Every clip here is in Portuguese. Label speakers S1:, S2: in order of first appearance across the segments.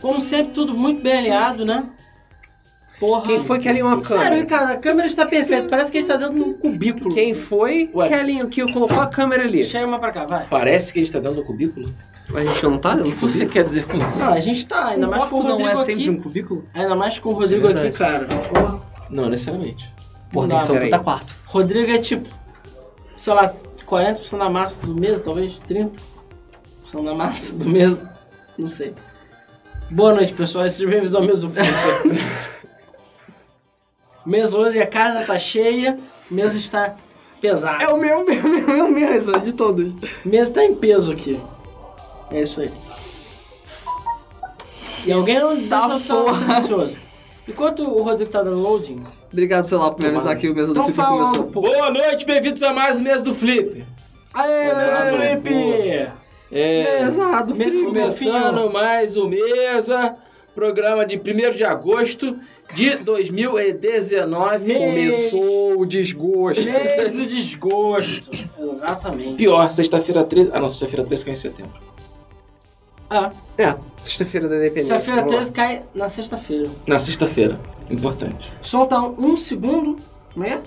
S1: Como sempre, tudo muito bem alinhado, né? Porra.
S2: Quem foi que alinhou a
S1: Sério,
S2: câmera?
S1: cara, a câmera está perfeita. Parece que a gente tá dentro de um cubículo.
S2: Quem foi
S3: Ué.
S2: que alinhou, que colocou a câmera ali?
S1: Chama pra cá, vai.
S3: Parece que a gente tá dentro do cubículo.
S2: A gente não tá
S3: O que
S2: dentro do
S3: você
S2: cubículo?
S3: quer dizer com isso?
S1: Não, a gente tá, Tipo, ainda mais com o Rodrigo aqui.
S4: cubículo?
S1: Ainda mais com o Rodrigo
S2: é um Isso é
S1: aqui, cara. Porra.
S3: Não, necessariamente.
S4: Porra, tem
S1: Não,
S4: que ser um
S2: peraí.
S4: puta quarto.
S1: Rodrigo é tipo, sei lá, 40% da massa do mês, talvez? 30% da massa do mês? Não sei. Boa noite, pessoal. Esse bem-vindos ao mesmo Mesmo hoje a casa tá cheia, mesa está pesada.
S2: É o meu, meu, meu, meu, meu, essa de todos.
S1: Mesa tá em peso aqui. É isso aí. E alguém não
S2: Tá
S1: dá o celular
S2: porra.
S1: silencioso. Enquanto o Rodrigo tá dando loading,
S2: Obrigado, sei lá, por me avisar que o mesa do
S1: então
S2: Felipe
S1: fala
S2: começou.
S1: logo, pô.
S3: Boa noite, bem-vindos a mais um mês do Flip.
S1: Aê,
S3: Olha,
S1: Leandro Felipe!
S3: É,
S2: Pesado,
S1: Mesa
S2: Felipe.
S1: do meu
S3: começando mais um Mesa, programa de 1 de agosto de 2019.
S2: Começou o desgosto.
S1: Mês do desgosto. Exatamente.
S3: Pior, sexta-feira 13. Ah, não, sexta-feira 13 cai em setembro.
S1: Ah,
S2: É, sexta-feira da independência.
S1: sexta-feira
S2: vamos
S1: 13
S2: lá.
S1: cai na sexta-feira.
S3: Na sexta-feira, importante.
S1: Solta um segundo, né?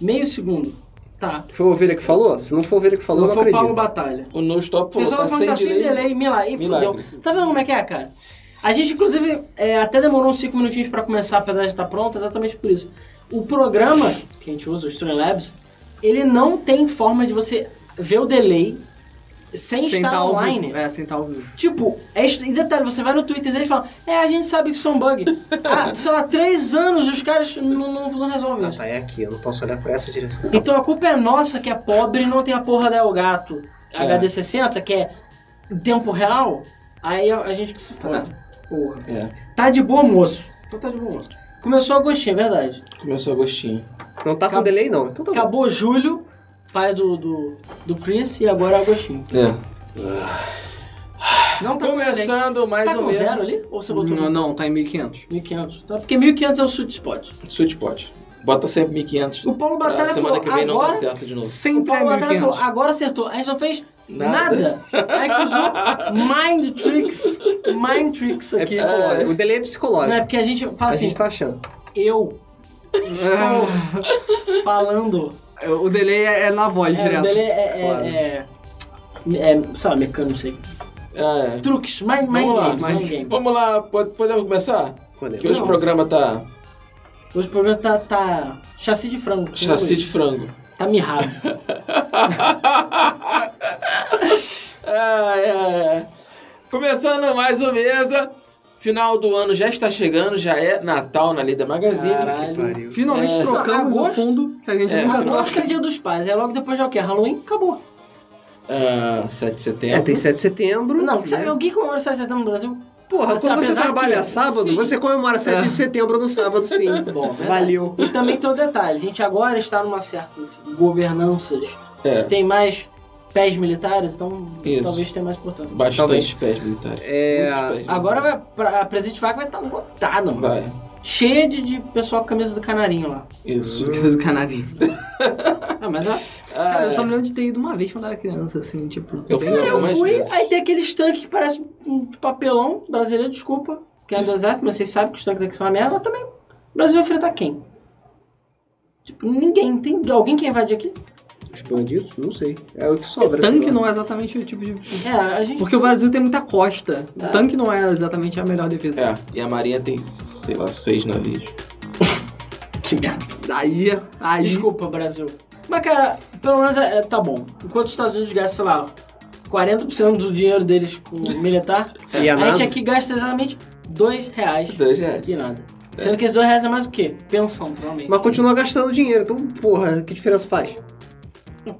S1: Meio segundo. Tá.
S2: Foi a ovelha que falou? Se não for a ovelha que falou, eu
S1: não
S2: não
S1: foi o
S2: acredito.
S1: Paulo Batalha.
S3: O No Stop
S1: O
S3: falou,
S1: pessoal
S3: tá
S1: falando
S3: sem
S1: que tá sem
S3: delay.
S1: delay, milagre.
S3: Milagre.
S1: Fudeu. Tá vendo como é que é, cara? A gente, inclusive, é, até demorou uns 5 minutinhos pra começar, apesar de estar tá pronta, exatamente por isso. O programa que a gente usa, o Stream Labs, ele não tem forma de você ver o delay sem, estar
S4: tá ao vivo.
S1: online.
S4: É, sem estar ao vivo.
S1: Tipo, é est- e detalhe, você vai no Twitter deles e fala, é, a gente sabe que isso é um bug. Há, sei lá, três anos os caras não, não, não resolvem
S2: Ah,
S1: isso.
S2: tá, é aqui, eu não posso olhar pra essa direção.
S1: Então a culpa é nossa que é pobre e não tem a porra da Elgato
S3: É.
S1: HD60, que é tempo real, aí a, a gente que se fode. Porra.
S3: É,
S1: Tá de boa, moço. Então tá de boa, moço. Começou agostinho, é verdade.
S3: começou agostinho.
S2: Não tá com
S1: Acabou.
S2: delay, não. Então tá bom.
S1: Acabou julho, pai do, do, do Chris, e agora é agostinho.
S3: É.
S1: Não tá com delay.
S3: Começando mais
S1: Tá com
S3: um mês.
S1: zero ali? Ou você botou
S4: Não,
S1: no-
S4: não, tá em 1500.
S1: 1500? Tá, porque 1500 é o sweet spot.
S3: Sweet Pot. Bota sempre 1500.
S1: O Paulo
S3: Pra
S1: Batalha
S3: semana
S1: falou,
S3: que vem não dá
S1: agora...
S3: certo de novo.
S1: O
S4: Sempre é
S1: Paulo Batalha falou,
S4: 1500.
S1: agora acertou. A gente não fez nada.
S3: Nada.
S1: É que usou mind tricks. Mind tricks
S2: É
S1: aqui.
S2: psicológico. O delay é
S1: Não, é
S2: psicológico.
S1: porque a gente fala
S2: A
S1: assim,
S2: gente tá achando.
S1: eu
S4: Então,
S1: estou falando.
S4: O delay é, é na voz
S1: É, o
S4: direto.
S1: dele é... é,
S2: Claro.
S1: é- é, sei lá, mecânico, não sei.
S3: É.
S1: Truques, mind, mind
S3: Vamos lá,
S1: games, mind
S4: mind-
S1: games.
S3: Vamos lá, pod- podemos começar?
S2: Podemos.
S3: Que hoje o
S1: Vamos.
S3: programa tá
S1: Hoje o programa tá, tá chassi de frango.
S3: chassi de frango.
S1: Tá mirrado.
S3: Ah, é, é. Começando mais um mesa. Final do ano já está chegando, já é Natal na Lida Magazine.
S1: Caralho.
S2: Pariu.
S4: Finalmente
S3: É.
S4: trocamos
S1: Agosto-
S4: o fundo que a gente
S3: É.
S4: nunca trouxe.
S1: Agosto é dia dos pais, é logo depois já o quê? Halloween? Acabou.
S3: Ah, 7 de
S2: É,
S3: setembro.
S2: tem 7 de setembro. né?
S1: Não, sabe, alguém comemora 7 de setembro no Brasil?
S2: Porra,
S1: Assim,
S2: quando você
S1: apesar
S2: trabalha
S1: que-
S2: sábado,
S1: sim. É.
S2: você comemora 7 de setembro no sábado, sim.
S1: Bom, né? verdade.
S2: Valeu.
S1: E também tem o detalhe, a gente agora está numa certa enfim, governanças
S3: É,
S1: que tem mais pés militares, então
S3: Isso.
S1: talvez tenha mais importância.
S2: Talvez.
S3: É, bastante pés militares.
S2: É,
S3: Muitos pés
S1: Agora vai, pra- a Presidente Vaga vai estar lotada, mano.
S3: Vai,
S1: Cheia de, de pessoal com camisa do canarinho lá. Uhum.
S3: isso.
S4: Coisa do canarinho.
S1: Ah, mas ó,
S3: Ah,
S4: Cara, eu só
S2: É.
S4: me lembro de ter ido uma vez quando eu era criança, assim, tipo.
S3: Eu
S4: bem-
S3: fui
S1: eu
S3: algumas
S1: fui,
S3: vezes.
S1: aí tem aquele tanque que parece um papelão brasileiro, desculpa, que é do exército, mas vocês sabem que os tanques daqui são uma merda, mas também o Brasil vai enfrentar quem? Tipo, ninguém. Tem alguém que invadir aqui?
S2: Os bandidos? Não sei. É o que sobra.
S4: Tanque
S2: sei lá.
S4: não é exatamente o tipo de.
S1: É, a gente...
S4: Porque o Brasil tem muita costa.
S1: Tá.
S4: Tanque não é exatamente a melhor defesa.
S3: É, e a Marinha tem, sei lá, seis navios.
S1: Que é merda.
S4: Aí, aí.
S1: Desculpa, Brasil. Mas, cara, pelo menos é, é- tá bom. Enquanto os Estados Unidos gastam, sei lá, 40% do dinheiro deles com militar,
S2: E a
S1: a gente
S2: NASA?
S1: aqui gasta exatamente 2 reais
S3: Dois reais.
S1: e nada. Sendo que esses 2 reais é mais o quê? Pensão, provavelmente.
S2: Mas continua gastando dinheiro, então, porra, que diferença faz?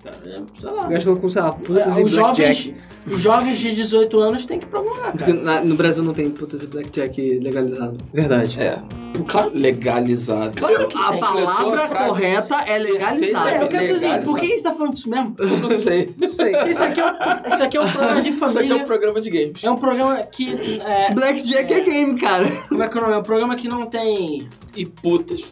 S1: Cara, é, sei lá.
S2: Gastando com, sei lá, putas
S1: É,
S2: e
S1: os,
S2: blackjack.
S1: jovens, os jovens de 18 anos têm que ir pra algum lugar,
S4: Porque
S1: cara.
S4: na- no Brasil não tem putas e blackjack legalizado.
S2: Verdade.
S3: É.
S1: Claro.
S3: Legalizado.
S1: Claro É, que
S4: a
S1: tem.
S4: palavra
S3: Completou a frase.
S4: correta é legalizado.
S1: É, eu quero saber,
S3: Legais,
S1: gente, por
S3: né?
S1: que a gente tá falando disso mesmo?
S3: Eu não sei.
S2: Não sei.
S1: Isso aqui é um, isso aqui é um programa de
S3: Isso aqui é
S1: família.
S3: um programa de games.
S1: É um programa que. é,
S4: Blackjack é.
S1: É.
S4: game, cara.
S1: como é que é o nome? É um programa que não tem.
S3: E putas.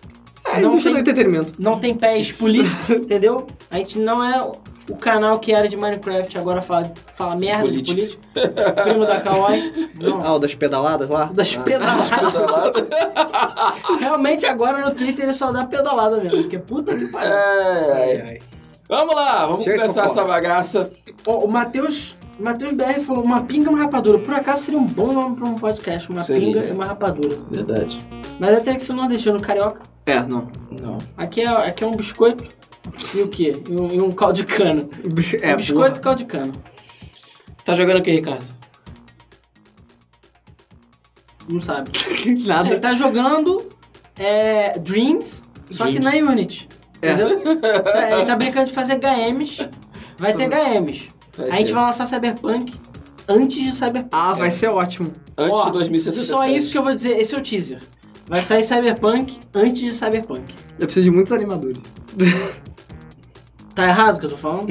S4: É,
S1: Não
S4: não chega
S1: tem-
S4: entretenimento.
S1: não tem pés políticos, entendeu? A gente não é O canal que era de Minecraft agora fala, fala merda de político.
S3: Político.
S1: Primo da Kawaii. Não.
S2: Ah, o das pedaladas lá?
S1: Das
S2: Ah.
S1: pedaladas. Realmente agora no Twitter ele só dá pedalada mesmo. Porque puta que pariu.
S3: Ai,
S2: Ai,
S3: ai.
S2: ai.
S3: Vamos lá, vamos
S2: Chega de
S3: começar
S2: fofoca.
S3: essa bagaça.
S1: Ó, o Matheus. Matheus BR falou uma pinga e uma rapadura. Por acaso seria um bom nome pra um podcast, uma
S3: Seria.
S1: pinga e uma rapadura.
S3: Verdade.
S1: Mas até que se o nordestino carioca,
S4: É, não.
S3: Não.
S1: aqui é, aqui é um biscoito e o quê? E um, e um caldo de cana.
S4: É,
S1: um biscoito
S4: biscoito.
S1: e caldo de cana.
S3: Tá jogando o que, Ricardo?
S1: Não sabe. Ele
S4: Nada.
S1: tá jogando é, Dreams, só que
S3: Dreams.
S1: na Unity.
S4: É.
S1: Entendeu? Tá- ele tá brincando de fazer HMs. Vai ter HMs.
S3: Vai
S1: a gente
S3: ter.
S1: vai lançar Cyberpunk antes de Cyberpunk.
S4: Ah,
S2: É.
S4: vai ser ótimo.
S3: Antes
S1: Ó,
S3: de 2077.
S1: Só isso que eu vou dizer, esse é o teaser. Vai sair Cyberpunk antes de Cyberpunk.
S4: Eu preciso de muitos animadores.
S1: Tá errado o que eu tô falando?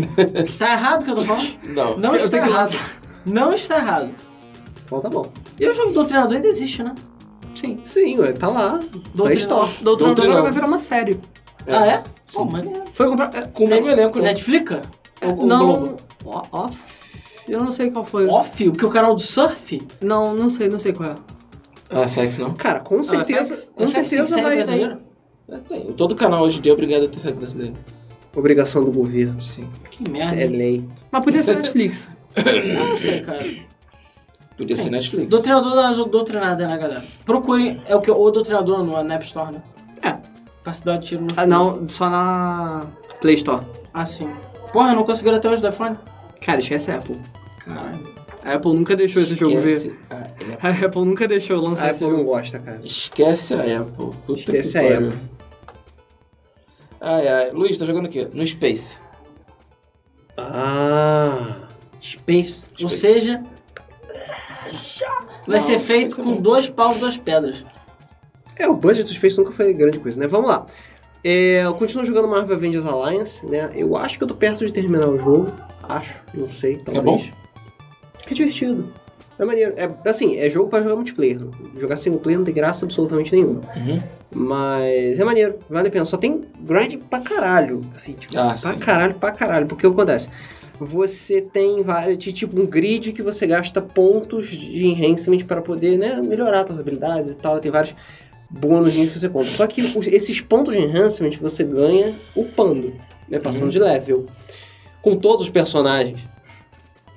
S1: tá errado o que eu tô falando?
S3: Não.
S1: Não
S4: Eu
S1: está
S4: tenho
S1: errado.
S4: razão.
S1: Não está errado.
S2: Então tá bom.
S1: E o jogo Doutrinador ainda existe, né?
S4: Sim.
S2: Sim, ué, tá lá. Tá
S1: Doutrinador.
S2: store.
S4: Doutor
S3: Doutrinador.
S4: agora vai virar uma série.
S1: Ah, é? Pô,
S3: Sim.
S1: maneiro.
S4: Foi comprar. é,
S3: Com o mesmo elenco, né?
S1: Netflix?
S3: o
S4: não.
S3: Globo.
S4: Ó, Off. Eu não sei qual foi.
S1: Off? O que? O canal do surf?
S4: Não, não sei, não sei qual é.
S3: Ah, FX não.
S2: Cara, com certeza,
S4: faz-
S2: com
S1: Não sei se
S2: certeza
S1: tem série
S2: vai
S4: né?
S1: brasileira.
S3: É, tem. Todo canal hoje em dia é obrigado a ter saído brasileiro.
S2: Obrigação do governo.
S3: Sim.
S1: Que merda.
S2: É lei.
S4: Mas podia ser Netflix.
S1: Eu não sei, cara.
S3: Podia ser Netflix.
S1: Doutrinador da Doutrinada, né, galera? Procurem. É o que? O Doutrinador no na App Store, né?
S4: É.
S1: Pra se dar tiro no.
S4: Ah, não, só na Play Store.
S1: Assim. Porra, não conseguiram até hoje do iPhone?
S4: Cara, esquece a Apple.
S1: Caralho.
S4: A Apple nunca deixou esse jogo ver.
S3: Esquece a Apple.
S4: A Apple nunca deixou lançar
S2: A
S4: esse
S2: Apple é não
S4: jogo.
S2: gosta, cara.
S3: Esquece a Apple. Puta
S2: Esquece
S3: que
S2: a
S3: pariu.
S2: Apple.
S3: Ai, ai. Luiz, tá jogando o quê? No Space.
S2: Ah.
S1: Space. Ou
S3: Space.
S1: seja. Vai
S3: Não,
S1: ser feito
S3: vai ser
S1: com
S3: bom.
S1: dois paus e duas pedras.
S2: É, o budget do Space nunca foi grande coisa, né? Vamos lá. É, eu continuo jogando Marvel Avengers Alliance, né? Eu acho que eu tô perto de terminar o jogo. Acho, não sei, talvez.
S3: bom?
S2: É divertido. É maneiro. É, assim, é jogo pra jogar multiplayer. Jogar single player não tem graça absolutamente nenhuma.
S3: Uhum.
S2: Mas é maneiro, vale a pena. Só tem grind pra caralho. Assim, tipo,
S3: Ah,
S2: pra
S3: sim.
S2: caralho, pra caralho. Porque o que acontece? Você tem várias, de tipo um grid que você gasta pontos de enhancement para poder né, melhorar suas habilidades e tal. Tem vários bônus que você compra. Só que os- esses pontos de enhancement você ganha upando, né, passando
S3: Uhum.
S2: de level. Com todos os personagens.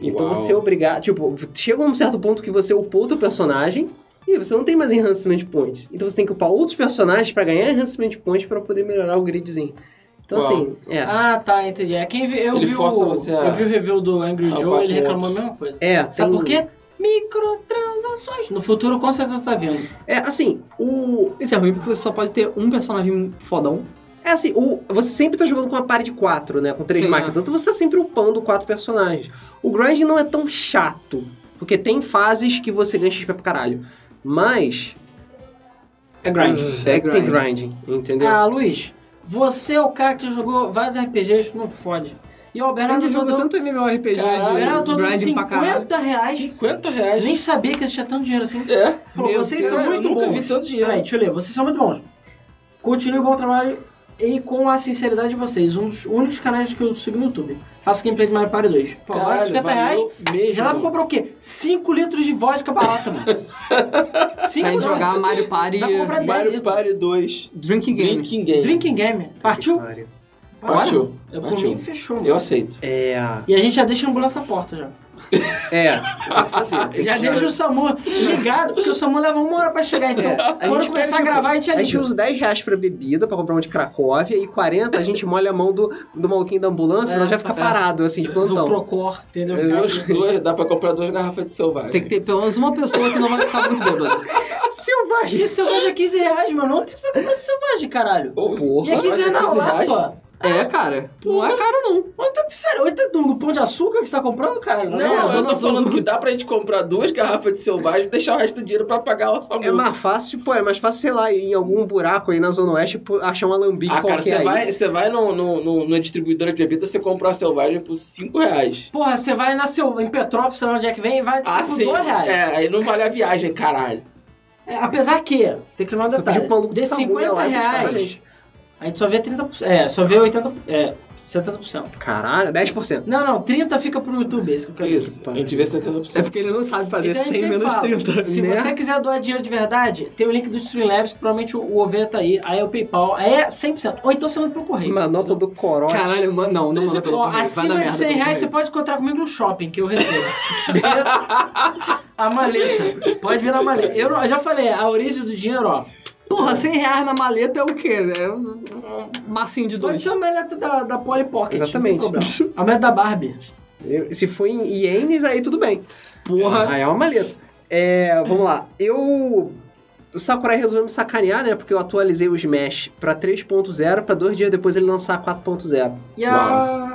S2: Então
S3: Uau.
S2: você é obrigado. Tipo, chega a um certo ponto que você upou outro personagem e aí você não tem mais enhancement points. Então você tem que upar outros personagens pra ganhar enhancement points pra poder melhorar o gridzinho. Então
S3: Uau.
S2: assim, é.
S1: Ah, tá, entendi. É quem vi, eu
S3: Ele
S1: vi
S3: força
S1: o,
S3: você a-
S1: Eu vi o review do Angry
S3: a upar
S1: Joe, ele
S3: com
S1: reclamou a
S3: outros.
S1: mesma coisa.
S2: É,
S1: Sabe
S2: tem-
S1: por quê? Microtransações. No futuro, com certeza, tá vindo.
S2: É assim, o.
S4: Isso é ruim porque você só pode ter um personagem fodão.
S2: É assim, o, você sempre tá jogando com uma par de quatro, né? Com três
S4: Sim,
S2: máquinas.
S4: é.
S2: Então você tá sempre upando quatro personagens. O grind não é tão chato. Porque tem fases que você ganha XP pra caralho. Mas.
S1: É grind.
S4: É
S2: Tem
S4: grind.
S2: grind, entendeu?
S1: Ah, Luiz, você é o cara que jogou vários RPGs, não fode. E o
S4: A
S1: Bernardo
S4: gente jogou
S1: jogou
S4: tanto MMORPG,
S3: Caralho,
S1: Bernardo
S4: de
S1: jogou
S4: né? grind pra caralho.
S1: 50 reais.
S3: 50 reais.
S1: Nem sabia que existia tanto dinheiro assim.
S3: É.
S1: Falou,
S4: Meu
S1: vocês
S4: Deus,
S1: são
S3: Cara,
S1: muito
S3: eu nunca
S1: bons.
S3: vi tanto dinheiro.
S1: Peraí, deixa eu ler. Vocês são muito bons. Continue o bom trabalho e com a sinceridade de vocês. Um dos únicos canais que eu sigo no YouTube. Faço gameplay de Mario Party 2. Pô, agora 50 reais.
S3: valeu mesmo.
S1: Já dá pra comprar o quê? 5 litros de vodka barata, mano. 5
S4: Pra gente
S1: litros.
S4: jogar Mario Party
S1: Dá pra comprar
S4: e-
S3: Mario Party 2.
S4: Drinking Game.
S3: Drinking Game.
S1: Drinking Game. Partiu?
S2: Pariu.
S3: Partiu.
S1: Eu, por
S3: Partiu.
S1: mim, fechou. mano.
S3: Eu aceito.
S2: É.
S1: E a gente já deixa a ambulância na porta já.
S2: É. Tem que fazer. tem
S1: Já
S2: que-
S1: deixa o Samu ligado, porque o Samu leva uma hora pra chegar, então. Quando
S2: gente
S1: começar
S2: pega,
S1: a
S2: tipo,
S1: gravar, a gente
S2: A gente
S1: liga.
S2: usa 10 reais pra bebida, pra comprar um de Cracóvia, e 40 a gente molha a mão do, do maluquinho da ambulância,
S1: É,
S2: nós já fica
S1: é.
S2: parado, assim, de
S1: Do
S2: plantão.
S1: Procor, entendeu?
S3: Os dois, dá pra comprar duas garrafas de selvagem.
S4: Tem que ter pelo menos uma pessoa que não vai ficar muito bêbada.
S2: Selvagem!
S1: E selvagem é 15 reais, mano. Onde você compra esse selvagem, caralho?
S3: Ô,
S1: E é
S2: Porra!
S3: Selvagem
S1: 15 reais na
S3: 15 reais?
S1: Lapa.
S4: É, cara. Não é caro, não.
S1: Onde tá, sério, onde tá do Pão de Açúcar que você tá comprando, caralho?
S3: Não,
S1: Zona
S3: eu tô
S1: Sul.
S3: falando que dá pra gente comprar duas garrafas de selvagem e deixar o resto do dinheiro pra pagar o
S2: É
S3: sabor.
S2: mais fácil, pô, é mais fácil, sei lá, ir em algum buraco aí na Zona Oeste pô, achar um alambique
S3: Ah, cara,
S2: qualquer
S3: você
S2: aí.
S3: vai, você vai no, no, no, numa distribuidora de bebida, você compra uma selvagem por 5 reais.
S1: Porra, você vai na seu, em Petrópolis, sei lá onde é que vem, e vai
S3: Ah,
S1: por
S3: sim.
S1: 2 reais.
S3: É, aí não vale a viagem, caralho.
S1: É, apesar que, tem que lembrar um
S2: Só
S1: detalhe.
S2: pediu pro maluco do
S1: de
S2: SAMU ir
S1: 50
S2: lá e buscar pra
S1: reais,
S2: gente.
S1: a gente só vê 30%. É, só vê 80%. É, 70%.
S2: Caralho, 10%.
S1: Não, não, 30% fica pro YouTube, é isso que eu quero dizer.
S3: Isso, a gente vê 70%.
S4: É porque ele não sabe fazer
S1: Então, a gente
S4: 100
S1: sempre
S4: menos
S1: fala,
S4: 30.
S1: Se
S2: né?
S1: você quiser doar dinheiro de verdade, tem o link do Streamlabs, que provavelmente o- o OV tá aí, aí é o PayPal, aí é 100%. Ou então você manda pelo correio.
S2: Manopla do corote.
S4: Caralho, mano, não, não manda pelo
S1: Ó,
S4: correio. Vai dar
S1: acima
S4: merda.
S1: de 100
S4: pelo
S1: reais você
S4: correio.
S1: pode encontrar comigo no shopping, que eu recebo. a maleta. Pode vir na maleta. Eu, não- eu já falei, a origem do dinheiro, ó.
S4: Porra, 100 reais na maleta é o quê? É um um massinho de
S1: Pode
S4: dois.
S1: ser a maleta da, da Polly Pocket.
S2: Exatamente.
S1: Não tem problema. A maleta da Barbie.
S2: Eu- Se for em ienes, aí tudo bem.
S4: Porra.
S2: Aí é uma maleta. É, vamos lá. Eu. O Sakurai resolveu me sacanear, né? Porque eu atualizei o Smash pra 3.0 pra dois dias depois ele lançar 4.0.
S4: E a...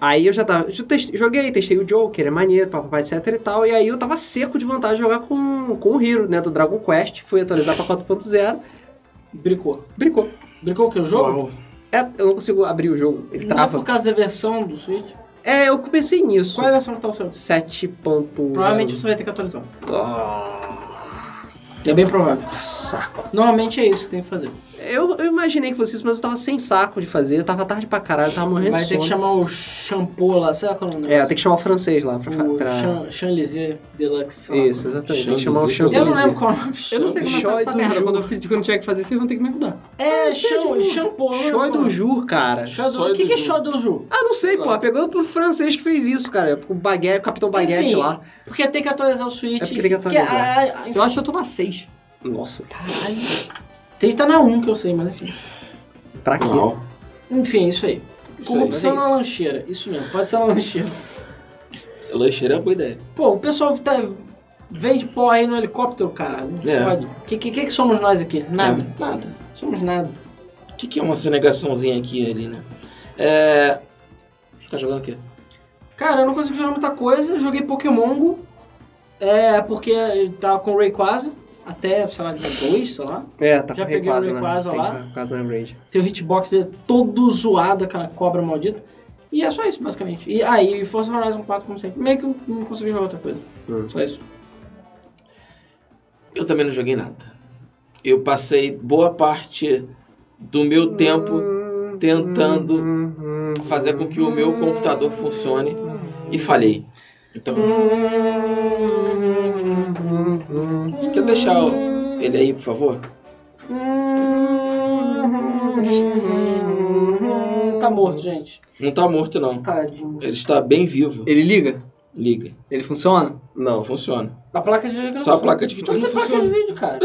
S2: Aí eu já tava. Eu testei- joguei, testei o Joker, é maneiro, papai, etc e tal. E aí eu tava seco de vontade de jogar com, com o Hiro, né? Do Dragon Quest. Fui atualizar pra 4.0.
S1: Bricou.
S2: Bricou.
S1: Bricou o que? O jogo?
S3: Uau.
S2: É, eu não consigo abrir o jogo, ele
S1: Não é
S2: trava.
S1: por causa da versão do Switch.
S2: É, eu comecei nisso.
S1: Qual é a versão que tá o seu?
S2: 7.0.
S1: Provavelmente você vai ter que atualizar.
S2: Ah,
S1: É bem provável.
S2: saco.
S1: Normalmente é isso que tem que fazer.
S2: Eu, eu imaginei que fosse isso, mas eu tava sem saco de fazer. Eu tava tarde pra caralho, tava morrendo
S1: Vai
S2: de
S1: ter
S2: sono.
S1: que chamar o shampoo lá, sabe qual é o nome?
S2: É, tem que chamar o francês lá pra.
S1: O
S2: pra-
S1: Chan- Chanlizier Deluxe. sei lá.
S2: Isso, exatamente. Tem que
S3: Champs-Élysées.
S2: chamar o
S1: Eu não
S2: Champs-Élysées.
S1: lembro qual é o nome.
S4: Eu não sei como é que
S2: Show
S4: faz
S2: e
S4: essa
S2: do
S4: merda.
S2: Ju.
S4: Quando eu, fiz, quando eu tiver que fazer, vocês vão ter que me ajudar.
S1: É,
S2: Chan-
S1: Chan- shampoo. eu não
S2: tipo um Show
S1: lembro.
S2: do Jur, cara.
S1: Show do-
S3: Show
S1: O que
S3: do
S1: que é
S3: Ju.
S1: show do Ju?
S2: Ah, não sei, pô. Pegou pro francês que fez isso, cara. O Baguete, o Capitão Baguete
S1: Enfim,
S2: lá.
S1: Porque tem que atualizar o Switch.
S2: É porque tem que atualizar.
S1: a- a- a-
S4: Eu acho que eu tô na 6.
S2: Nossa,
S1: Caralho. Tem que estar na 1 que eu sei, mas enfim.
S2: pra quê?
S3: Uau.
S1: Enfim, é isso aí.
S3: Isso aí,
S1: Corrupção
S2: mas é
S1: na
S2: isso.
S1: lancheira. Isso mesmo, pode ser na lancheira.
S3: Lancheira é uma boa ideia.
S1: Pô, o pessoal tá- vende porra aí no helicóptero, caralho. Não
S3: É.
S1: fode. O que, que, que que somos nós aqui? Nada.
S3: É, nada.
S1: Somos nada.
S3: O que, que é uma sonegaçãozinha aqui e ali, né? É. Tá jogando o quê?
S1: Cara, eu não consigo jogar muita coisa. eu Joguei Pokémon Go. É, porque eu tava com o Rayquaza. Até, sei lá, dia 2, sei lá.
S2: É, tá
S1: Já
S2: com
S1: peguei o
S2: Rayquaza, né?
S1: Rayquaza
S2: Tem
S1: lá.
S2: que- Rayquaza na Rage.
S1: Tem o hitbox dele todo zoado, aquela cobra maldita. E é só isso, basicamente. E aí, e Forza Horizon 4, como sempre. Meio que eu não consegui jogar outra coisa.
S2: Hum.
S1: Só isso.
S3: Eu também não joguei nada. Eu passei boa parte do meu tempo tentando
S2: Uhum.
S3: fazer com que o meu computador funcione e falhei. Então, você quer deixar o- ele aí, por favor?
S1: Tá morto, gente.
S3: Não tá morto, não.
S1: Tadinho.
S3: Ele está bem vivo.
S4: Ele liga?
S3: Liga.
S4: Ele funciona?
S3: Não
S2: Não.
S3: funciona.
S1: A placa de vídeo não
S3: Só a
S1: funciona.
S3: placa de vídeo
S1: Mas
S3: não
S1: é placa de
S3: funciona.
S1: vídeo, cara.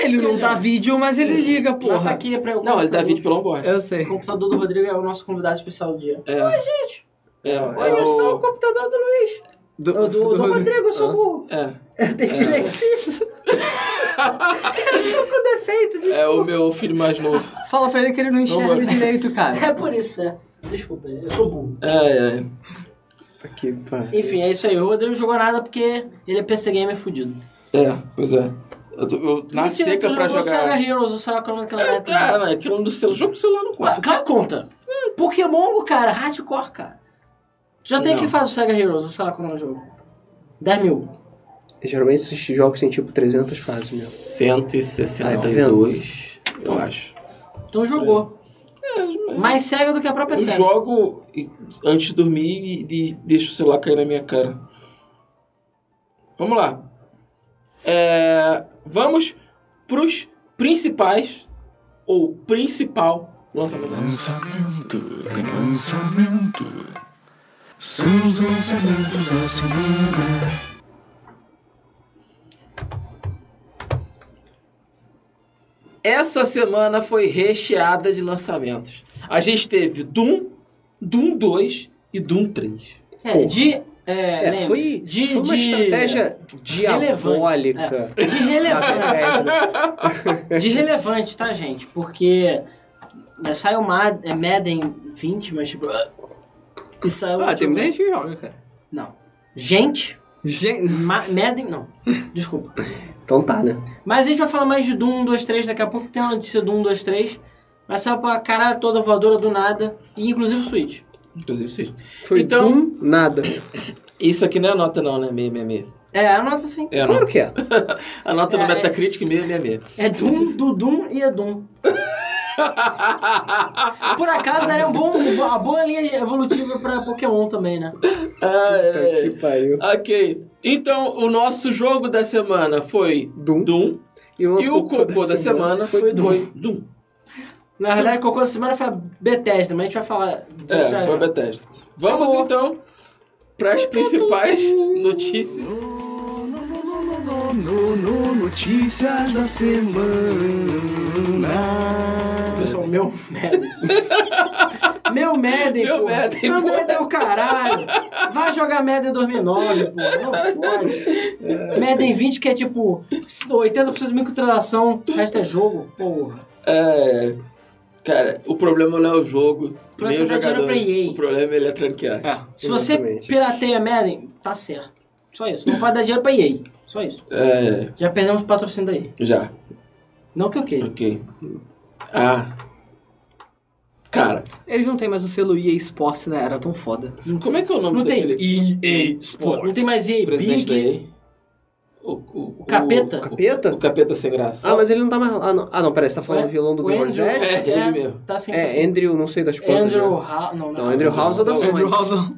S4: Ele não dá vídeo, mas ele liga,
S1: Ela tá
S4: porra.
S1: aqui pra eu
S3: Não, ele dá vídeo pelo onboard.
S4: Eu sei.
S1: O computador do Rodrigo é o nosso convidado especial do dia.
S3: É. Oi, gente. É, é
S1: Olha
S3: o-
S1: só o computador do Luiz.
S4: Do,
S1: Do, do, do Rodrigo, eu sou
S2: Ah.
S1: burro.
S3: É.
S2: Tem dislexia.
S1: Com defeito de...
S3: É o meu filho mais novo.
S4: Fala pra ele que ele não enxerga
S3: mano.
S4: direito, cara.
S1: É por isso, é. Desculpa, eu sou burro.
S3: É, é.
S2: Aqui, pá.
S1: Enfim, é isso aí. O Rodrigo não jogou nada porque ele é PC Gamer fudido.
S3: É, pois é. Eu, tô- eu na
S1: Mentira,
S3: seca
S1: tu
S3: pra
S1: jogou Saga
S3: jogar.
S1: Heroes, ou será que é o nome daquela
S3: É,
S1: época?
S3: tá, né? Aquilo no celular. Jogo do celular não
S1: Ué,
S3: conta.
S1: Claro que conta. Pokémon, Go, cara, hardcore, cara. Tu já tem
S3: Não.
S1: que fazer o Saga Heroes, ou sei lá qual é o jogo. 10 mil.
S2: Geralmente esses jogos têm tipo 300 fases mesmo. tá
S3: 162, eu acho.
S1: Então jogou.
S2: É,
S1: Mais cega do que a própria
S3: Eu
S1: SEGA.
S3: É. jogo e- antes de dormir e, e deixo o celular cair na minha cara. Vamos lá. É, vamos pros principais ou principal lançamento.
S5: Lançamento, tem lançamento. São os lançamentos da semana.
S3: Essa semana foi recheada de lançamentos. A gente teve Doom, Doom 2 e Doom 3.
S1: É, de... É,
S2: É,
S1: lembra?
S2: foi,
S1: de,
S2: foi uma
S1: de-
S2: estratégia diabólica.
S1: De relevante. de relevante, tá, gente? Porque né, saiu Ma- é, Madden 20, mas tipo... E saiu...
S4: Ah, tem
S1: tipo,
S4: muita gente que joga, cara.
S1: Não. Gente,
S4: Gente,
S1: Ma Madden, não. Desculpa.
S2: Então tá, né?
S1: Mas a gente vai falar mais de Doom 1, 2, 3. Daqui a pouco tem uma notícia do 1, 2, 3. Vai sair pra caralho toda voadora do nada. E inclusive o Switch.
S3: Inclusive, vocês.
S2: Foi
S3: Então-
S2: Doom, nada.
S3: Isso aqui não é nota, não, né? 666.
S1: É, anota assim.
S3: É a nota.
S2: Claro que é.
S3: A nota
S1: É,
S3: no
S1: é.
S3: Metacritic 666.
S1: É Doom, do Doom e é Doom.
S3: Ah,
S1: Por acaso, daria um bom, uma boa linha evolutiva pra Pokémon também, né?
S4: Ah,
S3: É,
S2: Que pariu.
S3: ok. Então, o nosso jogo da semana foi
S2: Doom.
S3: Doom.
S2: nosso
S3: E o cocô da semana foi Doom. Doom.
S1: Na verdade, o cocô da semana foi a Bethesda, mas a gente vai falar disso
S3: É,
S1: aí.
S3: foi a Bethesda. Vamos
S1: Acabou.
S3: então para as principais notícias.
S5: No, no, notícias da semana.
S1: Pessoal, meu Madden. meu Madden,
S3: Meu
S1: pô.
S3: Madden,
S1: meu
S3: pô.
S1: Madden é o caralho. Vai jogar Madden 2009, pô. Não
S3: É.
S1: pode. Madden 20 que é tipo 80% de microtransação, o resto é jogo, porra.
S3: É, cara, o problema não é o jogo,
S1: Pra
S3: nem
S1: você
S3: os
S1: dar dinheiro pra
S3: jogadores.
S1: EA.
S3: O problema é Electronic Arts.
S1: Se você é
S2: Exatamente.
S1: pirateia Madden, tá certo. Só isso. Não pode dar dinheiro pra EA. Só isso.
S3: É,
S1: Já perdemos o patrocínio da EA.
S3: já.
S1: Não que eu queira.
S3: Ok. Ah. Cara,
S4: Eles não têm mais o selo EA Sports, né? Era tão foda.
S3: como é que é o nome
S1: Não tem.
S3: daquele? EA
S1: Não
S3: Sports.
S1: tem mais EA
S3: Presidente da
S1: Big.
S3: EA. O, o,
S1: Capeta?
S3: O,
S2: Capeta?
S3: o capeta sem graça.
S2: Ah, mas ele não tá mais. Ah, não, ah, não peraí, você tá falando
S1: Ué?
S2: do violão do
S1: O Andrew-
S2: Gorgon Zed?
S3: É, ele mesmo.
S1: Tá sem
S2: É, Andrew, não sei das quantas.
S1: Andrew
S2: né?
S1: Ha... Não,
S2: Não, Andrew House é da Sony.
S4: Andrew House não.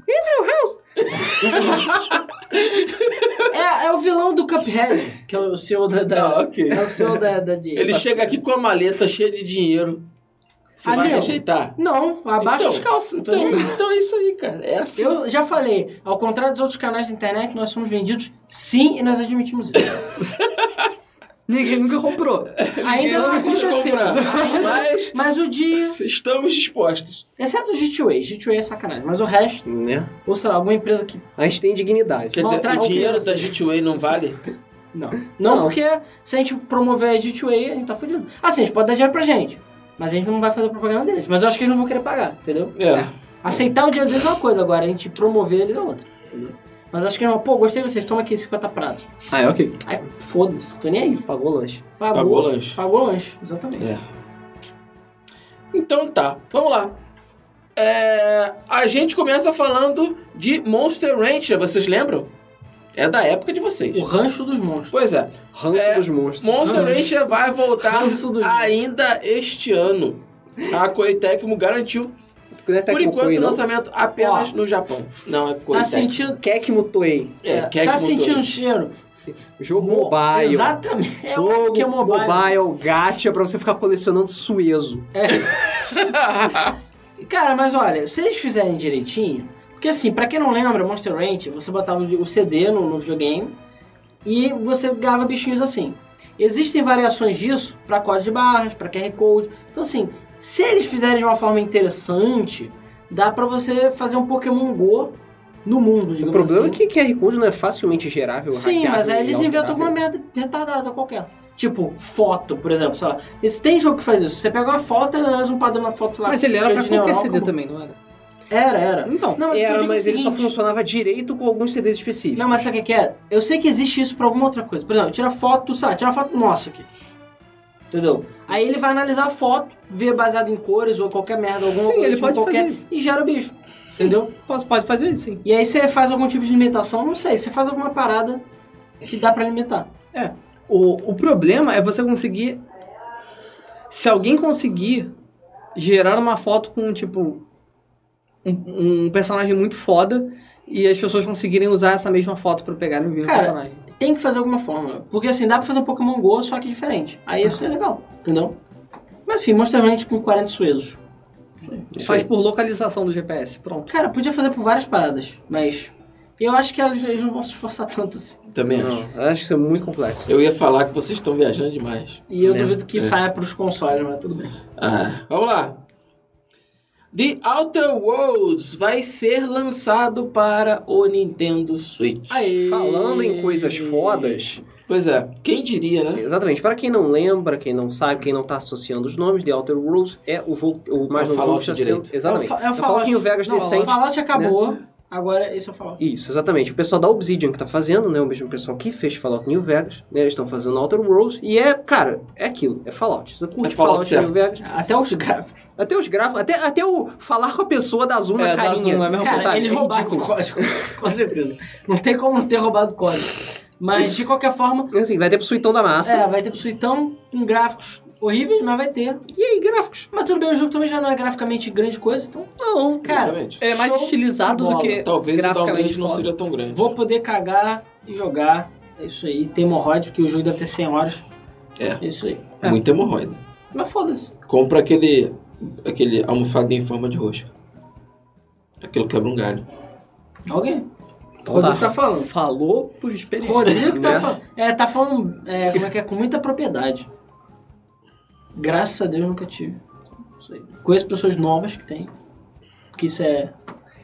S1: É, é o vilão do Cuphead, que é o CEO da. da-
S3: Ah, ok.
S1: É o CEO da. da de-
S3: Ele chega aqui com a maleta cheia de dinheiro. Você
S1: Ah,
S3: vai
S1: meu.
S3: rejeitar.
S1: Não, abaixa
S3: Então,
S1: os calços. Então,
S3: Então, então é isso aí, cara. É assim.
S1: eu já falei, ao contrário dos outros canais da internet, nós somos vendidos sim e nós admitimos isso.
S4: Ninguém nunca comprou.
S1: Ainda não
S3: quis
S1: aconteceu.
S3: comprar,
S1: Ainda-
S3: mas-
S1: mas o de.
S3: Estamos dispostos.
S1: Exceto o GTA. GTA é sacanagem. Mas o resto,
S2: Né?
S1: ou sei lá, alguma empresa que.
S2: A gente tem dignidade.
S3: Quer dizer,
S1: Maltrate
S3: o dinheiro
S1: criança.
S3: da Gateway não vale?
S1: Não. não.
S2: Não.
S1: porque se a gente promover a GTA, a gente tá fudido. Assim, a gente pode dar dinheiro pra gente. Mas a gente não vai fazer propaganda deles. Mas eu acho que eles não vão querer pagar, entendeu?
S3: É.
S1: Aceitar o dinheiro deles é uma coisa, agora a gente promover eles é outra. entendeu? Mas acho que não, pô, gostei de vocês, toma aqui 50 pratos.
S4: Ah, é ok.
S1: Aí, foda-se, tô nem aí.
S2: Pagou o lanche.
S1: Pagou,
S3: Pagou o Tá lanche.
S1: Pagou o lanche, exatamente.
S3: Então tá, vamos lá. É, a gente começa falando de Monster Rancher, vocês lembram? É da época de vocês.
S1: O rancho dos monstros.
S3: Pois é,
S2: Ranço
S3: É,
S2: dos monstros.
S3: Monster Rancher vai voltar
S1: Ranço do-
S3: ainda este ano. A Koei Tecmo garantiu,
S2: Não é
S3: por enquanto,
S2: Tecmocoin,
S3: o
S2: não?
S3: lançatamento apenas
S1: Ó.
S3: no Japão. Não, é Koei
S1: Tá
S3: Tecmo.
S1: sentindo.
S2: Kekmo Toei.
S3: É,
S1: é,
S3: Tecmo
S1: tá sentindo
S3: dois.
S1: cheiro.
S2: Jogo
S1: Mo-
S2: mobile.
S1: Exatamente. É o
S2: Jogo
S1: que é mobile.
S2: gacha pra você ficar colecionando suezo.
S1: Cara, mas olha, se eles fizerem direitinho. Porque assim, pra quem não lembra, Monster Ranch, você botava o CD no, no videogame e você ganhava bichinhos assim. Existem variações disso pra código de barras, pra QR Code. Então assim, se eles fizerem de uma forma interessante, dá pra você fazer um Pokémon Go no mundo, digamos
S2: O problema
S1: assim.
S2: é que QR Code não é facilmente gerável,
S1: Sim, mas
S2: hackeável
S1: aí
S2: e
S1: eles inventam
S2: alterável.
S1: alguma merda retardada qualquer. Tipo, foto, por exemplo, sei lá. Esse- Tem jogo que faz isso. Você pega uma foto e analisam um padrão na foto lá.
S4: Mas ele era
S1: Rede
S4: pra qualquer
S1: neural,
S4: CD
S1: como-
S4: também, não era?
S1: Era, era.
S4: Então.
S1: Não, mas o que eu
S2: Era,
S1: digo é o
S2: mas ele só
S4: assim.
S1: seguinte.
S2: funcionava direito com alguns CDs específicos.
S1: Não, mas sabe o que que é? Eu sei que existe isso pra alguma outra coisa. Por exemplo, tira foto, sei lá, tira foto nossa aqui. Entendeu? Aí ele vai analisar a foto, ver baseado em cores ou qualquer merda, algum
S4: Sim,
S1: algoritmo
S4: ele pode
S1: qualquer,
S4: fazer isso.
S1: e gera o bicho. Entendeu?
S4: Posso, pode fazer isso, sim.
S1: E aí você faz algum tipo de limitação, não sei, você faz alguma parada que dá pra limitar.
S4: O, o problema é você conseguir. Se alguém conseguir gerar uma foto com, tipo, um, um personagem muito foda e as pessoas conseguirem usar essa mesma foto pra pegarem o mesmo
S1: Cara,
S4: personagem.
S1: Tem que fazer alguma forma. Porque assim, dá pra fazer um Pokémon GO, só que diferente. Aí isso é legal, entendeu? Mas enfim, Monster Ranch com 40 suezos.
S4: Faz por localização do GPS, pronto.
S1: Cara, podia fazer por várias paradas, mas eu acho que elas- eles não vão se esforçar tanto assim.
S3: Também acho.
S2: Não, acho que isso é muito complexo.
S3: Eu ia falar que vocês estão viajando demais.
S1: E eu
S2: Né?
S1: duvido que
S3: É.
S1: saia pros consoles, mas tudo bem.
S3: Ah, vamos lá. The Outer Worlds vai ser lançado para o Nintendo Switch.
S2: Falando em coisas fodas,
S3: Pois é, quem diria, né?
S2: exatamente, para quem não lembra, quem não sabe, quem não tá associando os nomes, The Outer Worlds é o jogo, o mais novo jogo
S3: Fallout
S2: que está
S3: direito.
S2: sendo, exatamente.
S1: É o fa- é o
S2: o Fallout
S1: Fallout.
S2: o Vegas
S4: Não,
S1: O
S2: decente. né?
S1: Fallout acabou, agora esse é o Fallout.
S2: Isso, exatamente. O pessoal da Obsidian que tá fazendo, né? O mesmo pessoal que fez Fallout New Vegas, né? Eles estão fazendo Outer Worlds e é, cara, é aquilo, é Fallout. Você curte
S3: É Fallout,
S2: Fallout,
S3: certo.
S2: New Vegas,
S1: Até os gráficos.
S2: até os gráficos, até, até o falar com a pessoa da Zoom
S4: É,
S2: na
S4: dá
S2: carinha.
S4: zoom, é a mesma
S1: Cara,
S2: sabe?
S1: eles
S2: É
S1: roubaram o
S2: ridículo.
S1: código, com certeza. Não tem como não ter roubado o código. Mas, de qualquer forma,
S2: Assim, vai ter pro suitão da massa.
S1: É, vai ter pro Suitão Então, com gráficos horríveis, mas vai ter.
S2: E aí, gráficos?
S1: Mas tudo bem, o jogo também já não é graficamente grande coisa, então
S2: Não.
S1: Cara,
S3: Exatamente.
S4: Ele é mais
S1: Show
S4: estilizado
S1: de
S4: do
S1: bola.
S4: que
S3: Talvez o
S4: graficamente
S3: downgrade não
S4: foda.
S3: seja tão grande.
S1: vou poder cagar e jogar. É isso aí. Tem hemorroide, porque o jogo deve ter 100 horas.
S3: É.
S1: É isso aí.
S4: É.
S3: Muito hemorroida.
S1: Mas foda-se.
S3: Compra aquele, aquele almofada em forma de rosca. Aquilo quebra um galho.
S1: Alguém?
S2: Então
S1: Rodrigo
S2: tá.
S1: tá falando.
S4: Falou por experiência.
S1: Rodrigo tá
S2: Né?
S1: falando. É, tá falando. é, como é que é? Com muita propriedade. Graças a Deus nunca tive. Isso aí. Conheço pessoas novas que tem. Porque isso é,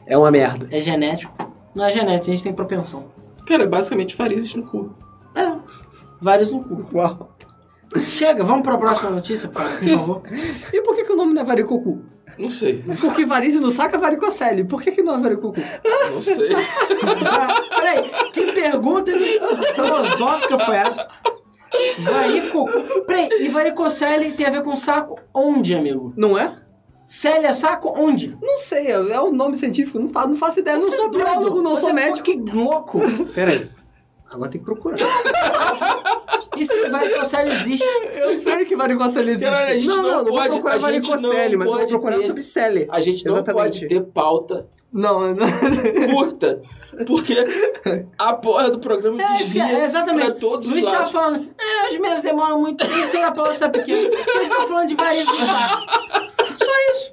S2: É uma merda.
S1: é genético. Não é genético, a gente tem propensão.
S3: Cara, é basicamente varizes no cu.
S1: É. Vários no cu.
S2: Uau.
S1: Chega, vamos pra próxima notícia, cara, por favor.
S4: E por que, que o nome não é varicocu?
S3: Não sei.
S4: Porque varize não saca varicocele. Por que, que não é varicocu?
S3: Não sei.
S1: Peraí, que pergunta filosófica foi essa? Varico... Peraí, e varicocele tem a ver com saco onde, amigo?
S4: Não é?
S1: Cele é saco onde?
S4: Não sei, é o nome científico, não fa- não faço, ideia. Eu não sou
S1: Você é doido?
S4: biólogo, não
S1: Você
S4: sou
S1: ficou
S4: médico.
S1: Que louco!
S2: Pera aí. Agora tem que procurar.
S1: E se varicocele existe?
S4: Eu sei né, que varicocele existe.
S3: Cara, a gente
S2: não, não, não
S3: pode-
S2: vou
S3: a
S2: procurar
S3: gente
S2: varicocele,
S3: não
S2: mas eu vou
S3: pode
S2: procurar
S3: ter-
S2: sobre Cele.
S3: A gente não
S2: Exatamente.
S3: pode ter pauta
S4: Não, não.
S3: curta, porque a porra do programa
S1: É, isso que
S3: desvia
S1: é, exatamente.
S3: pra todos os
S1: Luiz tava
S3: lados.
S1: falando, é, os meus demoram muito, e tem a pausa pequena. Mas tava falando de varico de saco. Só isso.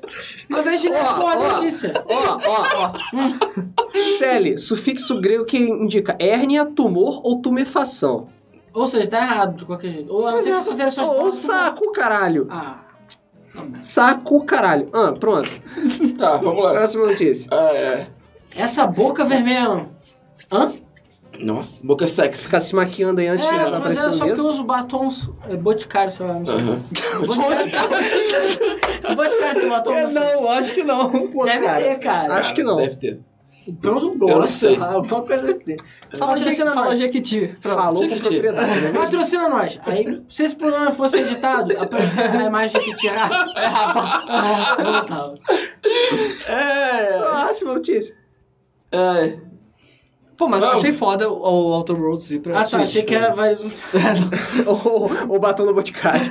S1: Ao invés de ler a
S2: Ó,
S1: porra da
S2: ó.
S1: notícia.
S2: Ó, ó, ó. Cele, sufixo grego que indica hérnia, tumor ou tumefação.
S1: Ou seja, tá errado de qualquer jeito. Ou a não
S2: Pois
S1: ser
S2: é.
S1: que você considere suas
S2: Ou
S1: pautas-
S2: saco, caralho.
S1: Ah, tá bom.
S2: Saco, caralho. Ah, pronto.
S3: Tá, vamos lá.
S2: Próxima notícia.
S3: Ah, é.
S1: Essa boca vermelha. não. Hã?
S3: Nossa, boca é sexy.
S2: Ficar se maquiando aí antes de
S1: É,
S2: ela
S1: mas é
S2: aparecer
S1: só
S2: no
S1: que eu
S2: mesmo.
S1: uso batons é, boticário, sei lá. não sei.
S3: Aham.
S1: Boticário tem batom?
S4: É,
S1: não sei.
S4: não, acho que não.
S2: Pô,
S1: Deve
S2: cara,
S1: ter, cara.
S2: Acho que não.
S3: Deve ter.
S1: Pelo menos um
S3: Eu não
S1: gloss,
S3: sei.
S1: sei lá, alguma coisa deve ter.
S4: Fala, Je-
S1: Patrocina
S4: fala
S1: nós.
S4: Jequiti.
S2: Falou com
S3: Jequiti.
S2: propriedade, né?
S1: Patrocina nós. Aí, se esse programa fosse editado, apareceria a imagem que tirar. Ah, tá. Voltava.
S3: É.
S2: Próxima Ah, notícia.
S3: é.
S4: Pô, mas eu
S3: Vamos.
S4: achei foda o o Outer Worlds vir pra
S1: Ah, tá. Achei que era vários uns.
S2: Ou batom no boticário.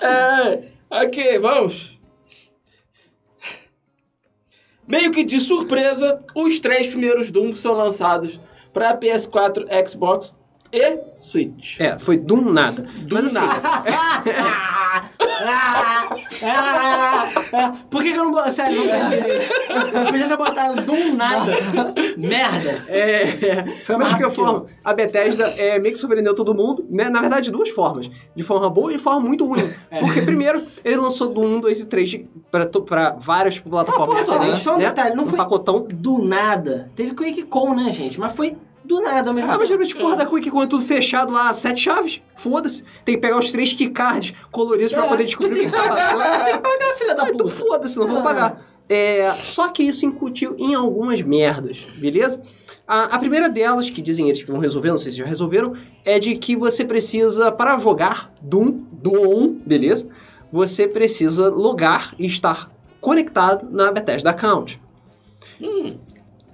S3: É, ok, vamos. Meio que de surpresa, os três primeiros Doom são lançados para PS4, Xbox e Switch.
S2: É, foi do nada. mas assim,
S1: Por que, que eu não. Sério, não pensei nisso. Eu podia ter botado do nada. Merda.
S2: É, mas de
S1: rápido.
S2: qualquer forma, a Bethesda é, meio que surpreendeu todo mundo, né? Na verdade, de duas formas. De forma boa e de forma muito ruim.
S1: É.
S2: Porque, primeiro, ele lançou do 1, 2 e 3 de- pra, to- pra várias plataformas
S1: Ah, pô,
S2: diferentes.
S1: só um
S2: né?
S1: detalhe, não
S2: um
S1: foi-
S2: pacotão.
S1: Do nada. Teve Quake Con, né, gente? Mas foi do nada ao mesmo
S2: Ah, mas
S1: tempo.
S2: geralmente, porra, da Quick quando é tudo fechado lá, sete chaves, foda-se. Tem que pegar os três keycards coloridos pra
S1: É,
S2: poder descobrir o que que tá passando.
S1: Ah, filha da
S2: Ah, então
S1: puta.
S2: foda-se, não vou
S1: Ah.
S2: pagar. É, só que isso incutiu em algumas merdas, beleza? A, a primeira delas, que dizem eles que vão resolver, não sei se já resolveram, é de que você precisa, para jogar Doom, Doom 1, beleza? Você precisa logar e estar conectado na Bethesda Account.
S1: Hum.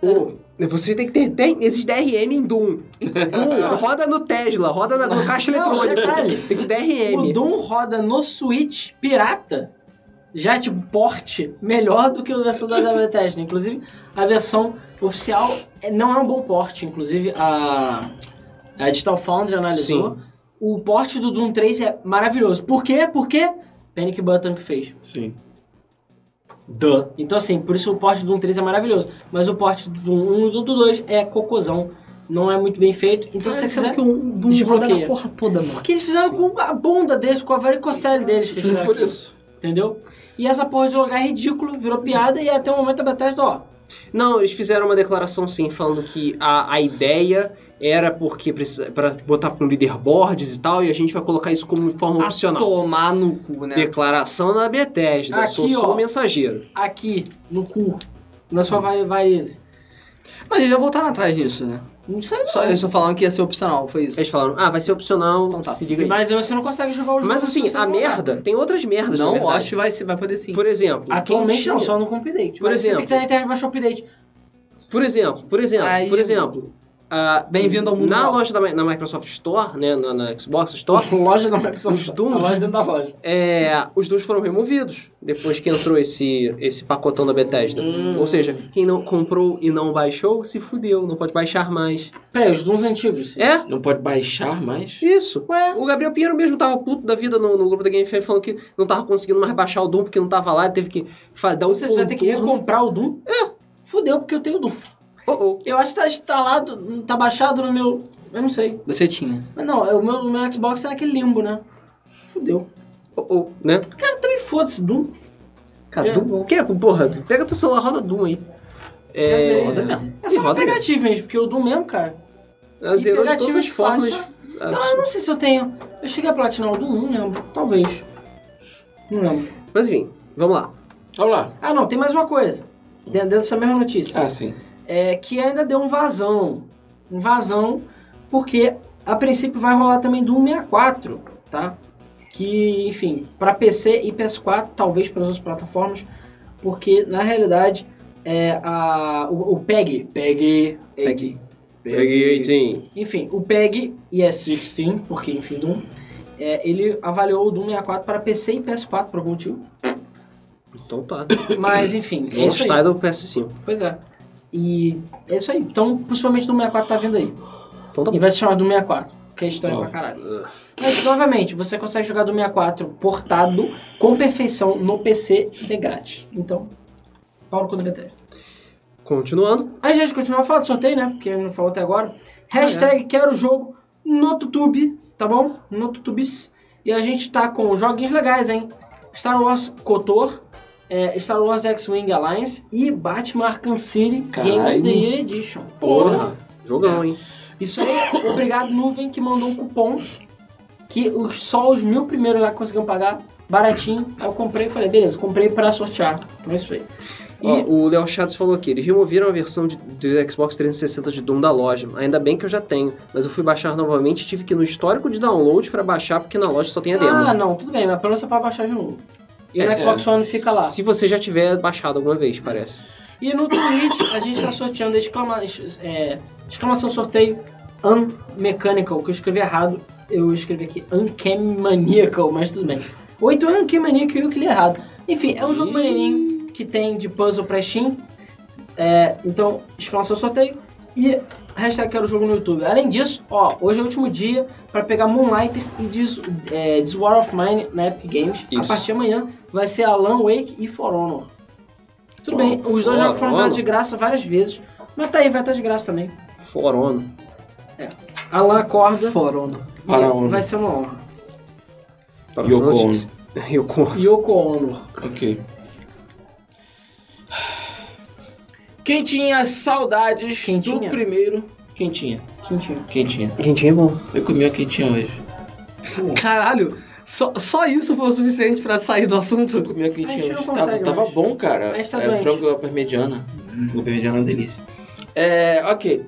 S2: Ou, Você tem que ter 10 esses DRM em Doom. Doom roda no Tesla, roda na, no caixa
S1: Não,
S2: eletrônico.
S1: detalhe.
S2: Tem que DRM.
S1: O Doom roda no Switch pirata, já tipo porte, melhor do que a versão da Bethesda. Inclusive, a versão oficial é- não é um bom porte. Inclusive, a, a Digital Foundry analisou. O porte do Doom 3 é maravilhoso. Por quê? Por quê? Panic Button que fez.
S3: Sim.
S1: Duh. Então, assim, por isso o porte do 1 3 é maravilhoso. Mas o porte do 1 e do 2 é cocôzão. Não é muito bem feito. Então, se você quiser.
S4: que um Doom roda
S1: desbloqueia.
S4: na porra toda, mano.
S1: Porque eles fizeram com a bunda deles, com a varicocele deles. que eles fizeram
S3: Por
S1: aquilo.
S3: isso.
S1: Entendeu? E essa porra de lugar é ridículo, virou piada e até o momento a Bethesda, ó.
S2: Não, eles fizeram uma declaração sim, falando que a, a ideia era porque para botar com leaderboards e tal, e a gente vai colocar isso como forma opcional.
S4: Tomar no cu, né?
S2: Declaração da Bethesda,
S1: Aqui,
S2: sou só
S1: ó.
S2: o mensageiro.
S1: Aqui, no cu, na sua vari- varize.
S4: Mas eles já voltaram atrás nisso, né?
S1: Não sei não.
S4: Só, eles só falaram que ia ser opcional, foi isso.
S2: Eles falaram, ah, vai ser opcional,
S4: Então tá.
S2: se liga aí. Mas,
S1: Mas você não consegue jogar o jogo. se
S2: assim,
S1: você
S2: a
S1: não jogar.
S2: merda, tem outras merdas, na
S4: é Não,
S2: é verdade.
S4: acho que vai, ser- vai poder sim.
S2: Por exemplo,
S1: Atualmente
S2: quem
S1: não,
S2: tinha-
S1: só não com update.
S2: Por
S1: Mas Você tem
S2: exemplo.
S1: que estar na internet e baixar o update.
S2: Por exemplo, por exemplo,
S4: Aí-
S2: por exemplo, ah,
S4: Bem-vindo ao mundo
S2: Na
S4: real.
S2: loja da Mi- na Microsoft Store, né, na, na Xbox Store,
S1: Loja da Microsoft.
S2: Os Dooms?
S1: A loja dentro da loja.
S2: é, os dois foram removidos depois que entrou esse, esse pacotão da Bethesda. Ou seja, quem não comprou e não baixou, se fudeu, não pode baixar mais.
S1: Peraí, os Dooms antigos.
S2: É?
S3: Não pode baixar mais?
S2: Isso. O Gabriel Pinheiro mesmo tava puto da vida no, no grupo da Game Fair, falando que não tava conseguindo mais baixar o Doom porque não tava lá, teve que fa- dar um
S1: Você vai ter que
S2: contorno.
S1: recomprar o Doom? É. Fudeu, porque eu tenho o Doom.
S2: Oh, oh.
S1: Eu acho que tá instalado, tá baixado no meu... Eu não sei.
S4: Você tinha.
S1: Mas não, o meu, o meu Xbox é naquele limbo, né? Fudeu.
S2: Oh, oh, né?
S1: Cara, também foda-se Doom.
S2: Cara,
S1: É.
S2: Doom, o que é? Porra, pega teu celular, roda Doom aí.
S1: Quer
S2: É,
S1: dizer, É
S2: Ih,
S1: só pra
S2: roda
S1: pegar
S2: mesmo.
S1: achievements, porque o Doom mesmo, cara...
S2: Ela Zerou de
S1: pegar
S2: todas as
S1: achievement
S2: formas.
S1: fácil, Não, eu não sei se eu tenho. Eu cheguei a platinar o Doom, não lembro. Talvez. Não lembro.
S2: Mas enfim, vamos lá.
S3: Vamos lá.
S1: Ah, não, tem mais uma coisa. Dentro dessa mesma notícia.
S3: Ah, sim.
S1: É que ainda deu um vazão. Um vazão, porque a princípio vai rolar também Doom 64, tá? Que, enfim, para PC e PS4, talvez para outras plataformas, porque na realidade é a, o, o PEG, PEG, PEG,
S2: Sim.
S1: enfim, o PEG e S16, porque enfim, Doom, é, ele avaliou o Doom 64 para PC e PS4 por algum motivo.
S2: Então tá.
S1: Mas enfim, é
S2: Vamos
S1: isso aí.
S2: style do PS5.
S1: Pois é. E é isso aí. Então, possivelmente Doom 64 tá vindo aí.
S2: Então tá
S1: E
S2: bom.
S1: vai se chamar Doom 64, que é história
S3: Ó.
S1: pra caralho. Mas, novamente, você consegue jogar Doom 64 portado com perfeição no PC de grátis. Então, pau no cu do Bethesda.
S2: Continuando.
S1: Aí a gente continua a falar do sorteio, né? Porque não falou até agora. Hashtag quero o jogo no Tutube, tá bom? No Tutubis. E a gente tá com joguinhos legais, hein? Star Wars Kotor, é, Star Wars X-Wing Alliance e Batman Arkham City Game of
S3: Caralho.
S1: the Year Edition.
S3: Porra.
S2: Jogão,
S1: É.
S2: hein?
S1: Isso aí, obrigado Nuvem que mandou um cupom que os, só os mil primeiros lá conseguiram pagar baratinho. Aí eu comprei e falei, beleza, comprei pra sortear. Então é isso aí. E
S2: Ó, o Léo Chaves falou aqui, eles removeram a versão de, do Xbox 360 de Doom da loja. Ainda bem que eu já tenho, mas eu fui baixar novamente e tive que ir no histórico de download pra baixar, porque na loja só tem a demo.
S1: Ah, não, tudo bem, mas pelo menos você pode baixar de novo. E
S2: É,
S1: o Xbox One fica lá.
S2: Se você já tiver baixado alguma vez, parece.
S1: E no Twitch a gente tá sorteando exclama- é, exclamação sorteio Unmechanical, que eu escrevi errado. Eu escrevi aqui Uncamaniacal, mas tudo bem. Ou então é Uncamaniacal e eu que li errado. Enfim, é um jogo maneirinho que tem de puzzle pra Steam. É, então, exclamação sorteio. E hashtag quero jogo no YouTube. Além disso, ó, hoje é o último dia pra pegar Moonlighter e This, é, This War of Mine na Epic Games. A
S2: Isso.
S1: partir de amanhã vai ser Alan Wake e For Honor. Tudo
S2: Bom,
S1: bem, os dois
S2: fora,
S1: já foram dados
S2: mano.
S1: de graça várias vezes, mas tá aí, vai estar de graça também.
S2: Forono.
S1: Alan acorda,
S4: Forona.
S3: Para
S1: e
S3: onde?
S1: vai ser uma honra.
S2: Para
S3: Yoko
S2: os outros. Yoko Ono.
S1: Yoko Ono.
S3: Ok. Quem tinha saudades
S1: Quem
S3: do
S1: tinha?
S3: primeiro... Quentinha.
S1: Quintinho.
S3: Quentinha.
S2: Quentinho é bom.
S3: Eu comi uma quentinha hoje.
S4: Caralho, só, só isso foi o suficiente pra sair do assunto?
S3: Eu comi uma quentinha
S1: A gente não
S3: hoje.
S1: consegue
S3: tava, tava
S1: mais.
S3: bom, cara.
S1: A gente tá
S3: é
S1: doente.
S3: frango à parmegiana. O parmegiana é uma delícia. É, ok.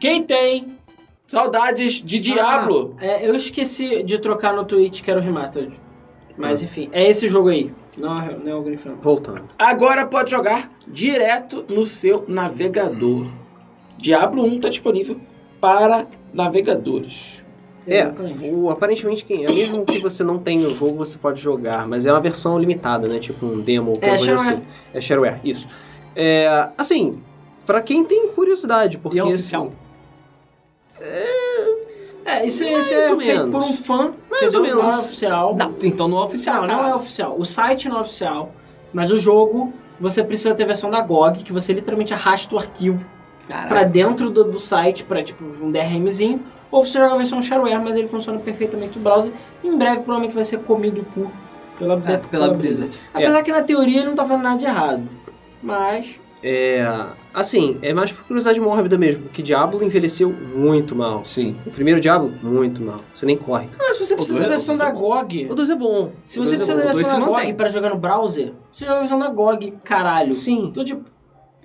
S3: Quem tem saudades de Diablo?
S1: Ah, é, eu esqueci de trocar no Twitch que era o Remastered.
S2: Ah.
S1: Mas enfim, é esse jogo aí. Não, é- não é o Grinfranco.
S2: Voltando.
S1: Ah.
S3: Agora pode jogar direto no seu navegador. Diablo 1 tá disponível para navegadores.
S2: É,
S1: Exatamente.
S2: o, aparentemente, quem, mesmo que você não tenha o jogo, você pode jogar, mas é uma versão limitada, né? Tipo um demo ou
S1: É,
S2: qualquer coisa
S1: shareware.
S2: assim. É shareware, isso. É, assim, pra quem tem curiosidade, porque...
S4: E é
S2: assim,
S4: oficial.
S1: É, isso,
S2: Mais
S1: isso é
S2: ou
S1: feito
S2: menos.
S1: por um fã.
S2: Mais ou
S1: entendeu? Não é
S2: menos.
S1: oficial.
S4: Não, então não é oficial,
S1: Não, não é
S4: caralho.
S1: oficial. O site não é oficial, mas o jogo, você precisa ter a versão da GOG, que você literalmente arrasta o arquivo pra
S4: Caralho.
S1: dentro do, do site, pra tipo um DRMzinho, ou você joga a versão shareware, mas ele funciona perfeitamente no browser. E em breve, provavelmente vai ser comido o cu pela,
S4: É,
S1: pela,
S4: pela
S1: Blizzard.
S4: Blizzard.
S1: Apesar que na teoria ele não tá fazendo nada de errado. Mas.
S2: É, assim, é mais por curiosidade mórbida mesmo, porque Diablo envelheceu muito mal.
S3: Sim.
S2: O primeiro Diablo, muito mal. Você nem corre, cara.
S1: Não, se você precisa
S3: dois
S1: da
S3: é
S1: versão
S3: bom,
S1: da
S3: tá bom.
S1: GOG.
S2: O 2 é bom.
S1: Se
S2: O
S1: você
S2: dois é
S1: precisa da
S2: bom.
S4: dois
S1: versão
S4: se
S1: da GOG
S4: mantém.
S1: pra jogar no browser, você joga a versão da GOG, caralho.
S2: Sim.
S1: Então, tipo,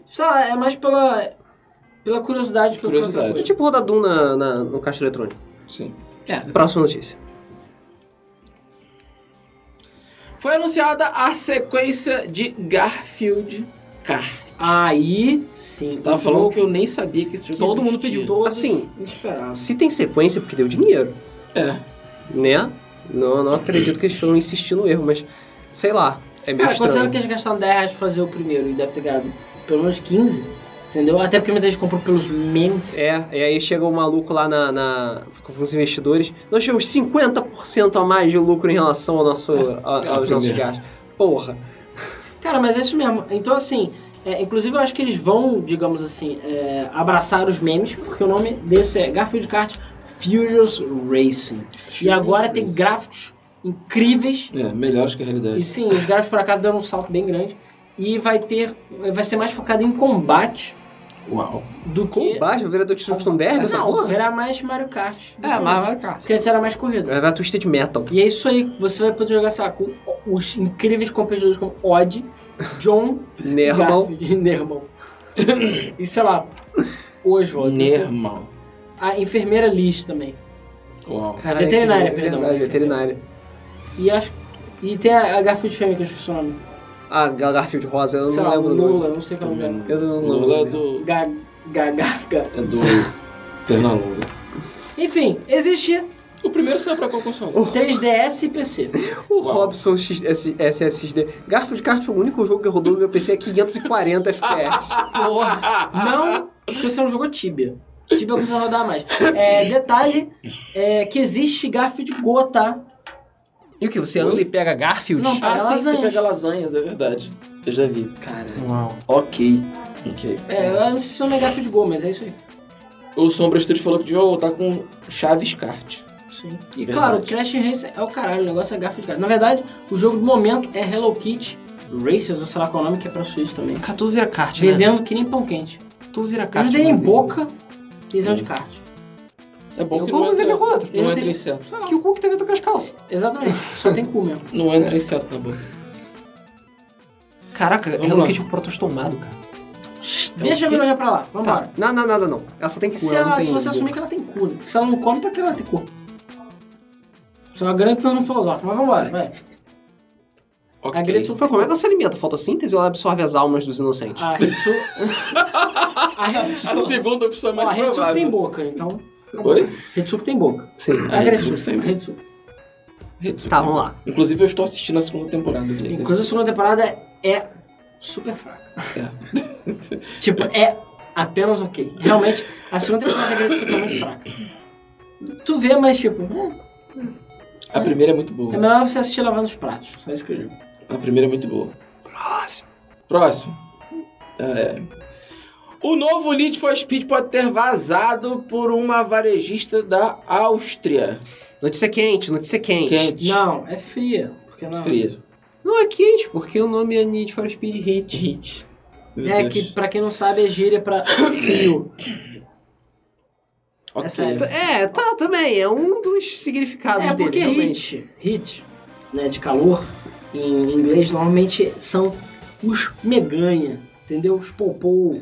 S1: sei lá, é mais pela, pela curiosidade que eu
S3: Curiosidade.
S2: É tipo rodar Doom na, na- no caixa eletrônico.
S3: Sim.
S4: É.
S2: Próxima notícia.
S3: Foi anunciada a sequência de Garfield Kart.
S1: Aí, sim.
S3: Tava
S1: o
S3: falando
S1: jogo
S3: que eu nem sabia que esse jogo
S1: todo mundo
S3: existia.
S1: pediu, todos
S2: Assim.
S1: esperavam.
S2: Se tem sequência, é porque deu dinheiro,
S3: É.
S2: né? Não, não acredito que eles estão insistindo no erro, mas sei lá. É meio
S1: Cara, considerando
S2: estranho.
S1: que eles gastaram 10 reais pra fazer o primeiro e deve ter ganhado pelo menos 15, entendeu? Até porque muita gente comprou pelos memes.
S2: É, e aí chega o maluco lá na, na- com os investidores. Nós tivemos 50% a mais de lucro em relação ao nosso, a- aos
S3: é,
S2: nossos
S3: primeiro.
S2: gastos. Porra.
S1: Cara, mas é isso mesmo. Então, assim, é, inclusive eu acho que eles vão, digamos assim, é, abraçar os memes, porque o nome desse é Garfield Kart Furious Racing. e agora tem
S3: Furious
S1: gráficos incríveis.
S3: Racing. É, melhores que a
S1: E
S3: realidade.
S1: sim, os gráficos por acaso deram um salto bem grande. E vai ter. Vai ser mais focado em combate
S3: Uau.
S1: do que.
S2: Combate, o vereador de Twisted Derby, essa
S1: Não,
S2: porra?
S1: verá mais Mario Kart. do
S4: É,
S1: que-
S4: mas vai Kart.
S1: Porque antes era mais corrida.
S2: Era Twisted Metal.
S1: E é isso aí, você vai poder jogar, sei lá, com os incríveis competidores como Odd, John,
S2: Nermal.
S1: Garfield e Nermal. e sei lá, Oswald.
S3: Normal.
S1: A enfermeira Liz também.
S3: Uau.
S2: Caralho,
S1: Veterinária,
S2: que-
S1: perdão.
S2: verdade, Veterinária.
S1: E acho E tem a, a Garfield Fêmea, que eu esqueci o nome.
S2: Ah, Garfield Rosa, eu
S1: sei
S2: não
S1: lá,
S2: lembro o nome.
S1: Lula, não sei qual é o
S3: Também
S1: nome.
S3: não.
S2: Eu não lembro.
S3: Lula é do...
S1: Ga, ga, ga, ga.
S3: É do... Pernalonga.
S1: Enfim, existe
S3: O primeiro saiu pra qual console?
S1: 3DS e PC.
S2: O
S3: Uau.
S2: Robson X- S- SSD. Garfield Kart foi o único jogo que rodou no meu é PC a 540 FPS.
S3: Ah,
S1: Porra. Não, porque você não jogou Tibia. Tibia precisa rodar mais. É, detalhe é, que existe Garfield Go, tá?
S2: E o que? Você anda e pega Garfield?
S1: Não.
S3: Ah,
S1: É
S3: sim, você
S1: lasanhas.
S3: pega lasanhas, é verdade. Eu já vi. Cara.
S2: Uau.
S3: Ok. Ok.
S1: É, eu não sei se o nome é Garfield Go, mas é isso aí.
S3: O Sombra Studios falou que devia voltar com Chaves Kart.
S1: Sim. E
S3: Verdade.
S1: claro, o Crash Race é o caralho, o negócio é Garfield Go. Na verdade, o jogo do momento é Hello Kitty Racers, ou sei lá qual é o nome, que é pra Switch também.
S2: Cara, tudo vira kart, né?
S1: Vendendo que nem pão quente.
S2: Tudo vira kart. né?
S1: Eles não tem nem
S2: mano.
S1: boca, eles andam de kart.
S3: É bom
S2: Eu
S3: que
S2: vou
S3: não
S2: fazer
S3: entra,
S2: que eu contra.
S1: Eu
S3: não
S1: tenho-
S3: entra inseto.
S2: Que o Cook tá vendo com as calças.
S1: Exatamente, só tem cu mesmo.
S3: Não entra inseto na boca.
S2: Caraca,
S3: Vamos
S2: Hello
S3: lá.
S2: Kitty é um protostomado, cara.
S1: Deixa a
S3: quê?
S1: Verônia pra lá, vamos
S2: Tá,
S1: embora.
S2: não, não, nada não. Ela só tem cu,
S1: Se,
S2: ela não
S1: ela,
S2: tem
S1: se você
S2: boca.
S1: assumir que ela tem cu, né? se ela não come, pra que ela tem cu? Isso é uma grande plano filosófico, mas vamos embora, vai.
S3: Ok.
S1: A Gretchen
S2: Pô, como é que ela se alimenta? Fotossíntese ou ela absorve as almas dos inocentes?
S1: A Hitsu... a
S3: A
S1: Hitsu...
S3: segunda opção é
S1: Ó,
S3: mais
S1: a Hitsu
S3: provável.
S1: tem boca, então...
S3: Oi?
S1: Hitsuko tem boca.
S2: Sim.
S3: Ah,
S1: A Gretchen
S3: Hitsuko sempre.
S1: Hitsuko.
S3: Hitsuko.
S2: Tá, vamos lá.
S3: Inclusive, eu estou assistindo a segunda temporada de Lego.
S1: Inclusive, a segunda temporada é super fraca.
S3: É.
S1: Tipo, é apenas ok. Realmente, a segunda temporada da Gretchen é muito fraca. Tu vê, mas tipo, é,
S3: A primeira é muito boa.
S1: é melhor você assistir lavando os pratos. Só isso que eu digo.
S3: A primeira é muito boa.
S2: Próximo.
S3: Próximo. É. O novo Need for Speed pode ter vazado por uma varejista da Áustria.
S2: Notícia quente, notícia quente.
S3: Quente.
S1: Não, é fria. Porque não.
S3: Frio.
S2: Não é quente, porque o nome é Need for Speed Hit.
S3: Hit. Meu
S1: É
S3: Deus.
S1: que, pra quem não sabe, é gíria pra frio.
S3: Ok.
S1: é sério.
S2: É, tá, também. É um dos significados
S1: É
S2: dele,
S1: porque
S2: realmente.
S1: hit, hit, né, de calor, em inglês, normalmente são os meganha, entendeu? Os poupou,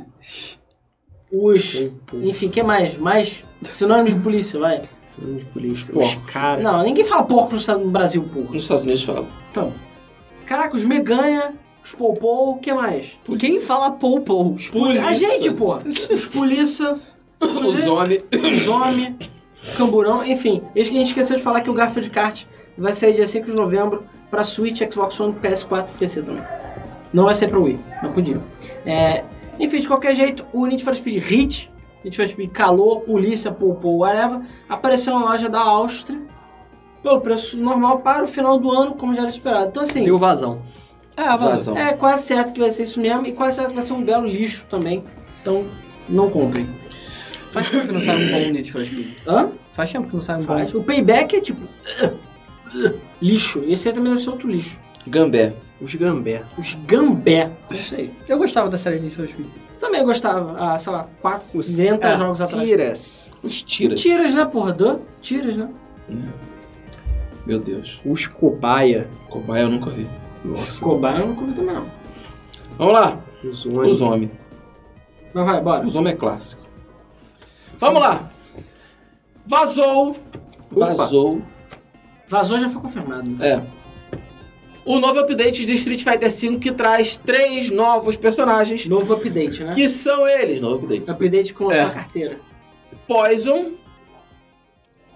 S1: os... Enfim, que mais? Mais sinônimo de polícia, vai.
S2: São de polícia.
S3: Pô.
S2: Os cara.
S1: Não, ninguém fala porco no Estado- no Brasil, porra.
S3: Nos Estados Unidos fala.
S1: Então, caraca, os meganha, os poupou, o que mais?
S2: Quem fala Pou-Pou?
S3: Polícia.
S1: A gente, porra. Os polícia,
S3: O Zone.
S1: Zome, Camburão, enfim. A gente esqueceu de falar que o Garfield Kart vai sair dia 5 de novembro pra Switch, Xbox One, PS4 e PC também. Não vai ser pra Wii, não podia. É, enfim, de qualquer jeito, o Need for Speed Hit, Need for Speed Calor, Polícia, Poupou, whatever, apareceu na loja da Áustria pelo preço normal para o final do ano, como já era esperado. Então assim...
S2: Deu vazão.
S4: É, vazou.
S3: Vazão.
S1: É quase certo que vai ser isso mesmo, e quase certo que vai ser um belo lixo também. Então, não comprem.
S4: Faz tempo que não sai um bom Need for Speed.
S1: Hã?
S4: Faz tempo que não sai um bom.
S1: Faz. O payback é tipo. lixo. Esse aí também deve ser outro lixo.
S3: Gambé.
S2: Os gambé.
S1: Os gambé. Não sei.
S4: Eu gostava da série Need for Speed.
S1: Também gostava. Ah, sei lá, 400
S2: Ah,
S1: jogos atrás.
S2: Tiras.
S3: Os tiras.
S1: Tiras, né, porra? Dã? Tiras, né?
S3: Meu Deus.
S2: Os cobaia.
S3: Cobaia eu nunca vi.
S2: Nossa.
S1: Cobaia eu não curto também, não.
S3: Vamos lá.
S2: Os
S3: Os
S2: ônibus.
S3: homens.
S1: Mas vai, bora.
S3: Os homens é clássico. Vamos lá. Vazou.
S2: Opa.
S3: Vazou.
S1: Vazou já foi confirmado.
S3: É. o novo update de Street Fighter V que traz três novos personagens,
S1: Novo update, né?
S3: que são eles, novo update.
S1: Update com a
S3: É.
S1: sua carteira.
S3: Poison,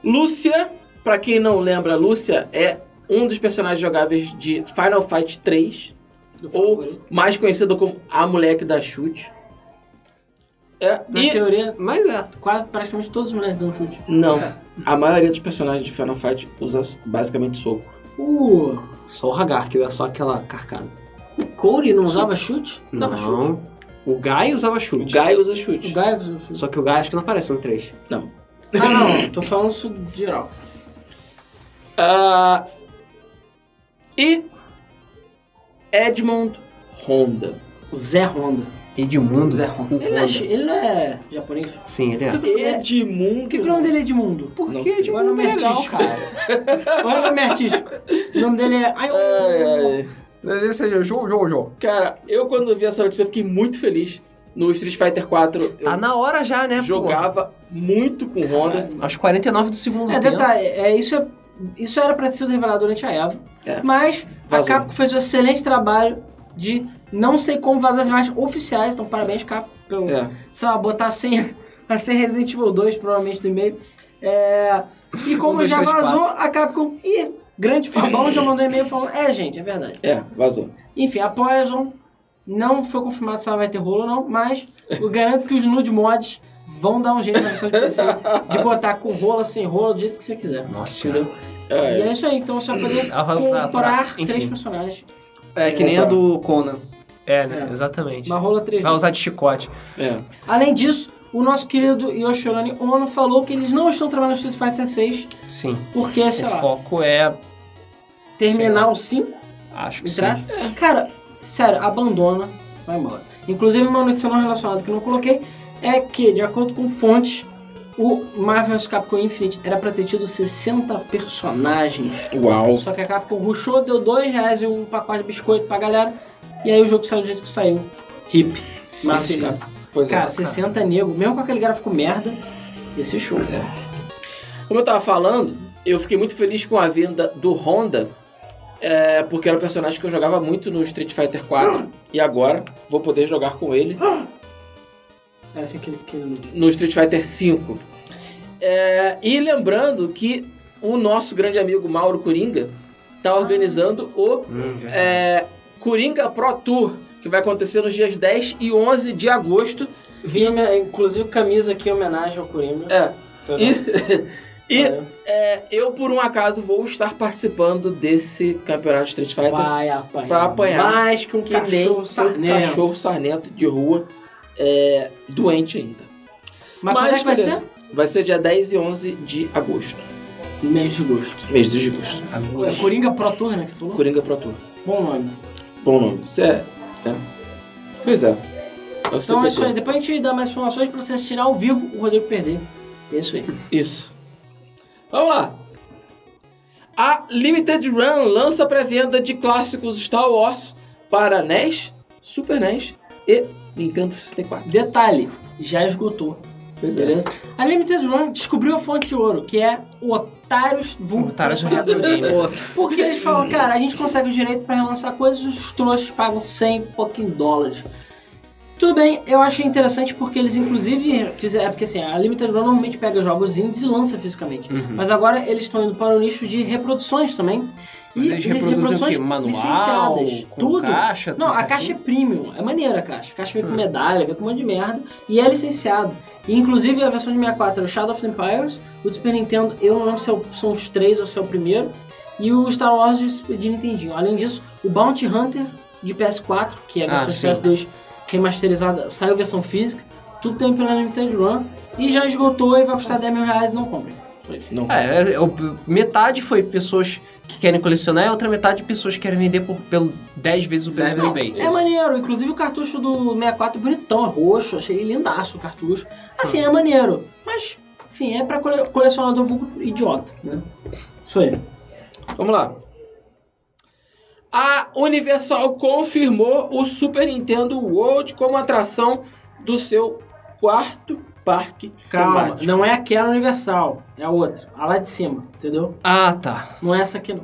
S3: Lúcia, pra quem não lembra, Lúcia é um dos personagens jogáveis de Final Fight 3,
S1: Do
S3: ou
S1: favorito.
S3: mais conhecido como a moleque da chute. É,
S1: Na
S3: e
S1: teoria,
S2: Mas é.
S1: quase, praticamente todas as mulheres dão chute.
S3: não, a maioria dos personagens de Final Fight usa basicamente soco.
S1: O,
S2: Só o Hagar, que dá só aquela carcada.
S1: o Corey não usava chute?
S2: Não.
S1: Dava chute.
S2: O Guy usava
S3: O
S2: chute.
S3: Guy usa
S1: O
S3: chute.
S1: Guy usava chute.
S2: Só que o Guy acho que não aparece no 3.
S1: Ah, não. Tô falando isso geral.
S3: Ah, e Edmond Honda.
S1: Zé Honda.
S2: Edmundo?
S1: Zé Honda. Ele, não é, chi- ele não é japonês?
S2: Sim, ele é.
S1: Por que que o nome
S3: Edmundo.
S1: dele é Edmundo? Por
S3: Não
S1: que
S3: sei.
S1: Edmundo? Olha o nome
S2: É legal,
S1: artístico, cara. Olha o nome é artístico. O nome dele é... Ai, ô.
S3: Ai, ai.
S2: Esse é João, João, João.
S3: Cara, eu quando vi essa notícia eu fiquei muito feliz. No Street Fighter 4 eu
S2: Tá na hora já, né? pô?
S3: jogava muito com Honda.
S2: Aos 49 do segundo
S1: É,
S2: tempo.
S1: detalhe, é, isso, é, isso era pra ter sido revelado durante a EVO.
S3: É.
S1: Mas
S3: Vazou.
S1: a Capcom fez um excelente trabalho de não sei como vazar as imagens oficiais. Então, parabéns, Capcom, pelo,
S3: É.
S1: sei lá, botar a senha, a senha Resident Evil 2, provavelmente, no e-mail. É, e como
S2: Um, dois,
S1: já
S2: três,
S1: vazou, a Capcom... Ih, grande Fabão já mandou e-mail falando... É, gente, é verdade.
S3: É, vazou.
S1: Enfim, a Poison não foi confirmado se ela vai ter rolo ou não, mas eu garanto que os nude mods vão dar um jeito na versão de PC de botar com rola, sem rolo, do jeito que você quiser.
S2: Nossa,
S1: Entendeu? E
S3: É,
S1: é isso aí, então você vai poder
S6: Ela vai usar pra-
S1: comprar
S6: enfim.
S1: três personagens.
S4: É, que nem a do Conan.
S6: É, né?
S1: É.
S6: Exatamente.
S1: Uma rola 3
S6: Vai usar de chicote.
S3: é.
S1: Além disso, o nosso querido Yoshirani Ono falou que eles não estão trabalhando no Street Fighter 6
S6: Sim.
S1: porque, sei
S6: o
S1: lá,
S6: foco é.
S1: terminar o 5
S6: Acho que
S1: entrar. Ah,
S6: sim.
S1: Cara, sério, abandona, vai embora. Inclusive, uma notícia não relacionada que eu não coloquei é que, de acordo com fontes, o Marvel's Capcom Infinite era pra ter tido 60 personagens.
S3: Uau.
S1: Só que a Capcom ruxou, deu dois reais e um pacote de biscoito pra galera. E aí o jogo saiu do jeito que saiu. Hip. Massa,
S3: sim.
S1: cara.
S3: Pois é.
S1: Cara, 60 nego, mesmo com aquele gráfico merda, esse show.
S3: É. Como eu tava falando, eu fiquei muito feliz com a vinda do Honda, é, porque era um personagem que eu jogava muito no Street Fighter 4 e agora vou poder jogar com ele
S1: É assim que ele. que ele-
S3: no Street Fighter 5. É, e lembrando que o nosso grande amigo Mauro Coringa tá organizando o é, Coringa Pro Tour, que vai acontecer nos dias 10 e 11 de agosto.
S1: Vi, minha- inclusive, camisa aqui em homenagem ao Coringa.
S3: É,
S1: Então,
S3: e
S1: valeu.
S3: é, eu, por um acaso, vou estar participando desse campeonato de Street Fighter.
S1: Vai apanhar.
S3: pra apanhar.
S1: Mais que um
S3: que nem
S1: cachorro né?
S3: um
S1: sarnento.
S3: cachorro sarnento de rua é, doente ainda.
S1: Mas, quando é que vai
S3: beleza.
S1: ser?
S3: Vai ser dia 10 e 11 de agosto.
S1: Mês de gosto.
S3: Mês de agosto.
S1: É Coringa Pro Tour, né, que você falou?
S3: Coringa Pro Tour.
S1: Bom nome.
S3: Bom nome. Isso é. é. Pois é. É o
S1: Então é isso aí.
S3: CPT.
S1: Depois a gente dá mais informações pra você assistir ao vivo o Rodrigo perder. É isso aí.
S3: Isso. Vamos lá. A Limited Run lança pré-venda de clássicos Star Wars para NES, Super NES e Nintendo 64.
S1: Detalhe, já esgotou.
S3: Pois é.
S1: Beleza? A Limited Run descobriu a fonte de ouro, que é otários vultos.
S6: Otários do Retro Game.
S1: Porque eles falam, cara, a gente consegue o direito pra relançar coisas e os trouxas pagam 100 e pouquinho dólares. Tudo bem, eu achei interessante porque eles inclusive fizeram. É porque assim, a Limited Run normalmente pega jogos indies e lança fisicamente.
S2: Uhum.
S1: Mas agora eles estão indo para o nicho de reproduções também.
S2: Mas eles reproduzem o quê? Manual?
S1: licenciadas,
S2: Com
S1: tudo.
S2: caixa? tudo
S1: Não, a
S2: certinho?
S1: caixa é premium, é maneira a caixa. A caixa vem com medalha, vem com um monte de merda e é licenciado. E, inclusive a versão de 64 é o Shadow of the Empires, o do Super Nintendo, eu não lembro se é o- são os três ou se é o primeiro, e o Star Wars de Super- de Nintendinho. Além disso, o Bounty Hunter de PS4, que é a
S2: Ah,
S1: versão de
S2: sim.
S1: PS2 remasterizada, saiu versão física, tudo tem pela Nintendo Run, e já esgotou e vai custar 10 mil reais, não comprem.
S3: Não.
S2: É, é, o- metade foi pessoas que querem colecionar e a outra metade pessoas que querem vender por, pelo 10 vezes o preço do eBay.
S1: É maneiro, inclusive o cartucho do 64 é bonitão, é roxo, achei lindaço o cartucho. Assim, é maneiro, mas, enfim, é pra cole colecionador vulgo idiota, né? Isso aí.
S3: Vamos lá. A Universal confirmou o Super Nintendo World como atração do seu quarto parque
S1: Calma,
S3: temático.
S1: não é aquela universal, é a outra, a lá de cima, entendeu?
S2: Ah, tá.
S1: Não é essa aqui não.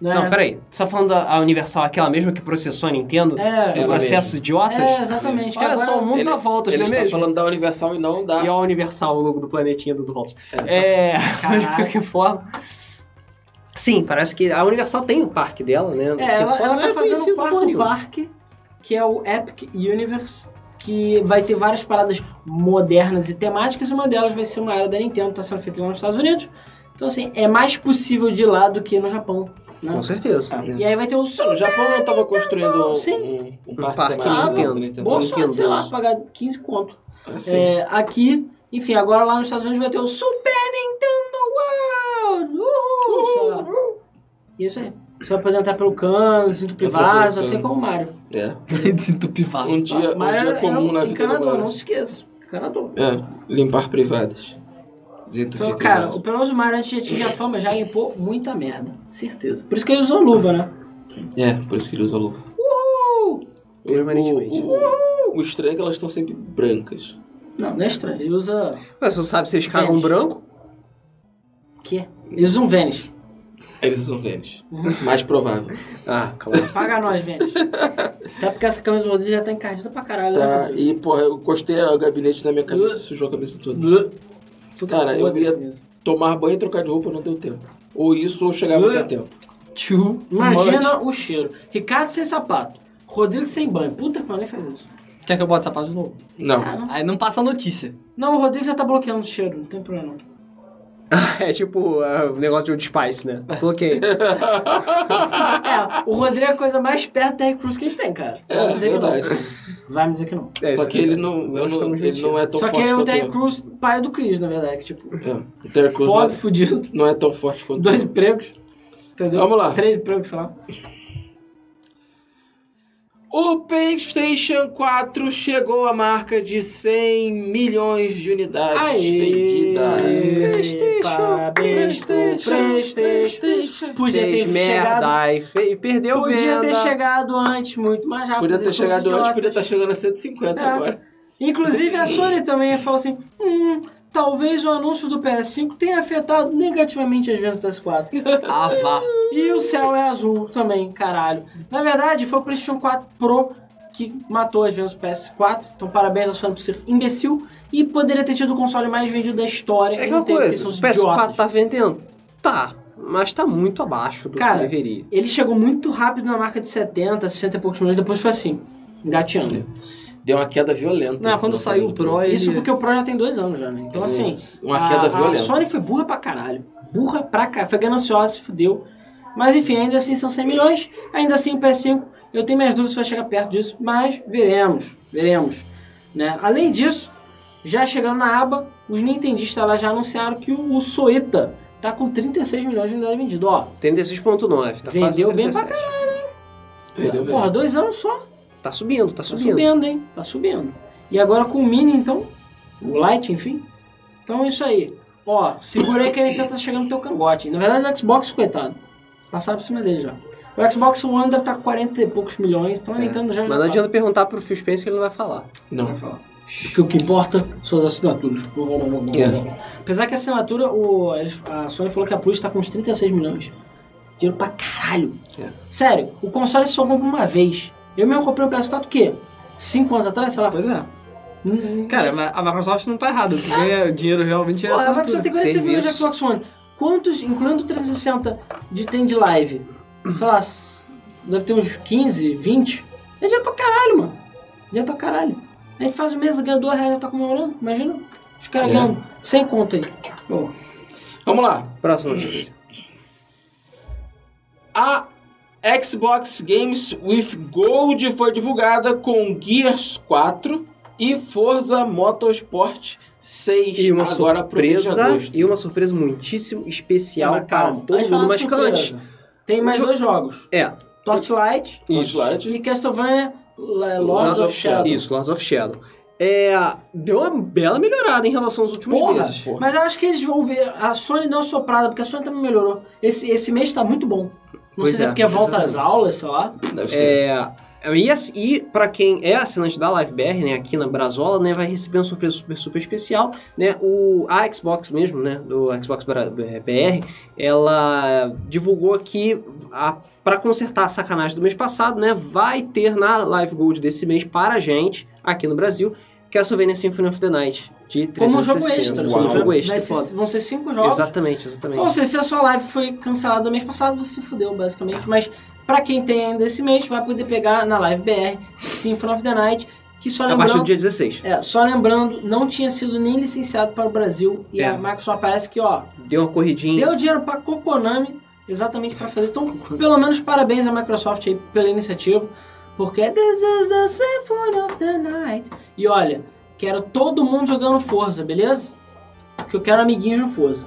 S1: né?
S6: Não, peraí. Só falando da a Universal, aquela mesma que processou a Nintendo?
S1: É.
S6: o processo idiotas?
S1: É, exatamente. que
S6: Olha
S1: agora-
S6: só, o mundo
S3: Ele-
S6: dá
S2: tá
S6: voltas,
S3: Ele
S6: não é
S3: está
S6: mesmo?
S3: falando da Universal e não da...
S6: E ó, a Universal, o logo do planetinha do Voltas.
S1: Tá
S6: É, mas de
S1: Caraca.
S6: qualquer forma.
S2: Sim, parece que a Universal tem o parque dela, né? Que
S1: É, ela,
S2: só
S1: ela
S2: não
S1: tá
S2: é
S1: fazendo
S2: conhecido
S1: o
S2: porra
S1: quarto
S2: nenhuma.
S1: parque, que é o Epic Universe, que vai ter várias paradas modernas e temáticas, e uma delas vai ser uma área da Nintendo, tá sendo feita lá nos Estados Unidos. Então, assim, é mais possível de ir lá do que no Japão. né?
S2: Com certeza.
S3: Ah,
S1: E aí vai ter um o
S3: O
S1: Super
S3: Japão não estava construindo um,
S1: Sim.
S3: um, um
S2: Um
S3: parque,
S2: parque
S3: temático
S2: Nintendo.
S3: da Nintendo.
S1: Boa
S2: Nintendo
S1: sorte, sei lá,
S2: Deus.
S1: pagar 15 conto.
S3: Assim,
S1: É, aqui, enfim, agora lá nos Estados Unidos vai ter o Super Nintendo World! Uhul! Sei lá. E é Isso aí. Você vai poder entrar pelo cano, cinto privado,
S3: Eu tô
S1: assim como o Mario.
S3: é.
S4: Desentupivado.
S3: Um dia, um
S1: Mario
S3: dia comum na vida do
S1: é encanador,
S3: Mario.
S1: não se esqueça. Encanador.
S3: É, limpar privadas.
S1: Então,
S3: Desentupir
S1: cara,
S3: privadas.
S1: o- pelo menos o Mario antes de atingir a fama já limpou muita merda. Certeza. Por isso que ele usou luva, né?
S3: É, por isso que ele usa luva.
S2: Permanentemente.
S3: O, o, o estranho é que elas estão sempre brancas.
S1: Não, não é estranho. Ele usa.
S2: Mas você não sabe se eles cagam
S1: Vênus.
S2: branco?
S1: O quê? Ele usa um Vênus.
S3: Eles usam tênis. Mais provável.
S2: Ah, claro.
S1: Paga nós, Vênus. Até porque essa camisa do Rodrigo já tá encardida pra caralho.
S3: Tá,
S1: né?
S3: e porra, eu encostei o gabinete na minha cabeça, sujou a cabeça toda.
S1: Blu. Tudo
S3: Cara, eu
S1: podre, né?
S3: ia-
S1: mesmo.
S3: Tomar banho e trocar de roupa não deu tempo. Ou isso, ou chegava até tempo.
S4: Tio.
S3: um
S1: Imagina o cheiro. Ricardo sem sapato. Rodrigo sem banho. Puta que pariu, nem faz isso.
S4: Quer que eu bote sapato de novo?
S3: Não.
S1: Ah, não.
S4: Aí não passa a notícia.
S1: Não, o Rodrigo já tá bloqueando o cheiro, não tem problema. não.
S2: é tipo ah, o negócio de Old Spice, né? Coloquei.
S1: É, o Rodrigo é a coisa mais perto da Terry Cruz que a gente tem, cara.
S3: É,
S1: Vai me dizer que não.
S3: verdade.
S1: Vai me dizer que não.
S2: É,
S3: Só
S2: isso
S3: que
S2: aqui.
S3: ele não, eu não,
S2: estamos
S3: ele não é tão
S1: Só que
S3: forte
S1: ele é o
S3: quanto
S1: Terry
S3: eu.
S1: Cruz, pai do Chris, na verdade. que, Tipo,
S3: É, o Terry Crews não,
S1: pobre,
S3: é,
S1: fudido,
S3: não é tão forte quanto
S1: dois
S3: eu.
S1: empregos. Entendeu?
S3: Vamos lá.
S1: Três empregos, sei lá.
S3: O PlayStation 4 chegou à marca de 100 milhões de unidades vendidas.
S1: Parabéns pro PlayStation. Podia
S2: Fez
S1: ter chegado
S2: merda e, fe- e perdeu
S1: Podia
S2: venda.
S1: ter chegado antes, muito mais rápido.
S3: Podia ter
S1: eles são
S3: chegado
S1: idiotas.
S3: antes, podia estar chegando a 150
S1: É.
S3: agora.
S1: Inclusive a Sony também falou assim: hum, talvez o anúncio do PS5 tenha afetado negativamente as vendas do PS4.
S4: Ah, vá.
S1: e o céu é azul também, caralho. Na verdade, foi o PlayStation 4 Pro que matou as vendas do PS4. Então parabéns à Sony por ser imbecil. E poderia ter tido o console mais vendido da história.
S2: É
S1: e
S2: aquela
S1: teve,
S2: coisa,
S1: são
S2: o
S1: os
S2: PS4
S1: idiotas.
S2: tá vendendo? Tá, mas tá muito abaixo do
S1: Cara,
S2: que deveria.
S1: Ele chegou muito rápido na marca de 70, 60 e poucos milhões, depois foi assim, engateando.
S3: Deu uma queda violenta.
S4: Não, quando
S3: Então,
S4: saiu o
S3: falando
S4: Pro, ele...
S1: Isso porque o Pro já tem dois anos já, né? Então, assim.
S3: um- Uma queda
S1: a,
S3: violenta.
S1: A Sony foi burra pra caralho. Burra pra caralho. Foi gananciosa, se fudeu. Mas, enfim, ainda assim são 100 milhões. Ainda assim, o PS5, eu tenho minhas dúvidas se vai chegar perto disso. Mas veremos. Veremos. Né? Além disso, já chegando na aba, os nintendistas lá já anunciaram que o, o Soita tá com 36 milhões de unidades vendidas. Ó,
S2: 36.9, tá quase
S1: vendeu bem pra
S2: 37.
S1: caralho.
S3: Perdeu mesmo.
S1: Porra, dois anos só.
S2: Tá subindo, tá
S1: Tá
S2: subindo.
S1: subindo, hein? Tá subindo. E agora com o Mini, então? O Light, enfim. Então é isso aí. Ó, segura aí que ele tá chegando no teu cangote. Na verdade, o Xbox, coitado. Passaram por cima dele já. O Xbox One deve estar com 40 e poucos milhões, então a
S2: É,
S1: Nintendo já já
S2: Mas não
S1: passa.
S2: adianta perguntar pro Phil Spencer que ele não vai falar.
S3: Não.
S1: Porque o que importa são as assinaturas.
S3: É.
S1: Apesar que a assinatura, o, a Sony falou que a Plus tá com uns 36 milhões. Dinheiro pra caralho.
S3: É.
S1: Sério, o console só compra uma vez. Eu mesmo comprei o PS4 o quê? 5 anos atrás, sei lá.
S4: Pois é.
S1: Hum,
S4: Cara, mas a Microsoft não tá errada. O que ganha dinheiro realmente é
S1: Pô,
S4: essa
S1: a Microsoft tem 45 milhões de
S2: Serviço.
S1: Xbox One. Quantos, incluindo o 360, de, tem de live? Sei lá, s- deve ter uns 15, 20. É dinheiro pra caralho, mano. É Dinheiro pra caralho. A gente faz o mês, ganha 2 reais e tá comemorando. Imagina. Os caras
S3: É.
S1: ganham sem conta aí. Bom,
S3: Vamos lá.
S2: Próxima notícia.
S3: A Xbox Games with Gold foi divulgada com Gears 4 e Forza Motorsport 6.
S2: E uma
S3: agora pro mês de
S2: surpresa,
S3: agosto.
S2: e uma surpresa muitíssimo especial
S1: É, mas
S2: para
S1: calma.
S2: todo
S1: Antes de falar
S2: mundo,
S1: da
S2: mas antes...
S1: surpresa, Tem mais
S2: Jo-
S1: dois jogos.
S2: É,
S1: Torchlight
S2: isso.
S3: Torchlight.
S1: e Castlevania La- Lords
S3: Lords
S1: of
S3: of
S1: Shadow.
S2: Isso, Lords of Shadow. É, deu uma bela melhorada em relação aos últimos
S1: Porra!
S2: meses.
S3: Porra.
S1: Mas eu acho que eles vão ver. A Sony deu uma soprada, porque a Sony também melhorou. Esse, esse mês tá muito bom. Não
S2: Pois
S1: sei se é
S2: é,
S1: porque volta às
S2: exatamente.
S1: aulas, sei lá.
S3: Deve ser.
S2: É, E, ass- e para quem é assinante da LiveBR, né, aqui na Brazola, né, vai receber uma surpresa super, super especial, né, o, a Xbox mesmo, né, do Xbox Bra- eh, BR, ela divulgou que para consertar a sacanagem do mês passado, né, vai ter na Live Gold desse mês para a gente, aqui no Brasil, Castlevania Symphony of the Night, de 360.
S1: Como um jogo extra.
S2: Como um
S1: você
S2: jogo
S1: vai-
S2: extra,
S1: vai ser-
S2: foda.
S1: Vão ser cinco jogos.
S2: Exatamente, exatamente.
S1: Ou seja, se a sua live foi cancelada mês passado, você se fudeu, basicamente.
S2: Ah.
S1: Mas pra quem tem ainda esse mês, vai poder pegar na live BR Symphony of the Night, que só
S2: a partir do
S1: lembrando...
S2: dia 16.
S1: É, só lembrando, não tinha sido nem licenciado para o Brasil. E
S2: É.
S1: a Microsoft parece que, ó,
S2: Deu uma corridinha.
S1: deu dinheiro pra Kokonami exatamente pra fazer. Então, pelo menos parabéns à Microsoft aí pela iniciativa, porque é This is the Symphony of the Night. E olha, quero todo mundo jogando Forza, beleza? Porque eu quero amiguinhos no Forza.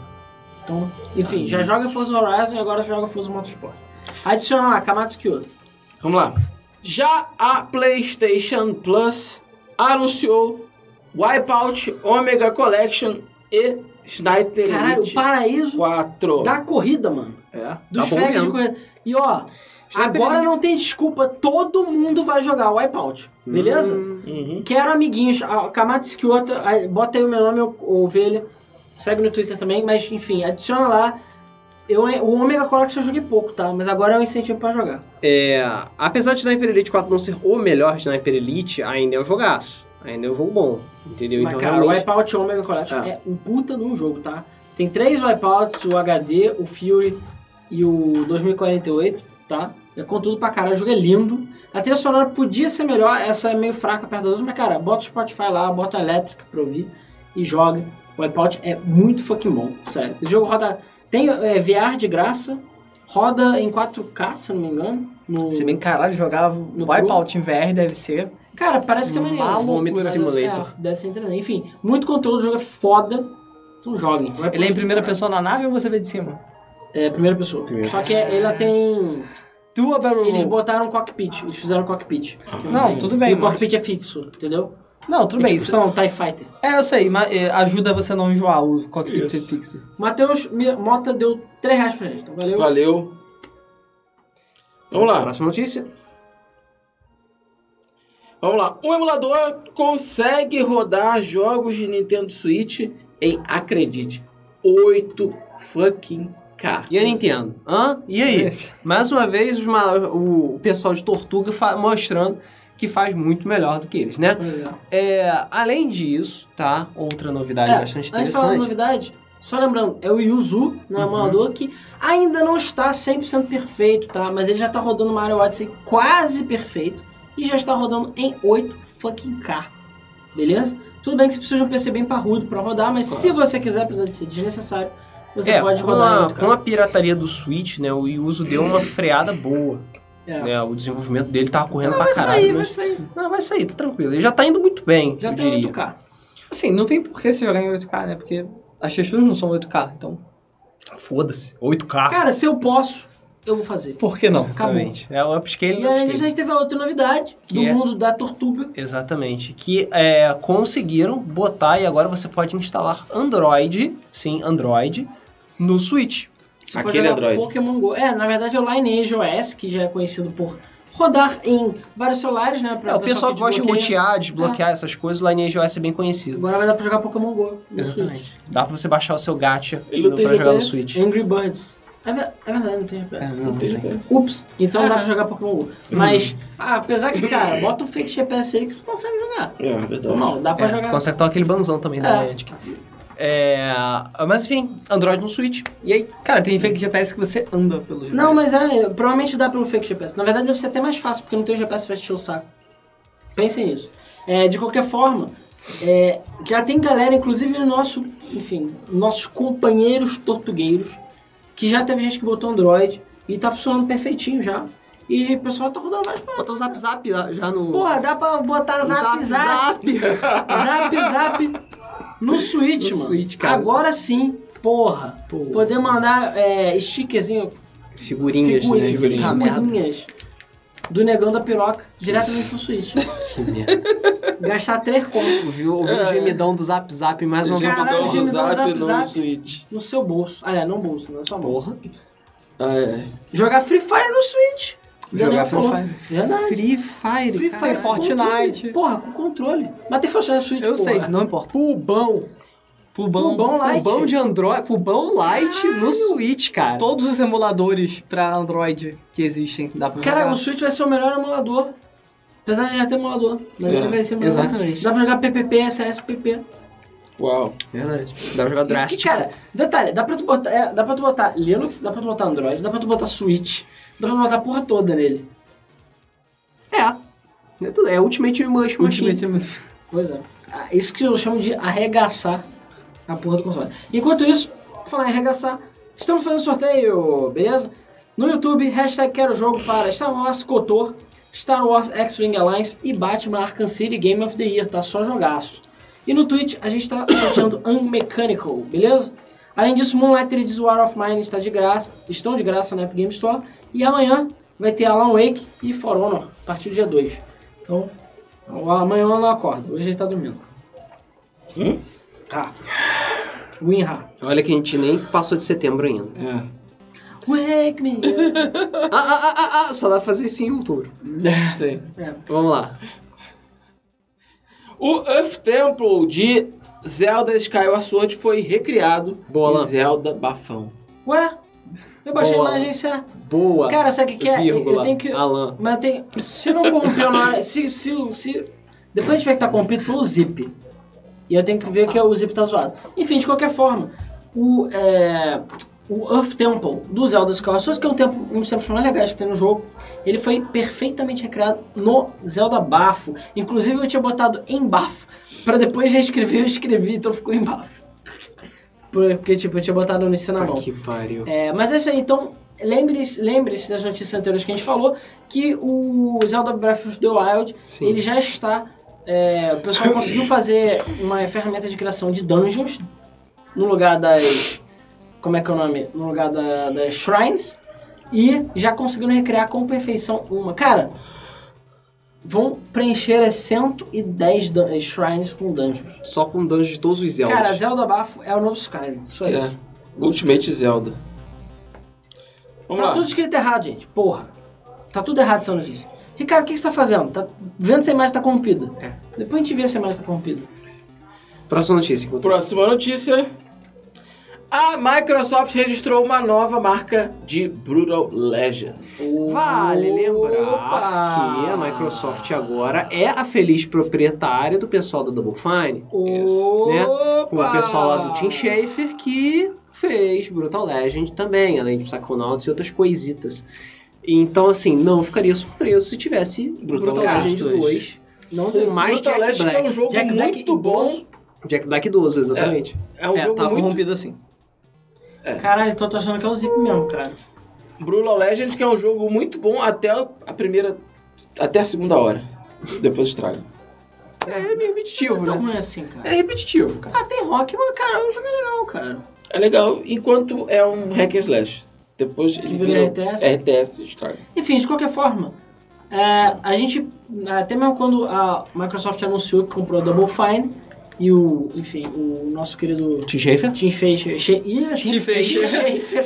S1: Então, enfim, já joga Forza Horizon e agora joga Forza Motorsport. Adiciona lá, Kamatsu Kyoto.
S3: Vamos lá. Já a PlayStation Plus anunciou Wipeout Omega Collection e Sniper
S1: Caralho, o
S3: Elite
S1: paraíso
S3: 4.
S1: da corrida, mano.
S3: É.
S1: Dos
S2: Tá bom
S1: fag de
S2: mesmo.
S1: corrida. E ó, agora não tem desculpa, todo mundo vai jogar Wipeout, beleza?
S3: Uhum.
S1: Quero amiguinhos. A- Kamatsu Kyoto, a- bota aí o meu nome, o- o Ovelha. Segue no Twitter também, mas enfim, adiciona lá. Eu, o Omega Collection eu joguei pouco, tá? Mas agora é um incentivo pra jogar.
S2: É, apesar de Sniper Elite 4 não ser o melhor Sniper Elite, ainda é um jogaço. Ainda é um jogo bom. Entendeu?
S1: mas,
S2: então
S1: cara, o
S2: realmente. Ah.
S1: Wipeout e o Omega Collection é. um puta de um jogo, tá? Tem três Wipeouts, o HD, o Fury e o 2048, tá? É contudo pra caralho, o jogo é lindo. A trilha sonora podia ser melhor, essa é meio fraca perto da outra, mas, cara, bota o Spotify lá, bota a elétrica pra ouvir e joga. O Wipeout é muito fucking bom, sério. O jogo roda... Tem é, VR de graça, roda em 4K, se eu não me engano. No...
S4: Se bem que caralho, jogava no Wipeout em VR, deve ser.
S1: Cara, parece que é
S4: Uma
S1: maneiro.
S2: Vômito
S1: Loucura.
S2: Simulator.
S1: É, deve ser interessante. Enfim, muito conteúdo, o jogo é foda. Então joguem. Vai
S4: Ele é em
S1: pro-
S4: primeira pessoa na nave ou você vê de cima?
S1: É, primeira pessoa.
S2: Primeira.
S1: Só que é, ela tem...
S4: Tua Battle
S1: Eles
S4: Royale.
S1: botaram um cockpit, eles fizeram cockpit. que
S4: Não,
S1: tem.
S4: tudo bem,
S1: E o
S4: mas-
S1: cockpit é fixo, entendeu?
S4: Não, tudo bem.
S1: é tipo,
S4: Isso.
S1: sei lá, um TIE Fighter.
S4: É, eu sei, mas é, ajuda você a não enjoar o cockpit ser fixo.
S1: Matheus Mi- Mota deu 3 reais pra gente, então valeu.
S3: Valeu. Vamos lá.
S2: Próxima notícia.
S3: Vamos lá. O emulador consegue rodar jogos de Nintendo Switch em, acredite, 8 fucking K.
S2: E a Nintendo? Hã? E aí? Mais uma vez, os ma- o pessoal de Tortuga fa- mostrando que faz muito melhor do que eles, né?
S1: Pois é.
S2: É, além disso, tá? Outra novidade
S1: É,
S2: bastante
S1: Antes de falar da
S2: interessante. Uhum.
S1: novidade, só lembrando, é o Yuzu, né, o emulador, que ainda não está 100% perfeito, tá? Mas ele já está rodando Mario Odyssey quase perfeito e já está rodando em 8 fucking K. Beleza? Tudo bem que você precisa de um PC bem parrudo para rodar, mas se você quiser, apesar de ser desnecessário, você
S2: é,
S1: pode
S2: com,
S1: rodar em
S2: a,
S1: 8K.
S2: com a pirataria do Switch, né? O Yuzu deu uma freada boa.
S1: É.
S2: Né, o desenvolvimento dele tava correndo
S1: Vai
S2: pra caralho.
S1: sair, vai
S2: mas-
S1: sair.
S2: Não, vai sair, tá tranquilo. Ele já tá indo muito bem,
S1: Já
S2: eu
S1: tá
S2: diria.
S1: 8K.
S4: Assim, não tem por que você jogar em 8K, né? Porque as texturas não são 8K, então.
S2: Foda-se, 8K.
S1: Cara, se eu posso, eu vou fazer.
S4: Por que não?
S1: Acabou.
S2: Exatamente. É o upscale
S1: E
S2: do
S1: além disso, a
S2: upscale.
S1: gente teve a outra novidade
S2: Que
S1: do
S2: é-
S1: mundo da tortuga.
S2: Exatamente. Que é, conseguiram botar e agora você pode instalar Android, sim, Android, no Switch.
S1: Você pode
S3: Aquele
S1: jogar
S3: Android.
S1: Pokémon Go. É, na verdade é o Lineage OS, que já é conhecido por rodar em vários celulares, né? pra
S2: É, o pessoal que gosta de
S1: desbloqueia.
S2: rotear, desbloquear essas coisas, o Lineage OS é bem conhecido.
S1: Agora vai dar pra jogar Pokémon Go no Switch.
S2: Dá pra você baixar o seu gacha
S3: Ele não tem
S2: pra jogar no
S3: GPS?
S2: Switch.
S1: Angry Birds. É, ver- é verdade, não tem GPS.
S2: não tem.
S1: Ups, então dá pra jogar Pokémon Go. Mas, ah, apesar que, cara, bota um fake GPS aí que tu consegue jogar.
S3: É, verdade.
S1: Não, dá pra
S2: É, tu
S1: jogar.
S2: consegue tomar aquele banzão também da
S1: É.
S2: Niantic. É, mas enfim, Android no Switch. E aí,
S4: Cara, tem fake GPS que você anda pelo GPS.
S1: Não, mas é, provavelmente dá pelo fake GPS. Na verdade, deve ser até mais fácil, porque não tem o GPS vai te encher o saco. Pensem nisso. É, de qualquer forma, é, já tem galera, inclusive no nosso, enfim, nossos companheiros tortugueiros, que já teve gente que botou Android e tá funcionando perfeitinho já. E o pessoal tá rodando mais pra...
S2: bota o Zap Zap já no...
S1: Porra, dá pra botar zap zap, zap zap, no Switch,
S2: No
S1: mano.
S2: Switch, cara.
S1: Agora sim, porra. Poder mandar é, stickerzinho,
S2: Figurinhas,
S1: figurinhas,
S2: né?
S3: figurinhas.
S2: Ah, merda.
S1: figurinhas tipo do negão da piroca diretamente no Switch.
S2: Que merda.
S1: Gastar três contos
S2: Ouvi, ouvi
S1: É.
S2: o gemidão do Zap Zap mais uma vez.
S1: Caralho,
S3: Caralho,
S1: gente,
S3: o zap,
S1: zap,
S3: no
S1: zap.
S3: Switch.
S1: é, no seu bolso. Aliás, não bolso, na sua mão.
S2: Porra.
S3: Ah, é.
S1: Jogar Free Fire no Switch.
S4: Jogar
S1: Daniel
S4: Free
S1: falou.
S4: Fire.
S1: É Verdade.
S2: Free Fire,
S4: Free Fire,
S2: caralho.
S4: Fortnite.
S1: Porra, com controle. Mas tem Fortnite Switch,
S4: Eu
S1: porra.
S4: sei, não importa.
S6: Pulbão.
S4: Pulbão.
S1: Pulbão Lite.
S6: Pulbão de Android. Pulbão light no Switch, cara.
S4: Todos os emuladores pra Android que existem, dá pra
S1: Cara,
S4: jogar.
S1: o Switch vai ser o melhor emulador. Apesar de já ter emulador. Mas
S3: É,
S1: ele vai ser o melhor.
S2: exatamente.
S1: Dá pra jogar PPP, SSPP.
S3: Uau.
S2: Verdade. Dá pra jogar
S1: E,
S2: Drastic.
S1: cara, detalhe, dá pra, tu botar, é, dá pra tu botar Linux, dá pra tu botar Android, dá pra tu botar Switch, dá pra tu botar a porra toda nele.
S2: É. tudo- É Ultimate Mush Machine.
S4: Ultimate Team-
S1: Pois é. Ah, Isso que eu chamo de arregaçar a porra do console. Enquanto isso, falar em arregaçar, estamos fazendo sorteio, beleza? No YouTube, hashtag quero jogo para Star Wars Cotor, Star Wars X-Wing Alliance e Batman Arkham City Game of the Year, tá? Só jogaço. E no Twitch, a gente tá sorteando Unmechanical, beleza? Além disso, Moonlighter e War of Mine está de graça, estão de graça na App Game Store. E amanhã vai ter Alan Wake e For Honor, a partir do dia 2. Então, Amanhã ela não acorda, hoje ele tá dormindo.
S2: Hum?
S1: Ra. Win Ra.
S2: Olha que a gente nem passou de setembro ainda.
S3: É.
S1: Wake me. up.
S2: ah, ah, ah, ah, ah, só dá pra fazer isso em outubro.
S3: Sim.
S2: Vamos lá.
S3: O Earth Temple de Zelda Skyward Sword foi recriado
S2: Boa,
S3: em Zelda Bafão.
S1: Ué? Eu baixei
S2: Boa.
S1: a imagem certa.
S2: Boa.
S1: Cara, sabe o que, que é? Eu- Eu
S2: vírgula,
S1: tenho que.
S2: Alan.
S1: Mas eu tenho. Se não corrompeu na hora. Se, se, se. Depois a gente vê que tá corrompido, foi o zip. E eu tenho que ver que o zip tá zoado. Enfim, de qualquer forma, o. É, o Earth Temple do Zelda Skyward Sword, que é um tempo, um dos tempos mais legais que tem no jogo, ele foi perfeitamente recriado no Zelda Bafo. Inclusive eu tinha botado em Bafo, pra depois reescrever, eu escrevi, então ficou em Bafo. Porque, tipo, eu tinha botado no ensino na mão.
S2: Tá que pariu.
S1: É, mas é isso aí, então lembre-se lembre das notícias anteriores que a gente falou que o Zelda Breath of the Wild
S2: Sim.
S1: ele já está. é, o pessoal conseguiu fazer uma ferramenta de criação de dungeons no lugar das. Como é que é o nome? No lugar da- das shrines e já conseguiram recriar com perfeição uma. Cara, vão preencher as 110 dun- shrines com dungeons.
S2: Só com dungeons de todos os Zeldas.
S1: Cara, Zelda Bafo é o novo Skyrim, só
S3: É.
S1: isso.
S3: Ultimate Zelda. Vamos
S1: tá
S3: lá.
S1: tudo escrito errado, gente. Porra. Tá tudo errado essa notícia. Ricardo, o que, que você tá fazendo? Tá vendo se a imagem tá corrompida. É. Depois a gente vê se a imagem tá corrompida.
S2: Próxima notícia. enquanto-
S3: Próxima notícia. A Microsoft registrou uma nova marca de Brutal Legend.
S2: Vale
S1: Opa!
S2: lembrar que a Microsoft agora é a feliz proprietária do pessoal da Double Fine. Né? Com o pessoal lá do Tim Schafer que fez Brutal Legend também, além de Psychonauts e outras coisitas. Então, assim, não ficaria surpreso se tivesse Brutal,
S3: Brutal
S2: Legend
S3: Legend
S2: 2.
S1: Não
S2: Com
S1: tem
S2: mais
S3: Brutal
S2: Jack
S3: Legend
S2: Black.
S3: é um jogo
S1: Jack Black
S3: muito bom.
S2: Jack Black 12, exatamente.
S3: É um
S4: é,
S3: jogo
S4: tá
S3: muito
S4: corrompido assim.
S1: Caralho, então eu tô achando que é o Zip mesmo, cara.
S3: Brutal Legend, que é um jogo muito bom até a primeira. até a segunda hora. Depois estraga.
S2: É, é meio repetitivo,
S1: Não é tão
S2: né?
S1: ruim assim, cara.
S2: É repetitivo, cara.
S1: Ah, tem rock, mas, cara, é um jogo legal, cara.
S3: É legal, enquanto é um hack and slash. Depois ele
S1: vira
S3: vira
S1: RTS?
S3: RTS estraga.
S1: Enfim, de qualquer forma, é, a gente, até mesmo quando a Microsoft anunciou que comprou a Double Fine e o, enfim, o nosso querido
S2: Tim Schafer?
S1: Tim Fischer. She- Ih, Tim
S4: Fischer.
S1: Fischer.
S2: Tim Schafer.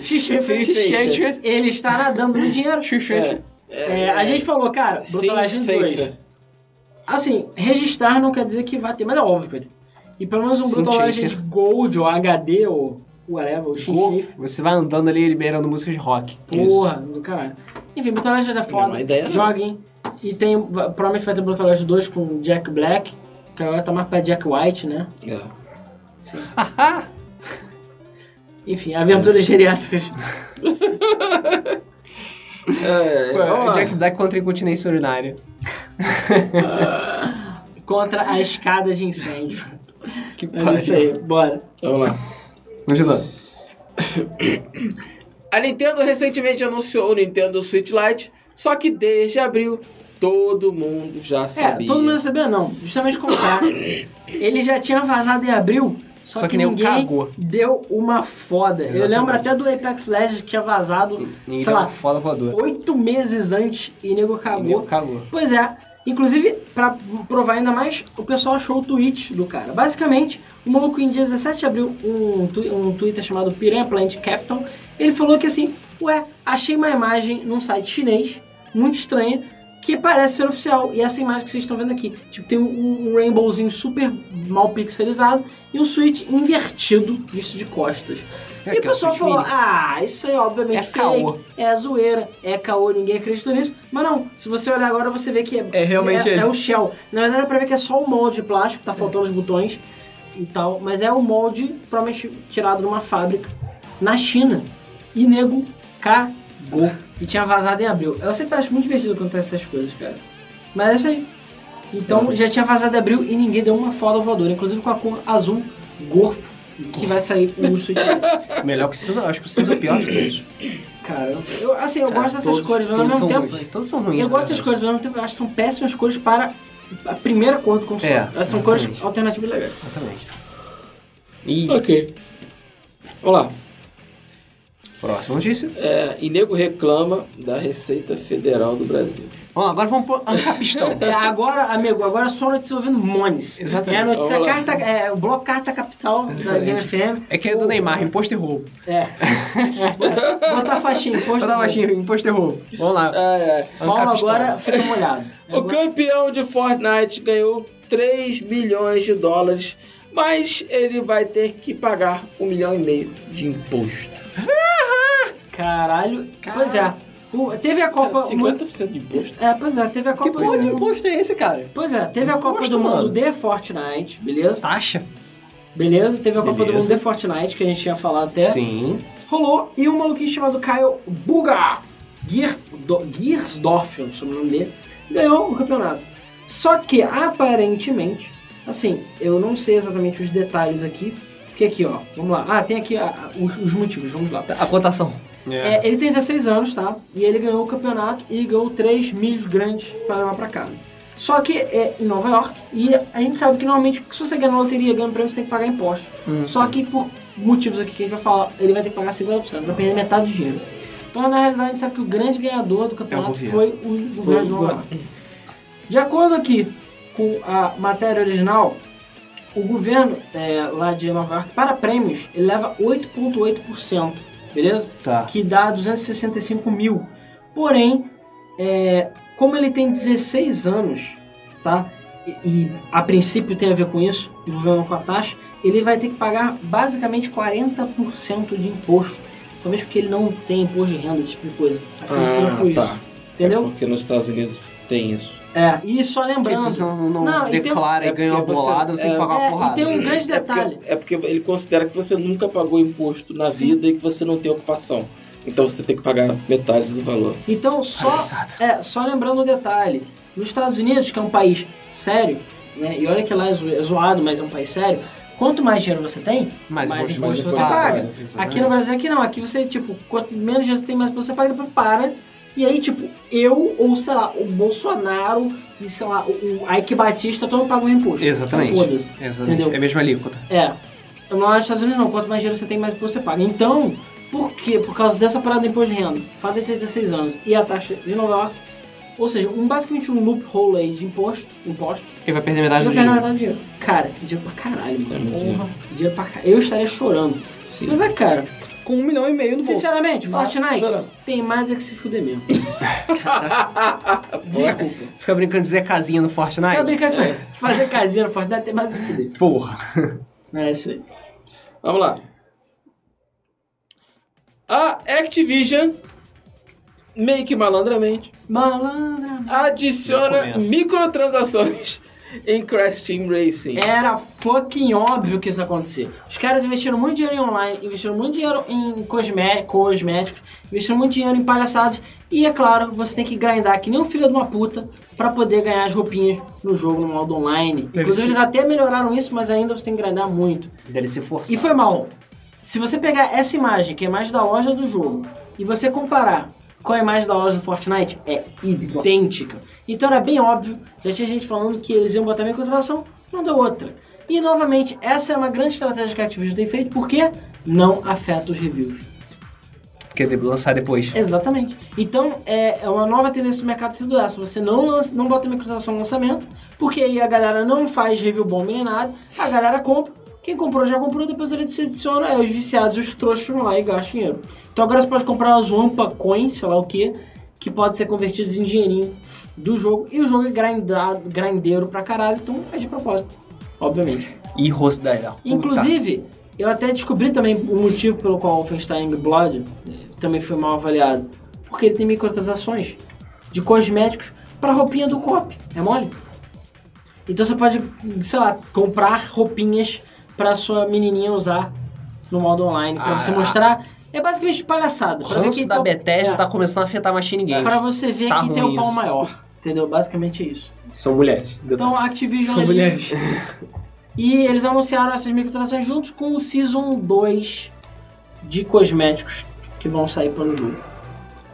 S1: Tim Fischer.
S3: Tim Fischer.
S1: Ele está nadando no dinheiro.
S3: É,
S1: É, a gente falou, cara,
S3: Sim,
S1: Brutal Legend 2.
S3: Fischer.
S1: Assim, registrar não quer dizer que vai ter, mas é óbvio que vai ter. E pelo menos um
S2: Sim,
S1: Brutal
S2: Schaefer.
S1: Legend Gold ou HD ou whatever, ou
S2: Go-
S1: Shin
S2: Você vai andando ali liberando músicas de rock.
S1: Porra, do caralho. Enfim, Brutal Legend é
S3: Não é
S1: foda.
S3: uma ideia, não.
S1: Joguem. E tem, va- provavelmente vai ter Brutal Legend 2 com Jack Black, que agora tá mais pra Jack White, né?
S3: É.
S1: Enfim, aventuras geriátricas.
S3: É, vamos lá.
S2: Jack Black contra incontinência urinária.
S1: contra a escada de incêndio.
S2: Que
S1: Mas é isso aí, bora.
S3: Vamos lá.
S2: Continua.
S3: A Nintendo recentemente anunciou o Nintendo Switch Lite, só que desde abril todo mundo já sabia.
S1: É, todo mundo sabia não, justamente comprar. Ele já tinha vazado em abril, só,
S2: Só
S1: que,
S2: que nem o
S1: ninguém
S2: cagou.
S1: deu uma foda. Eu
S2: Exatamente.
S1: lembro até do Apex Legends que tinha vazado, sei lá,
S2: foda voador.
S1: oito meses antes e nego cagou.
S2: cagou.
S1: Pois é. Inclusive, pra provar ainda mais, o pessoal achou o tweet do cara. Basicamente, o maluco em dia 17 abriu um, twi- um Twitter chamado Piranha Plant Capital. Ele falou que assim, Ué, achei uma imagem num site chinês, muito estranha, que parece ser oficial. E essa imagem que vocês estão vendo aqui. Tipo, tem um, um rainbowzinho super mal pixelizado e um Switch invertido, visto de costas.
S6: É,
S1: e o
S6: que é o
S1: pessoal
S6: Switch
S1: falou,
S6: Mini.
S1: ah, isso aí obviamente
S6: É
S1: fake,
S6: caô."
S1: é zoeira, é caô, ninguém acredita nisso. Mas não, se você olhar agora, você vê que é,
S4: É realmente
S1: é,
S4: ele.
S1: é o shell. Na verdade, dá pra ver que é só o molde de plástico, tá faltando os botões e tal. Mas é o molde, provavelmente, tirado de uma fábrica na China. E nego cagou. E tinha vazado em abril. Eu sempre acho muito divertido quando acontece essas coisas, cara. Mas é isso aí. Então, já tinha vazado em abril e ninguém deu uma foda voadora. Inclusive com a cor azul, gorfo, que vai sair o Switch.
S6: Melhor que o Cinza, acho que o Cinza é o pior de todos.
S1: Cara, eu, assim, eu gosto dessas
S6: Todos
S1: cores, mas ao
S6: são-
S1: mesmo
S6: são
S1: tempo...
S6: ruins. Todos são ruins. né?
S1: Eu
S6: na
S1: gosto dessas
S6: verdade.
S1: cores, mas ao mesmo tempo eu acho que são péssimas cores para a primeira cor do console.
S6: É,
S1: Elas são
S6: exatamente.
S1: cores alternativas legais.
S6: Exatamente. E
S3: Ok. Vamos lá.
S6: próxima notícia.
S3: É, e nego reclama da Receita Federal do Brasil.
S6: Ó, agora vamos pro Ancapistão.
S1: É, agora, amigo, agora é só notícia envolvendo Mones.
S6: Exatamente.
S1: É a notícia
S3: Vamos lá.
S1: carta, é, o bloco Carta Capital da Game FM.
S6: É que é do Neymar, imposto e roubo.
S1: É. Bota a faixinha, posta.
S6: Toda baixinho, imposto e roubo. Vamos lá.
S1: É, Paulo
S6: Ancapistão.
S1: agora fica molhado.
S3: O campeão de Fortnite ganhou 3 bilhões de dólares, mas ele vai ter que pagar 1 milhão e meio de imposto.
S1: Caralho. Pois é. O- teve a
S3: É,
S1: Copa.
S3: 50% de imposto.
S1: É, pois é, teve a Copa
S4: Que porra de
S1: do Mundo.
S4: imposto é esse, cara?
S1: Pois é, teve a Copa
S6: Imposto,
S1: do Mundo
S6: mano.
S1: de Fortnite, beleza?
S6: Taxa?
S1: Beleza, teve a Copa do Mundo
S6: Beleza.
S1: de Fortnite, que a gente tinha falado
S6: É.
S1: até.
S6: Sim.
S1: rolou e um maluquinho chamado Kyle Buga Gier, do, Giersdorf, é o sobrenome dele, ganhou o campeonato. Só que aparentemente, assim, eu não sei exatamente os detalhes aqui, porque aqui, ó, vamos lá. Ah, tem aqui ah, os, os motivos, vamos lá.
S4: A cotação.
S6: É.
S1: É, ele tem 16 anos, tá? E ele ganhou o campeonato e ganhou 3 milhos grandes para levar pra casa. Só que é em Nova York e a gente sabe que normalmente se você ganha na loteria, ganha um prêmio, você tem que pagar imposto. Só que por motivos aqui que a gente vai falar, ele vai ter que pagar 50%, vai perder metade do dinheiro. Então, na realidade, a gente sabe que o grande ganhador do campeonato
S6: governo.
S1: foi É o governo de Nova York. De acordo aqui com a matéria original, o governo é, lá de Nova York, para prêmios, ele leva 8,8%, beleza?
S6: Tá.
S1: que dá 265 mil. Porém, é, como ele tem 16 anos, tá? E, e a princípio tem a ver com isso, envolvendo com a taxa, ele vai ter que pagar basicamente 40% de imposto. Talvez porque ele não tem imposto de renda, esse tipo de coisa. A princípio por isso. Entendeu?
S3: Porque nos Estados Unidos tem isso.
S1: É, e só
S6: Porque se
S1: lembrando.
S6: você não, não
S1: Não, e tem- um-
S6: declara e,
S3: é
S6: ganha uma
S3: porque você-
S6: bolada, você tem
S3: é-
S6: que pagar uma
S1: É, e
S6: porrada.
S1: tem um grande
S3: É
S1: detalhe.
S3: porque, é porque ele considera que você nunca pagou imposto na vida e que você não tem ocupação. Então você tem que pagar metade do valor.
S1: Então, só,
S2: Ah,
S6: Palhaçada.
S1: é, só lembrando o detalhe: nos Estados Unidos, que é um país sério, né, e olha que lá é, zo- é zoado, mas é um país sério, quanto mais dinheiro você tem,
S6: Mas
S1: mais
S6: imposto é
S1: imposto
S6: você
S1: você
S6: paga.
S1: paga.
S6: Exatamente.
S1: Aqui no Brasil, aqui não, aqui você, tipo, quanto menos dinheiro você tem, mais imposto você paga, depois para. E aí, tipo, eu, ou sei lá, o Bolsonaro, e sei lá, o, o Ike Batista, todo mundo paga o imposto.
S6: Exatamente.
S1: Foda-se.
S6: Exatamente.
S1: Entendeu?
S6: É a mesma alíquota.
S1: É. Lá nos Estados Unidos não, quanto mais dinheiro você tem, mais imposto você paga. Então, por quê? Por causa dessa parada do imposto de renda. Faz até 16 anos. E a taxa de Nova York. Ou seja, um, basicamente um loophole aí de imposto. Imposto.
S6: Ele vai perder metade
S1: Eu
S6: do
S1: quero
S6: Tá dinheiro. Tá
S1: dar dinheiro. Cara, dinheiro pra caralho, mano. Porra, dinheiro pra caralho. Eu estaria chorando. Mas é, cara,
S4: Com um milhão e meio no bolso.
S1: sinceramente,
S4: Mas-
S1: Fortnite
S4: chorando.
S1: tem mais é que se fuder mesmo. Desculpa.
S6: Fica brincando de Zé Casinha no Fortnite?
S1: Tá brincando de fazer casinha no Fortnite tem mais é que se fuder.
S6: Porra.
S1: É isso aí.
S3: Vamos lá. A Activision, meio que malandramente,
S1: Malandra.
S6: Já
S3: adiciona
S6: começa.
S3: microtransações em Crash Team Racing.
S1: Era fucking óbvio que isso ia acontecer. Os caras investiram muito dinheiro em online, investiram muito dinheiro em cosmé- cosméticos, investiram muito dinheiro em palhaçadas. E é claro, você tem que grindar que nem um filho de uma puta pra poder ganhar as roupinhas no jogo, no modo online. Inclusive, eles até melhoraram isso, mas ainda você tem que grindar muito.
S6: Deve ser forçado.
S1: E foi mal. Se você pegar essa imagem, que é a imagem da loja do jogo, e você comparar com a imagem da loja do Fortnite, é idêntica. Então era bem óbvio, já tinha gente falando que eles iam botar minha contratação, não deu outra. E novamente, essa é uma grande estratégia que a Activision tem feito, porque não afeta os reviews.
S6: Porque deve lançar depois.
S1: Exatamente. Então, é, é uma nova tendência do mercado sendo essa. Você não, lança, não bota microtransação no lançamento, porque aí a galera não faz review bom nem nada, a galera compra, Quem comprou já comprou, depois ele se adiciona, aí os viciados, os trouxas vão lá e gastam dinheiro. Então agora você pode comprar as Wampa Coins, sei lá o que, que pode ser convertidos em dinheirinho do jogo. E o jogo é grindado, grindeiro pra caralho, então é de propósito, obviamente.
S6: E rosto da Puta.
S1: Inclusive, eu até descobri também o motivo pelo qual o Wolfenstein Blood também foi mal avaliado. Porque ele tem microtransações de cosméticos para roupinha do COP. É mole? Então você pode, sei lá, comprar roupinhas para sua menininha usar no modo online, para
S6: Ah.
S1: você mostrar. É basicamente palhaçada.
S6: O
S1: pra ver
S6: ranço
S1: quem
S6: da
S1: tem o-
S6: Bethesda
S1: é,
S6: tá começando a afetar Machine Games.
S1: Pra você ver
S6: Tá
S1: quem tem
S6: ruim
S1: o pau
S6: isso.
S1: maior. Entendeu? Basicamente é isso.
S2: São mulheres. Tá
S1: Então a Activision.
S4: São
S1: eles-
S4: mulheres.
S1: E eles anunciaram essas microtransações juntos com o Season 2 de cosméticos que vão sair pelo jogo.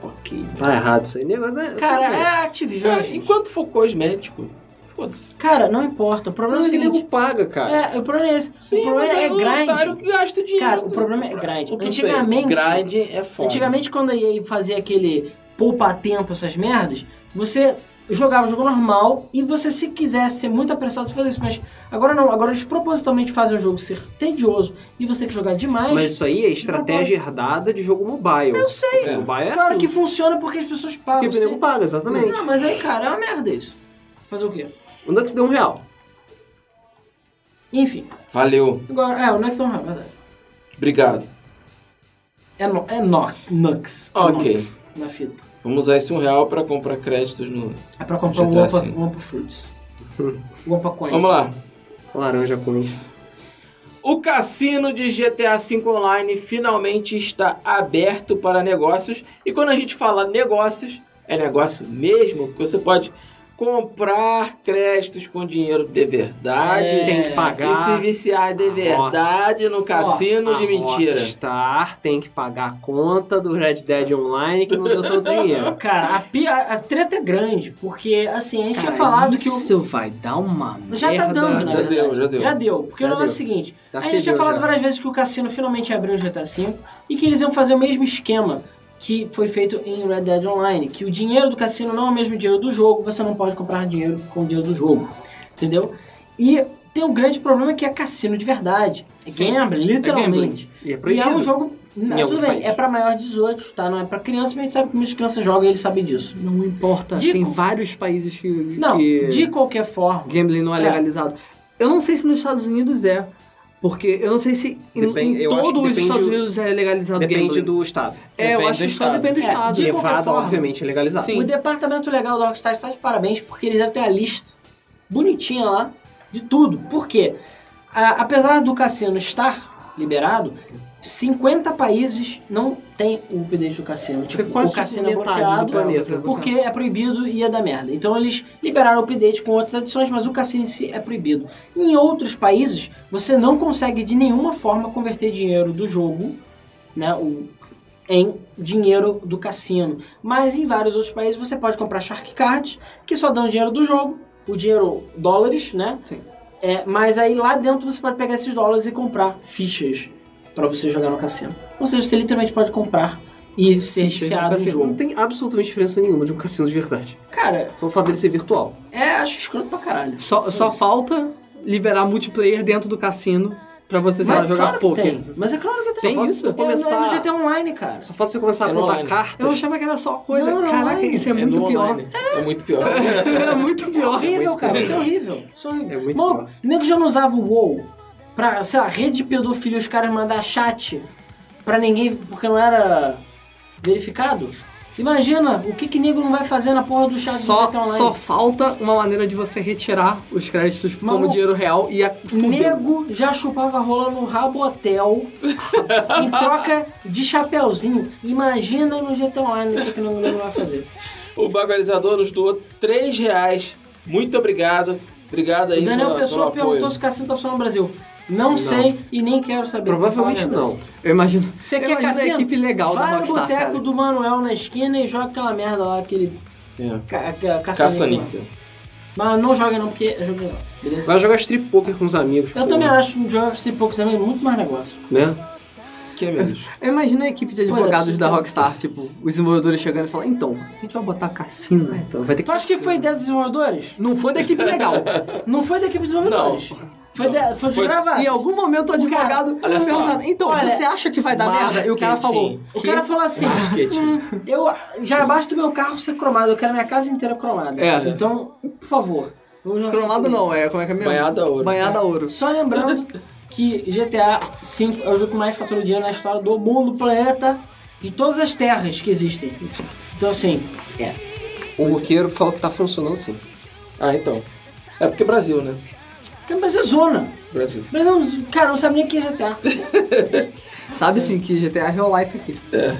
S4: Ok.
S2: Tá errado isso aí. Nego, né?
S1: Cara,
S2: Tudo
S1: é
S2: bem.
S1: a Activision.
S3: Cara,
S1: gente.
S3: enquanto for cosmético, foda-se.
S1: Cara, não importa. O problema é o
S2: Mas esse nego
S1: seguinte.
S2: paga, cara.
S1: É, o problema é esse. o
S3: mas
S1: problema
S3: aí
S1: é
S3: o otário
S1: grind.
S3: que gasta o dinheiro.
S1: Cara, o problema é grind.
S3: Tudo bem,
S1: Antigamente,
S3: Grind é foda.
S1: antigamente quando a EA fazia aquele poupa-tempo, essas merdas, você jogava o jogo normal e você, se quisesse ser muito apressado, você fazia isso. Mas agora não. Agora eles propositalmente fazem o jogo ser tedioso e você tem que jogar demais.
S2: Mas isso aí é estratégia herdada de jogo mobile. Eu sei.
S3: É.
S2: Mobile é
S1: Claro que
S2: assim.
S1: funciona porque as pessoas pagam.
S2: Porque o nego
S1: você-
S2: paga, exatamente.
S1: Não, mas aí, cara, é uma merda isso. Fazer o quê?
S2: O Nux deu um real.
S1: Enfim,
S3: Valeu,
S1: agora, é, o Nux não é verdade.
S3: obrigado.
S1: É, no, é no, Nux.
S3: Ok.
S1: Nux, na fita.
S3: Vamos usar esse um real pra comprar créditos no.
S1: É pra comprar um
S2: tá
S3: GTA
S1: Wampa,
S2: assim.
S3: V.
S1: Wampa Fruits. Wampa Coin.
S3: Vamos lá.
S2: Laranja com
S3: O cassino de GTA V Online finalmente está aberto para negócios. E quando a gente fala negócios, é negócio mesmo, porque você pode comprar créditos com dinheiro de verdade
S1: É.
S2: Tem que
S3: e se
S2: pagar.
S3: viciar de verdade no cassino de mentira.
S2: Rockstar tem que pagar a conta do Red Dead Online que não deu tanto dinheiro.
S1: Cara, a, pi- a, a treta é grande, porque, assim, a gente
S4: Cara,
S1: tinha falado que o...
S4: isso é vai dar uma
S1: Já tá
S4: merda.
S1: dando, né?
S3: Já deu, já deu.
S1: Já deu, porque
S2: Já
S1: o negócio é
S2: deu.
S1: o seguinte.
S2: Já
S1: a gente tinha
S2: fedeu,
S1: falado
S2: já.
S1: várias vezes que o cassino finalmente abriu no GTA V e que eles iam fazer o mesmo esquema que foi feito em Red Dead Online, que o dinheiro do cassino não é o mesmo dinheiro do jogo, você não pode comprar dinheiro com o dinheiro do jogo, entendeu? E tem um grande problema que é cassino de verdade, é
S4: Sim.
S1: gambling, literalmente.
S2: E é
S1: e é
S2: proibido.
S1: um jogo, não,
S2: alguns
S1: tudo bem,
S2: países.
S1: é pra maior de 18, tá? Não é pra criança, mas a gente sabe que muitas crianças jogam e eles sabem disso.
S4: Não importa.
S1: De
S4: Tem
S1: co-
S4: vários países que.
S1: Não,
S4: que...
S1: de qualquer forma,
S4: gambling não é,
S1: É.
S4: legalizado. Eu não sei se nos Estados Unidos é, porque eu não sei se em,
S2: Depende-
S4: em
S2: eu acho que
S4: todos os
S2: depende
S4: Estados
S2: do-
S4: Unidos é legalizado
S2: Depende
S4: gambling.
S2: do estado.
S4: É, eu
S3: depende
S4: acho
S3: do
S4: que só
S3: estado.
S4: depende do
S1: É,
S4: estado.
S1: de- qualquer
S2: Levado,
S1: forma.
S2: obviamente, é legalizado.
S4: Sim.
S1: O departamento legal da Rockstar está de parabéns porque eles devem ter a lista bonitinha lá de tudo. Por quê? A- apesar do cassino estar liberado, 50 países não tem o update do cassino.
S2: Você
S1: Tipo,
S2: quase
S1: o cassino é
S2: metade do
S1: bloqueado
S2: planeta. né?
S1: porque é proibido e é da merda. Então eles liberaram o update com outras adições, mas o cassino em si é proibido. Em outros países, você não consegue de nenhuma forma converter dinheiro do jogo, né, o- em dinheiro do cassino. Mas em vários outros países você pode comprar Shark Cards, que só dão dinheiro do jogo, o dinheiro dólares, né?
S4: Sim.
S1: É, mas aí lá dentro você pode pegar esses dólares e comprar fichas para você jogar no cassino. Ou seja, você literalmente pode comprar e ser
S4: Fichas do
S1: viciado no
S4: cassino.
S1: jogo.
S2: Não tem absolutamente diferença nenhuma de um cassino de verdade.
S1: Cara,
S2: Só o fato dele ser virtual.
S1: é, acho escroto pra caralho.
S4: Só, só falta liberar multiplayer dentro do cassino pra você, sei lá,
S1: Mas
S4: jogar
S1: claro que
S4: poker.
S1: tem. Mas é claro que tem.
S4: Tem
S1: Só
S4: isso?
S1: falta tu começar... É no GTA Online, cara.
S2: Só falta você começar a
S3: É
S2: contar
S3: online.
S4: Eu
S2: cartas.
S4: achava que era só coisa.
S1: Não, não,
S4: Caraca,
S1: online.
S4: isso é,
S3: É
S4: muito
S3: do
S4: pior.
S3: online. É muito pior.
S4: É muito
S1: É
S4: pior.
S1: horrível,
S2: muito
S1: cara.
S2: pior.
S1: Isso é horrível. Isso é horrível.
S2: É muito
S1: Maluco,
S2: pior.
S1: o nego já não usava o WoW pra, sei lá, rede de pedofilia, os caras mandar chat pra ninguém, porque não era verificado. Imagina o que que nego não vai fazer na porra do chat do GTA
S4: Só,
S1: Online.
S4: só falta uma maneira de você retirar os créditos como
S1: Maluco.
S4: dinheiro real
S2: é
S4: e a fuder.
S1: Nego já chupava rola no Rabotel em troca de chapéuzinho. Imagina no GTA Online o que, que o nego vai fazer.
S3: o bagualizador nos doou 3 reais. Muito obrigado. Obrigado aí
S1: O Daniel
S3: pela- pelo
S1: Pessoa
S3: apoio.
S1: perguntou se o cassino tá funcionando no Brasil. Não, sei e nem quero saber.
S2: Provavelmente
S1: Vou falar a
S2: não.
S1: verdade.
S4: Eu imagino.
S1: Você
S4: eu
S1: quer
S4: imagino
S1: cassino?
S4: a equipe legal da
S1: Vai no
S4: Rockstar, cara.
S1: boteco do Manuel na esquina e joga aquela merda lá, aquele
S3: É.
S1: ca ca caça-níquel.
S3: Caça-níquel.
S1: Mas não joga não, porque é jogo legal. Beleza?
S2: Vai jogar strip poker com os amigos.
S1: Eu também acho um jogo que tem pouco também é muito mais negócio.
S2: Né?
S3: Que é menos.
S4: Eu imagino a equipe de
S1: Olha,
S4: advogados
S1: preciso
S4: da
S1: ter-
S4: Rockstar, tipo, os desenvolvedores chegando e falando, então, a gente vai botar
S1: É,
S4: cassino.
S2: Então vai ter que...
S1: Tu acha que foi ideia dos desenvolvedores?
S4: Não foi da equipe legal.
S1: Não foi da equipe dos desenvolvedores. Foi, de, foi desgravado.
S4: Em algum momento o advogado
S3: Olha só.
S4: perguntando, então,
S1: Olha,
S4: você acha que vai dar merda? E o cara falou,
S1: O cara falou assim:
S3: Marketing.
S1: "Hum, eu já basta do meu carro ser cromado, eu quero minha casa inteira cromada.
S4: É.
S1: Então, por favor. vamos lançar
S4: cromado
S1: tudo.
S4: não, é, como é que é mesmo?
S3: Banhado a ouro. né?
S4: Banhado a ouro.
S1: Só lembrando que GTA V é o jogo que mais fatura dinheiro na história do mundo, do planeta, de todas as terras que existem. Então, assim,
S2: O roqueiro falou que tá funcionando sim.
S3: Ah, então. É porque é Brasil, né?
S1: porque o Brasil é zona.
S3: Brasil.
S1: O Brasil, um cara, não sabe nem o que é GTA.
S4: Sabe sim que GTA é real life aqui.
S3: É.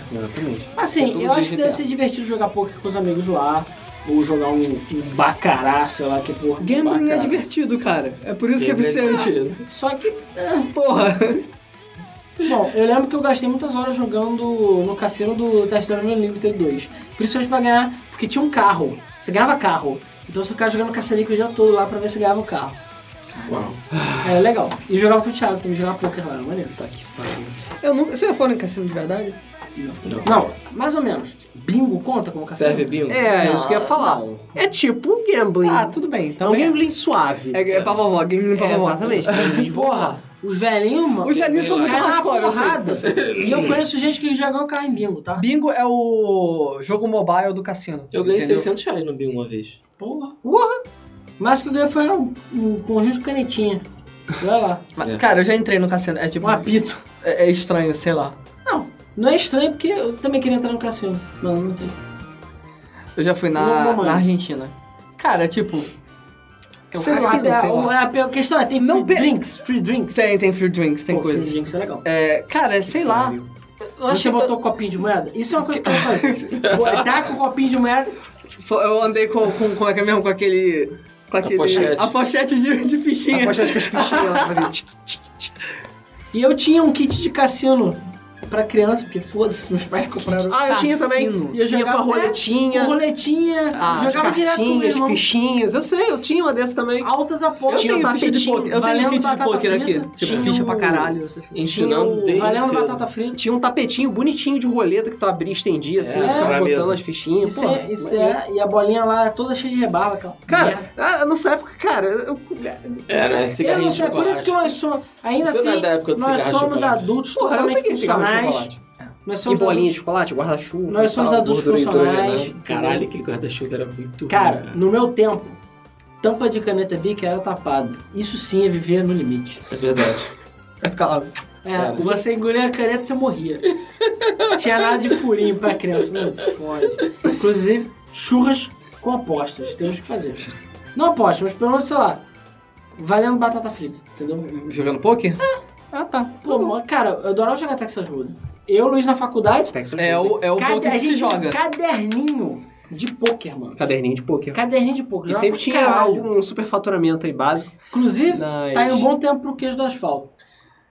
S1: Assim, eu acho que deve ser divertido jogar poker com os amigos lá, ou jogar um, um bacará, sei lá que porra.
S4: Gambling é
S3: Bacana.
S4: divertido, cara. É por isso que é viciante.
S3: né?
S1: Só que, é.
S4: Porra.
S1: bom, eu lembro que eu gastei muitas horas jogando no cassino do Testando Meu Limited 2. Principalmente pra ganhar, porque tinha um carro. Você ganhava carro. Então você ficava jogando cassino o dia todo lá pra ver se ganhava o carro.
S3: Uau.
S1: Era É, legal. E jogava com o Thiago também, jogava poker lá, era maneiro. Tá aqui.
S4: Eu nunca... Você já foi no cassino de verdade?
S1: Não, mais ou menos. Bingo conta como cassino?
S3: Serve bingo?
S2: É, isso que eu ia falar. É tipo um gambling.
S3: Tá,
S4: Ah, tudo bem.
S2: é
S4: Então
S2: um gambling suave.
S4: É, é pra vovó, game pra
S2: É,
S4: vovó.
S2: exatamente.
S1: Porra, os velhinhos, mano.
S4: Os velhinhos são muito
S1: Cai na
S4: hardcore, eu sei.
S1: porrada. E eu conheço gente que joga um carro em bingo, tá?
S4: Bingo é o jogo mobile do cassino.
S3: Eu ganhei
S4: entendeu?
S3: 600 reais no bingo uma vez.
S1: Porra. Mas o que eu ganhei foi um, um conjunto de canetinha. Olha lá.
S4: Mas,
S3: É.
S4: Cara, eu já entrei no cassino. É tipo.
S1: Um apito.
S4: É, é estranho, sei lá.
S1: Não é estranho porque eu também queria entrar no cassino. Não, não tem.
S4: Eu já fui
S1: Não,
S4: na,
S1: não, mãe.
S4: na Argentina. Cara, tipo.
S1: Eu
S4: Sei
S1: acho
S4: lá,
S1: que dá-
S4: sei lá.
S1: a pior questão Ah, é, tem free
S4: Não pe-
S1: drinks, free drinks.
S4: Tem, tem free drinks, tem
S1: Pô, Free
S4: coisas.
S1: drinks é legal.
S4: É, cara, sei lá. Eu
S1: Você
S4: achei,
S1: botou o copinho de moeda? Isso é uma coisa que eu faço. Botar tá com o copinho de moeda,
S4: eu, eu andei com, com. Como é que é mesmo? Com aquele. Com aquele.
S3: pochete.
S4: a pochete de, de fichinha.
S2: Aposto que as fichinhas lá fazem tic, tic, tic.
S1: E eu tinha um kit de cassino pra criança, porque foda-se, meus pais compraram.
S2: Ah, eu tinha também.
S4: Cassino.
S1: E eu
S2: Ia com a
S1: jogava, né?
S2: roletinha,
S1: Com roletinha,
S4: Ah,
S2: as
S1: jogava direto com o meu
S2: cartinhas,
S1: irmão.
S2: fichinhas. Eu sei, eu tinha uma dessa também.
S1: Altas
S4: Eu
S1: apostas.
S2: Tinha
S4: tenho
S2: um
S4: ficha de
S2: tapetinho
S4: poker. Eu tenho
S1: valendo
S4: um kit de
S1: batata
S4: poker aqui.
S1: frita. um
S4: Tipo,
S3: Tinha
S4: ficha
S3: o-
S4: pra caralho. essas coisas.
S3: Ensinando desde
S1: Valendo
S3: cedo.
S1: batata frita.
S2: Tinha um tapetinho bonitinho de roleta que tu abria, estendia assim,
S3: É,
S2: ficava
S3: pra
S2: botando
S3: mesa.
S2: as fichinhas.
S1: Isso,
S2: Pô,
S1: é, isso é, e a bolinha lá toda cheia de rebarba, aquela. merda.
S2: Cara, ah, nessa época, cara, eu-
S3: Era
S1: eu
S3: cigarrinho
S1: não
S3: de
S1: sei, é por
S3: chocolate.
S1: isso que nós somos. Ainda
S3: Isso não é
S1: assim,
S3: da época do
S1: nós
S3: cigarro de
S1: somos
S3: chocolate.
S1: adultos
S2: porra, eu
S1: totalmente
S2: peguei cigarro de
S1: funcionais.
S2: chocolate.
S1: Nós
S2: E
S1: somos
S2: bolinha de
S1: adultos.
S2: chocolate, guarda-chuva.
S1: Nós
S2: e
S1: somos
S2: tal,
S1: adultos
S2: gordura e doida, né?
S1: funcionais.
S3: Caralho, aquele guarda-chuva era muito ruim,
S1: Cara, no meu tempo, tampa de caneta bic era tapada. Isso sim é viver no limite.
S3: É verdade.
S2: Vai ficar lá.
S1: É,
S3: Cara.
S1: você engolia a caneta e você morria. Tinha nada de furinho pra criança. Não, fode. Inclusive, churras com apostas. Temos que fazer. Não aposta, mas pelo menos, sei lá, valendo batata frita, entendeu?
S4: Jogando poker?
S1: Ah, tá. Pô, mano, cara, eu adorava jogar Texas Hold'em. Eu, Luiz, na faculdade...
S2: Texas
S4: É
S2: Hold'em.
S4: o, é o
S1: cade-
S4: poker
S1: a
S4: que se
S1: gente tinha um
S4: joga.
S1: Caderninho de pôquer, mano.
S2: Um Caderninho de poker.
S1: Caderninho de pôquer.
S2: E
S1: jogava
S2: sempre
S1: pra
S2: tinha
S1: caralho.
S2: algum superfaturamento aí básico.
S1: Inclusive,
S2: Nas...
S1: tá aí um bom tempo pro queijo do asfalto.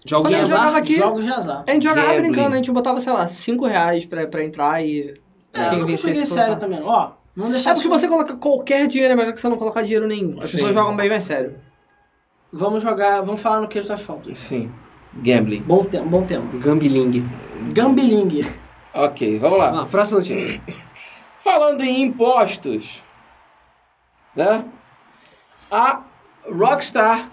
S2: Jogos de
S4: É Quando eu
S2: azar.
S4: jogava aqui,
S1: Jogos de azar.
S4: a gente jogava
S3: Gambling.
S4: brincando, a gente botava, sei lá, 5 reais pra, pra entrar e.
S1: É, eu nunca joguei sério
S4: colocava.
S1: também. Ó, não deixar...
S4: É porque
S1: isso-
S4: você coloca qualquer dinheiro, é melhor que você não colocar dinheiro nenhum. As
S3: Sim.
S4: pessoas jogam bem mais sério.
S1: Vamos jogar... Vamos falar no queijo do asfalto.
S3: Sim. Gambling.
S1: Bom tempo, bom tempo.
S2: Gambiling.
S1: Gambiling.
S3: Ok, vamos lá.
S2: Ah, próxima notícia.
S3: Falando em impostos, né? A Rockstar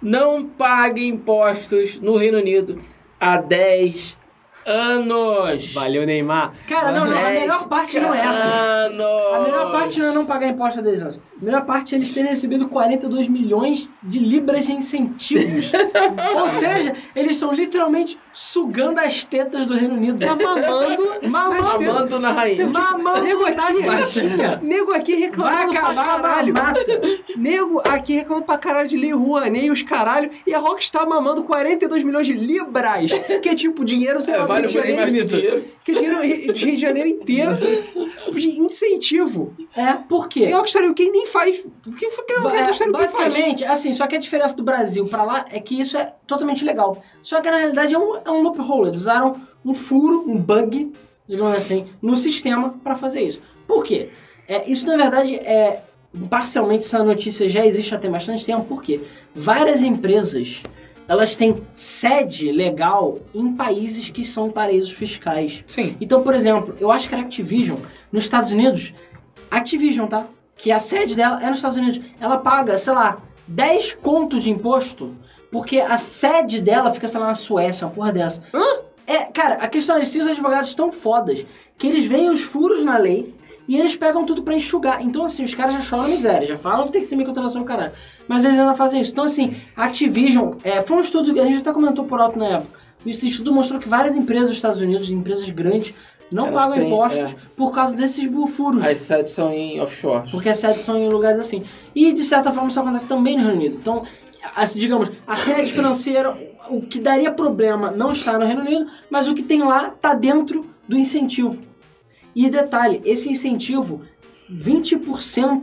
S3: não paga impostos no Reino Unido há 10 anos.
S2: Valeu, Neymar.
S1: Cara, não, não, a
S3: Dez
S1: melhor parte não é essa.
S3: Anos.
S1: A melhor parte não é não pagar imposto há 10 anos. A melhor parte é eles terem recebido 42 milhões de libras de incentivos. Ou seja, eles estão literalmente sugando as tetas do Reino Unido. Tá mamando, mamando,
S3: Amando na rainha.
S2: Nego aqui,
S1: Baixinha.
S2: nego aqui
S1: vai
S2: reclamando pra
S1: acabar a
S2: caralho.
S1: mamata.
S2: Nego aqui reclamando pra caralho de Lei Rouanet e os caralho. E a Rockstar mamando 42 milhões de libras. Que é tipo dinheiro, sei
S3: É,
S2: lá, do
S3: vale
S2: Rio de
S3: muito mais
S2: Janeiro.
S3: que dinheiro.
S2: Que é dinheiro de Rio de Janeiro inteiro. De incentivo.
S1: É, por
S2: E
S1: quê?
S2: a Rockstar UK nem faz. O que o que a Rockstar
S1: É,
S2: UK faz?
S1: basicamente, assim, só que a diferença do Brasil pra lá é que isso é totalmente legal. Só que na realidade é um, é um loophole. Eles usaram um furo, um bug, digamos assim, no sistema pra fazer isso. Por quê? É, isso na verdade é. Parcialmente essa notícia já existe já tem bastante tempo, porque várias empresas elas têm sede legal em países que são paraísos fiscais.
S4: Sim.
S1: Então, por exemplo, eu acho que era Activision, nos Estados Unidos, Activision, tá? Que a sede dela é nos Estados Unidos. Ela paga, sei lá, 10 conto de imposto Porque a sede dela fica, sei lá, na Suécia, uma porra dessa. É, cara, a questão é que os advogados estão fodas que eles veem os furos na lei e eles pegam tudo pra enxugar. Então, assim, os caras já choram miséria, já falam que tem que ser microtransação, caralho. Mas eles ainda fazem isso. Então, assim, a Activision, é, foi um estudo que a gente até comentou por alto na época. Esse estudo mostrou que várias empresas dos Estados Unidos, empresas grandes, não
S3: Elas
S1: pagam
S3: têm,
S1: impostos
S3: é.
S1: por causa desses bu- furos.
S3: As sedes são em offshore.
S1: Porque as sedes são em lugares assim. E, de certa forma, isso acontece também no Reino Unido. Então, assim, digamos, a sede financeira, o que daria problema não está no Reino Unido, mas o que tem lá está dentro do incentivo. E detalhe, esse incentivo, 20%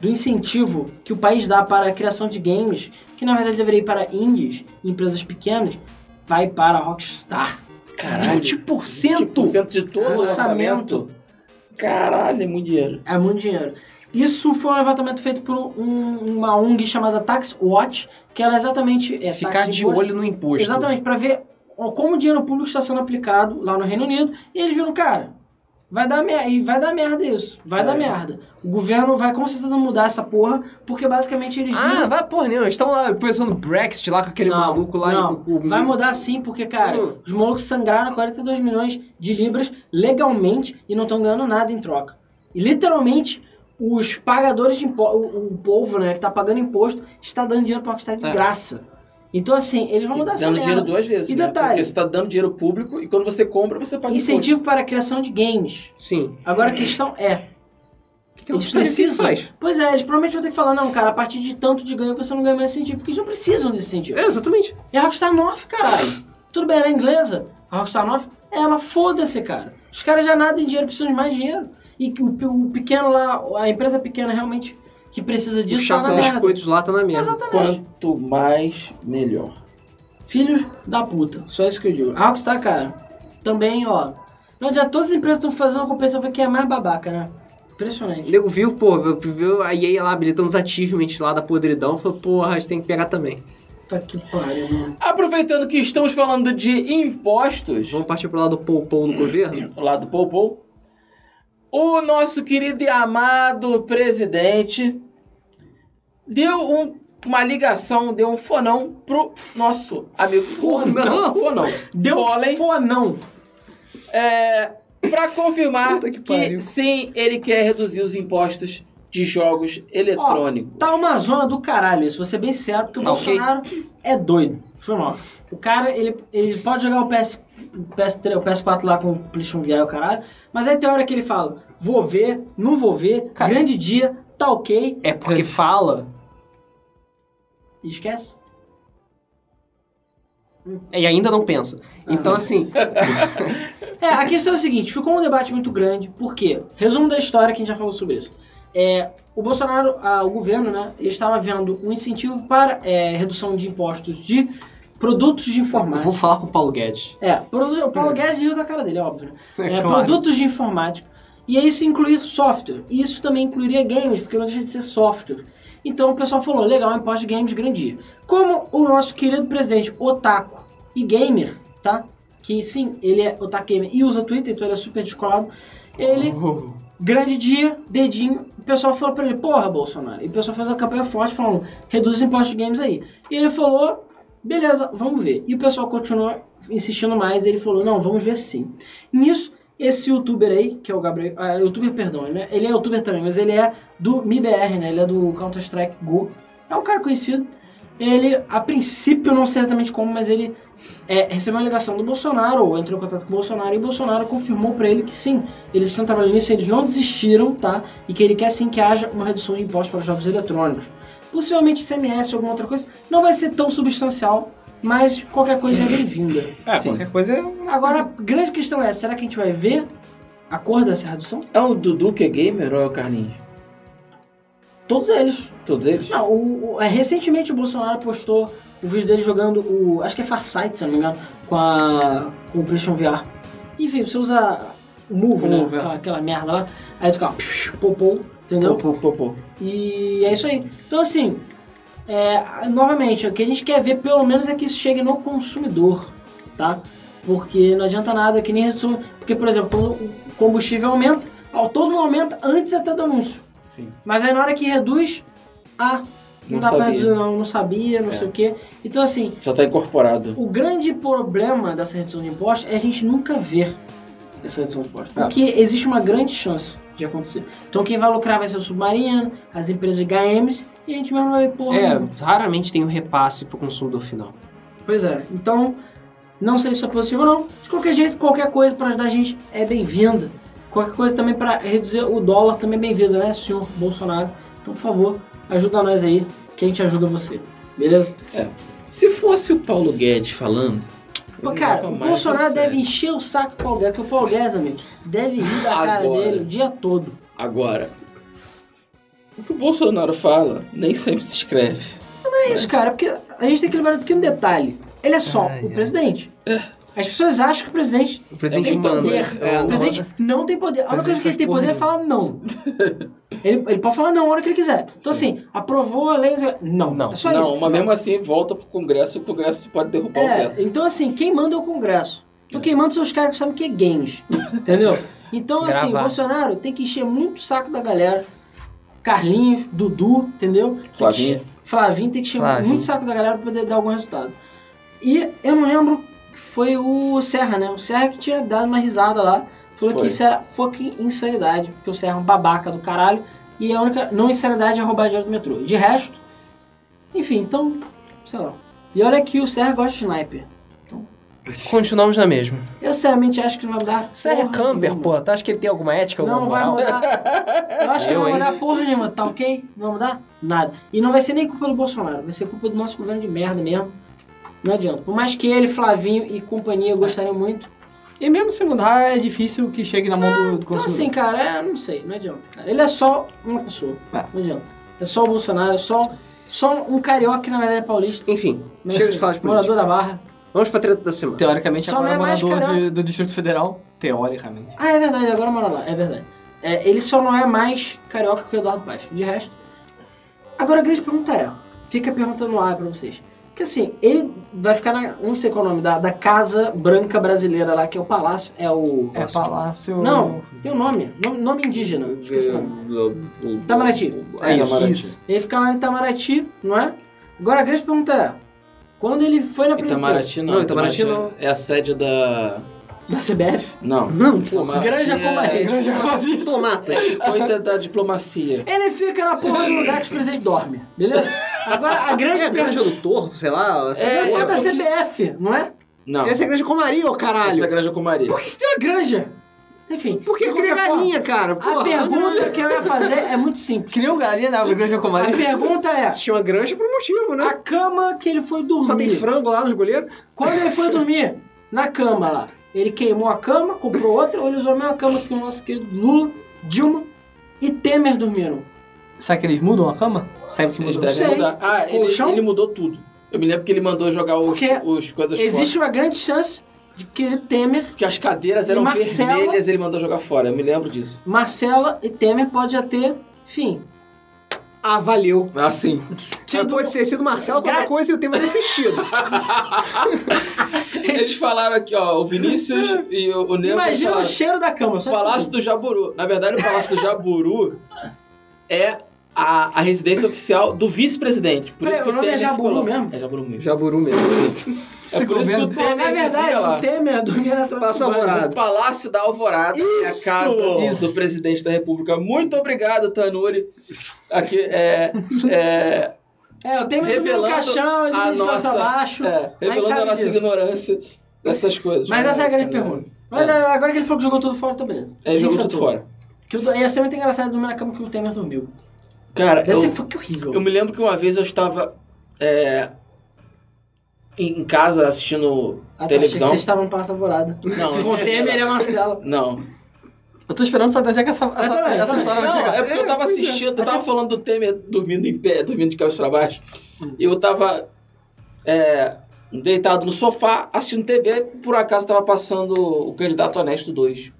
S1: do incentivo que o país dá para a criação de games, que na verdade deveria ir para indies, empresas pequenas, vai para a Rockstar.
S3: Caralho.
S1: 20%!
S3: 20% de todo
S1: Orçamento.
S3: o orçamento. Caralho, é muito dinheiro.
S1: É muito dinheiro. Isso foi um levantamento feito por um- uma ONG chamada Tax Watch, que ela exatamente é
S6: Ficar
S1: taxa
S6: de
S1: imposto.
S6: olho no imposto.
S1: Exatamente, para ver ó, como o dinheiro público está sendo aplicado lá no Reino Unido, e eles viram, cara, vai dar merda, e vai dar merda isso, vai
S6: É.
S1: dar merda. O governo vai com certeza mudar essa porra, porque basicamente eles
S6: Ah,
S1: viram-
S6: vai porra nenhuma. Eles estão lá pensando no Brexit lá com aquele
S1: Não,
S6: maluco lá.
S1: não.
S3: Hum.
S6: com- com-
S1: Vai mudar sim, porque, cara,
S6: Hum.
S1: os malucos sangraram 42 milhões de libras legalmente e não estão ganhando nada em troca. E literalmente, os pagadores de impostos, o, o povo, né, que tá pagando imposto, está dando dinheiro pra Rockstar de
S6: É.
S1: graça. Então, assim, eles vão mudar
S3: E
S1: essa
S3: dando
S1: merda.
S3: dinheiro duas vezes.
S1: E
S3: né?
S1: detalhe-
S3: Porque você tá dando dinheiro público e quando você compra, você paga
S1: Incentivo
S3: imposto.
S1: para a criação de games.
S6: Sim.
S1: Agora a questão é.
S6: O que,
S1: Eles precisam. Pois é, eles provavelmente vão ter que falar, não, cara, a partir de tanto de ganho você não ganha mais incentivo, porque eles não precisam desse incentivo.
S6: É, exatamente.
S1: É a Rockstar North, caralho. Tudo bem, ela é inglesa. A Rockstar North, ela foda-se, cara. Os caras já nadam em dinheiro, precisam de mais dinheiro. E que o, pe- o pequeno lá, a empresa pequena realmente que precisa
S6: O
S1: disso tá
S6: chato
S1: na
S6: dos
S1: merda.
S6: biscoitos lá tá na merda.
S1: Exatamente.
S3: Quanto mais, melhor.
S1: Filhos da puta. Só isso que eu digo. A Rockstar, cara, também, ó. Não adianta, todas as empresas estão fazendo uma competição pra quem é mais babaca, né?
S6: O
S1: Impressionante.
S6: nego viu, pô, viu a EA lá habilitando os achievements lá da podridão. Falou, porra, a gente tem que pegar também.
S1: Tá que pariu, mano.
S3: Aproveitando que estamos falando de impostos,
S6: Vamos partir pro lado poupou do governo?
S3: lá do Popol, o nosso querido e amado presidente deu um- uma ligação, deu um fonão pro nosso amigo
S6: Fonão?
S3: fonão.
S1: Deu
S3: Foley.
S1: fonão.
S3: É, para confirmar
S6: Puta que
S3: que,
S6: pariu.
S3: sim, ele quer reduzir os impostos de jogos eletrônicos.
S1: Tá uma zona do caralho isso, vou ser bem sincero, porque o
S6: Tá ok.
S1: Bolsonaro é doido. Foi mal. O cara, ele, ele pode jogar o, PS, o PS3, o PS4 lá com o PlayStation VR e o caralho, mas aí tem hora que ele fala, vou ver, não vou ver,
S4: Cara.
S1: grande dia, tá ok,
S4: É porque fala.
S1: e esquece.
S6: E ainda não pensa. Então, assim,
S1: É, a questão é a seguinte, ficou um debate muito grande, por quê? Resumo da história, que a gente já falou sobre isso. É, o Bolsonaro, ah, o governo, né, ele estava vendo um incentivo para é, redução de impostos de produtos de
S6: eu
S1: informática.
S6: vou falar com o Paulo Guedes.
S1: É, produ- o Paulo Guedes riu da cara dele, é óbvio. né?
S6: É
S1: É,
S6: claro.
S1: Produtos de informática. E aí isso incluir software. E isso também incluiria games, porque não deixa de ser software. Então o pessoal falou, legal, um imposto de games grandia. Como o nosso querido presidente Otaku e gamer, tá? Que sim, ele é Otaku gamer e usa Twitter, então ele é super descolado. Ele, grande dia, dedinho, o pessoal falou pra ele, porra, Bolsonaro. E o pessoal fez uma campanha forte falando, reduz os impostos de games aí. E ele falou, beleza, vamos ver. E o pessoal continuou insistindo mais, ele falou, não, vamos ver sim. Nisso, esse youtuber aí, que é o Gabriel. ah, youtuber, perdão, ele é, ele é youtuber também, mas ele é do MIBR, né? Ele é do Counter-Strike Go. É um cara conhecido. Ele, a princípio, eu não sei exatamente como, mas ele é, recebeu uma ligação do Bolsonaro, ou entrou em contato com o Bolsonaro, e o Bolsonaro confirmou pra ele que sim, eles estão trabalhando nisso, eles não desistiram, tá? E que ele quer sim que haja uma redução de impostos para os jogos eletrônicos. Possivelmente CMS ou alguma outra coisa. Não vai ser tão substancial, mas qualquer coisa é bem-vinda.
S4: É,
S3: Sim.
S4: qualquer coisa é uma
S1: Agora, a grande questão é, será que a gente vai ver a cor dessa redução?
S3: É o Dudu que é gamer ou é o Carlinhos?
S1: Todos eles.
S3: Todos eles?
S1: Não, o- o- é, recentemente o Bolsonaro postou o vídeo dele jogando o... Acho que é Farsight, se eu não me engano, com a... com o PlayStation VR. E, viu, você usa o Move, né?
S4: Move, é.
S1: Aquela, aquela merda lá. Aí fica, ó, popou, entendeu?
S3: Pô, pô, pô, pô.
S1: E é isso aí. Então, assim, é, novamente, o que a gente quer ver, pelo menos, é que isso chegue no consumidor, tá? Porque não adianta nada, que nem redução... Porque, por exemplo, quando o combustível aumenta, ao todo mundo aumenta antes até do anúncio.
S3: Sim.
S1: Mas aí na hora que reduz, ah, Não,
S3: Não
S1: dá pra
S3: sabia. É.
S1: dizer não, não sabia, não sei o quê. Então, assim,
S3: Já tá incorporado.
S1: o grande problema dessa redução de impostos é a gente nunca ver essa redução de impostos. Porque existe uma grande chance de acontecer. Então, quem vai lucrar vai ser o Submarino, as empresas de HMs, e a gente mesmo vai, pôr.
S2: É,
S6: Raramente tem um repasse pro consumidor final.
S1: Pois é. Então, não sei se isso é positivo ou não. De qualquer jeito, qualquer coisa para ajudar a gente é bem-vinda. Qualquer coisa também para reduzir o dólar também é bem-vinda, né, senhor Bolsonaro? Então, por favor, ajuda nós aí, que a gente ajuda você. Beleza?
S3: Se fosse o Paulo Guedes falando. eu
S1: Pô,
S3: não
S1: cara,
S3: dava
S1: o
S3: mais,
S1: Bolsonaro
S3: tá sério.
S1: deve encher o saco do Paulo Guedes, que o Paulo Guedes, amigo, deve rir da cara
S3: Agora.
S1: dele o dia todo.
S3: Agora. O que o Bolsonaro fala nem sempre se escreve.
S1: É isso, cara, porque a gente tem que lembrar de um pequeno detalhe. Ele é só o presidente. As pessoas acham que o presidente
S6: O presidente
S1: tem
S6: manda.
S1: poder.
S6: É,
S1: o presidente não tem poder. A única coisa
S6: Presidente
S1: que ele tem
S6: faz
S1: poder é
S6: porra
S1: falar não. ele, ele pode falar não a hora que ele quiser. Então, assim, aprovou a lei. Não, não. É só
S3: não,
S1: isso.
S3: mas mesmo assim volta pro Congresso e o Congresso pode derrubar o
S1: É,
S3: veto.
S1: então, assim, quem manda é o Congresso. Então, quem manda são os caras que sabem o que é games. entendeu? Então, assim, o
S6: Gravar.
S1: Bolsonaro tem que encher muito o saco da galera. Carlinhos, Dudu, entendeu? Tem que
S3: Flavinho.
S1: encher- Flavinho tem que encher
S6: Flavinho.
S1: muito o saco da galera pra poder dar algum resultado. E eu não lembro, foi o Serra, né? O Serra que tinha dado uma risada lá. Falou
S3: Foi.
S1: que isso era fucking insanidade, porque o Serra é um babaca do caralho. E é a única não insanidade é roubar dinheiro do metrô. De resto, enfim, então, sei lá. E olha que o Serra gosta de sniper.
S2: é
S6: Continuamos na mesma.
S1: Eu sinceramente acho que não vai mudar.
S6: Serra é
S1: porra
S6: Camber,
S1: nenhuma.
S6: pô, tu acha que ele tem alguma ética, alguma
S1: Não vai
S6: moral?
S1: mudar. Eu acho que
S6: Eu,
S1: não vai
S6: hein?
S1: mudar porra nenhuma, tá ok? Não vai mudar nada. E não vai ser nem culpa do Bolsonaro, vai ser culpa do nosso governo de merda mesmo. Não adianta. Por mais que ele, Flavinho e companhia gostariam muito.
S4: E mesmo se mudar, é difícil que chegue na mão do, do
S1: Então
S4: consumidor.
S1: assim, cara, é, não sei, não adianta, cara. Ele é só uma pessoa. Não adianta. É só o Bolsonaro, é só, só um carioca que na verdade é paulista.
S2: Enfim,
S1: Não
S2: chega
S1: sei,
S2: de falar de política.
S1: Morador da barra.
S2: Vamos pra treta da semana.
S4: Teoricamente,
S1: Só
S4: agora é
S1: não é mais
S4: morador
S1: carioca.
S4: de- do Distrito Federal, teoricamente.
S1: Ah, é verdade, agora mora lá, é verdade. É, ele só não é mais carioca que o Eduardo Paes, de resto. Agora a grande pergunta é, fica perguntando no ar pra vocês. Porque assim, ele vai ficar na, não sei qual é o nome, da, da Casa Branca Brasileira lá, que é o Palácio, é o...
S4: É palácio...
S1: Não, tem um nome, nome, nome indígena, esqueci o nome. Itamaraty.
S3: É, Itamaraty.
S1: Ele fica lá em Itamaraty, não é? Agora a grande pergunta é, quando ele foi na presidência
S3: Itamaraty não.
S2: Não, Itamaraty
S3: É a sede da.
S1: da CBF,
S3: Não.
S2: Não,
S3: Itamaraty
S1: Granja
S3: é-
S1: Comaré.
S3: Granja Comaré.
S2: diplomata.
S3: Coisa da É, diplomacia.
S1: ele fica na porra do lugar que os presidentes dormem, beleza? Agora a grande
S2: É a
S1: pergunta...
S2: granja do torto, sei lá. essa-
S1: É, é da
S3: porque-
S1: CBF, não é?
S3: Não.
S2: Essa é a granja Comari, ô
S3: Essa é a
S2: caralho.
S3: Granja Comaria.
S1: Por que, que tem uma granja? Enfim.
S2: Por que
S1: de qualquer
S2: cria galinha, cara?
S1: forma,
S2: Porra,
S1: a pergunta que eu ia fazer é muito simples.
S4: Que nem o galinha da Granja
S1: A
S4: Comari.
S1: pergunta é:
S2: Se chama granja por um motivo, né?
S1: a cama que ele foi dormir.
S2: Só tem frango lá nos goleiros.
S1: Quando ele foi dormir, na cama lá, ele queimou a cama, comprou outra, ou ele usou a mesma cama que o nosso querido Lula, Dilma e Temer dormiram.
S4: Sabe que eles mudam a cama? Sabe que
S3: Eles
S4: mudam?
S3: devem
S1: sei.
S3: mudar. Ah, ele,
S1: Colchão?
S3: ele mudou tudo. Eu me lembro que ele mandou jogar os,
S1: Porque
S3: os coisas
S1: Existe uma grande chance de que ele Temer,
S3: fora. Que as cadeiras
S1: E
S3: eram
S1: Marcela?
S3: vermelhas ele mandou jogar fora. Eu me lembro disso.
S1: Marcela e Temer pode já ter, fim.
S2: Ah, valeu.
S3: Ah, sim.
S2: Mas pode ter sido Marcelo qualquer
S1: Gra-
S2: coisa e o tema ter assistido.
S3: Eles falaram aqui, ó, o Vinícius e o, o Neo
S1: Imagina o
S3: falaram,
S1: cheiro da cama. Só
S3: Palácio do Jaburu. Na verdade, o Palácio do Jaburu é a, a residência oficial do vice-presidente. Por
S1: Peraí,
S3: isso que
S1: o nome é
S3: Temer ficou
S1: Jaburu
S3: lá.
S1: mesmo?
S3: É Jaburu mesmo.
S2: Jaburu mesmo. assim.
S3: É por isso que o
S1: Bom,
S3: Temer
S1: na
S3: fica
S1: verdade,
S3: lá.
S1: o Temer dormia na
S2: Passa
S1: Transilvânia.
S2: alvorada.
S3: O Palácio da Alvorada
S2: Isso!
S3: é a casa
S2: Isso.
S3: do presidente da República. Muito obrigado, Tanuri. Aqui é, é,
S1: É, o Temer dormia no
S3: Revelando
S1: caixão, ele
S3: a
S1: dormia de calça
S3: nossa-
S1: baixo.
S3: é, revelando a,
S1: sabe
S3: nossa
S1: disso.
S3: ignorância dessas coisas.
S1: Mas essa é a grande pergunta. Mas
S3: É.
S1: é, agora que ele falou que jogou tudo fora, tá beleza.
S3: É jogo
S1: Desinfetou.
S3: tudo fora.
S1: Que o, ia ser muito engraçado dormir na cama que o Temer dormiu.
S3: Cara,
S1: Ia ser
S3: eu,
S1: fucking horrível.
S3: eu me lembro que uma vez eu estava é, em em casa assistindo
S1: Ah, tá, achei que
S3: televisão.
S1: Vocês estavam no Palácio Alvorada.
S3: Não,
S1: Com o Temer e a Marcela.
S3: não.
S4: Eu tô esperando saber onde é que essa, essa,
S1: também, eu
S4: essa
S1: também.
S4: história vai
S3: Não,
S4: chegar.
S3: é porque eu tava assistindo, eu tava falando do Temer dormindo em pé, dormindo de cabeça pra baixo.
S4: Hum.
S3: E eu tava é, deitado no sofá, assistindo TV, por acaso tava passando o Candidato Honesto 2.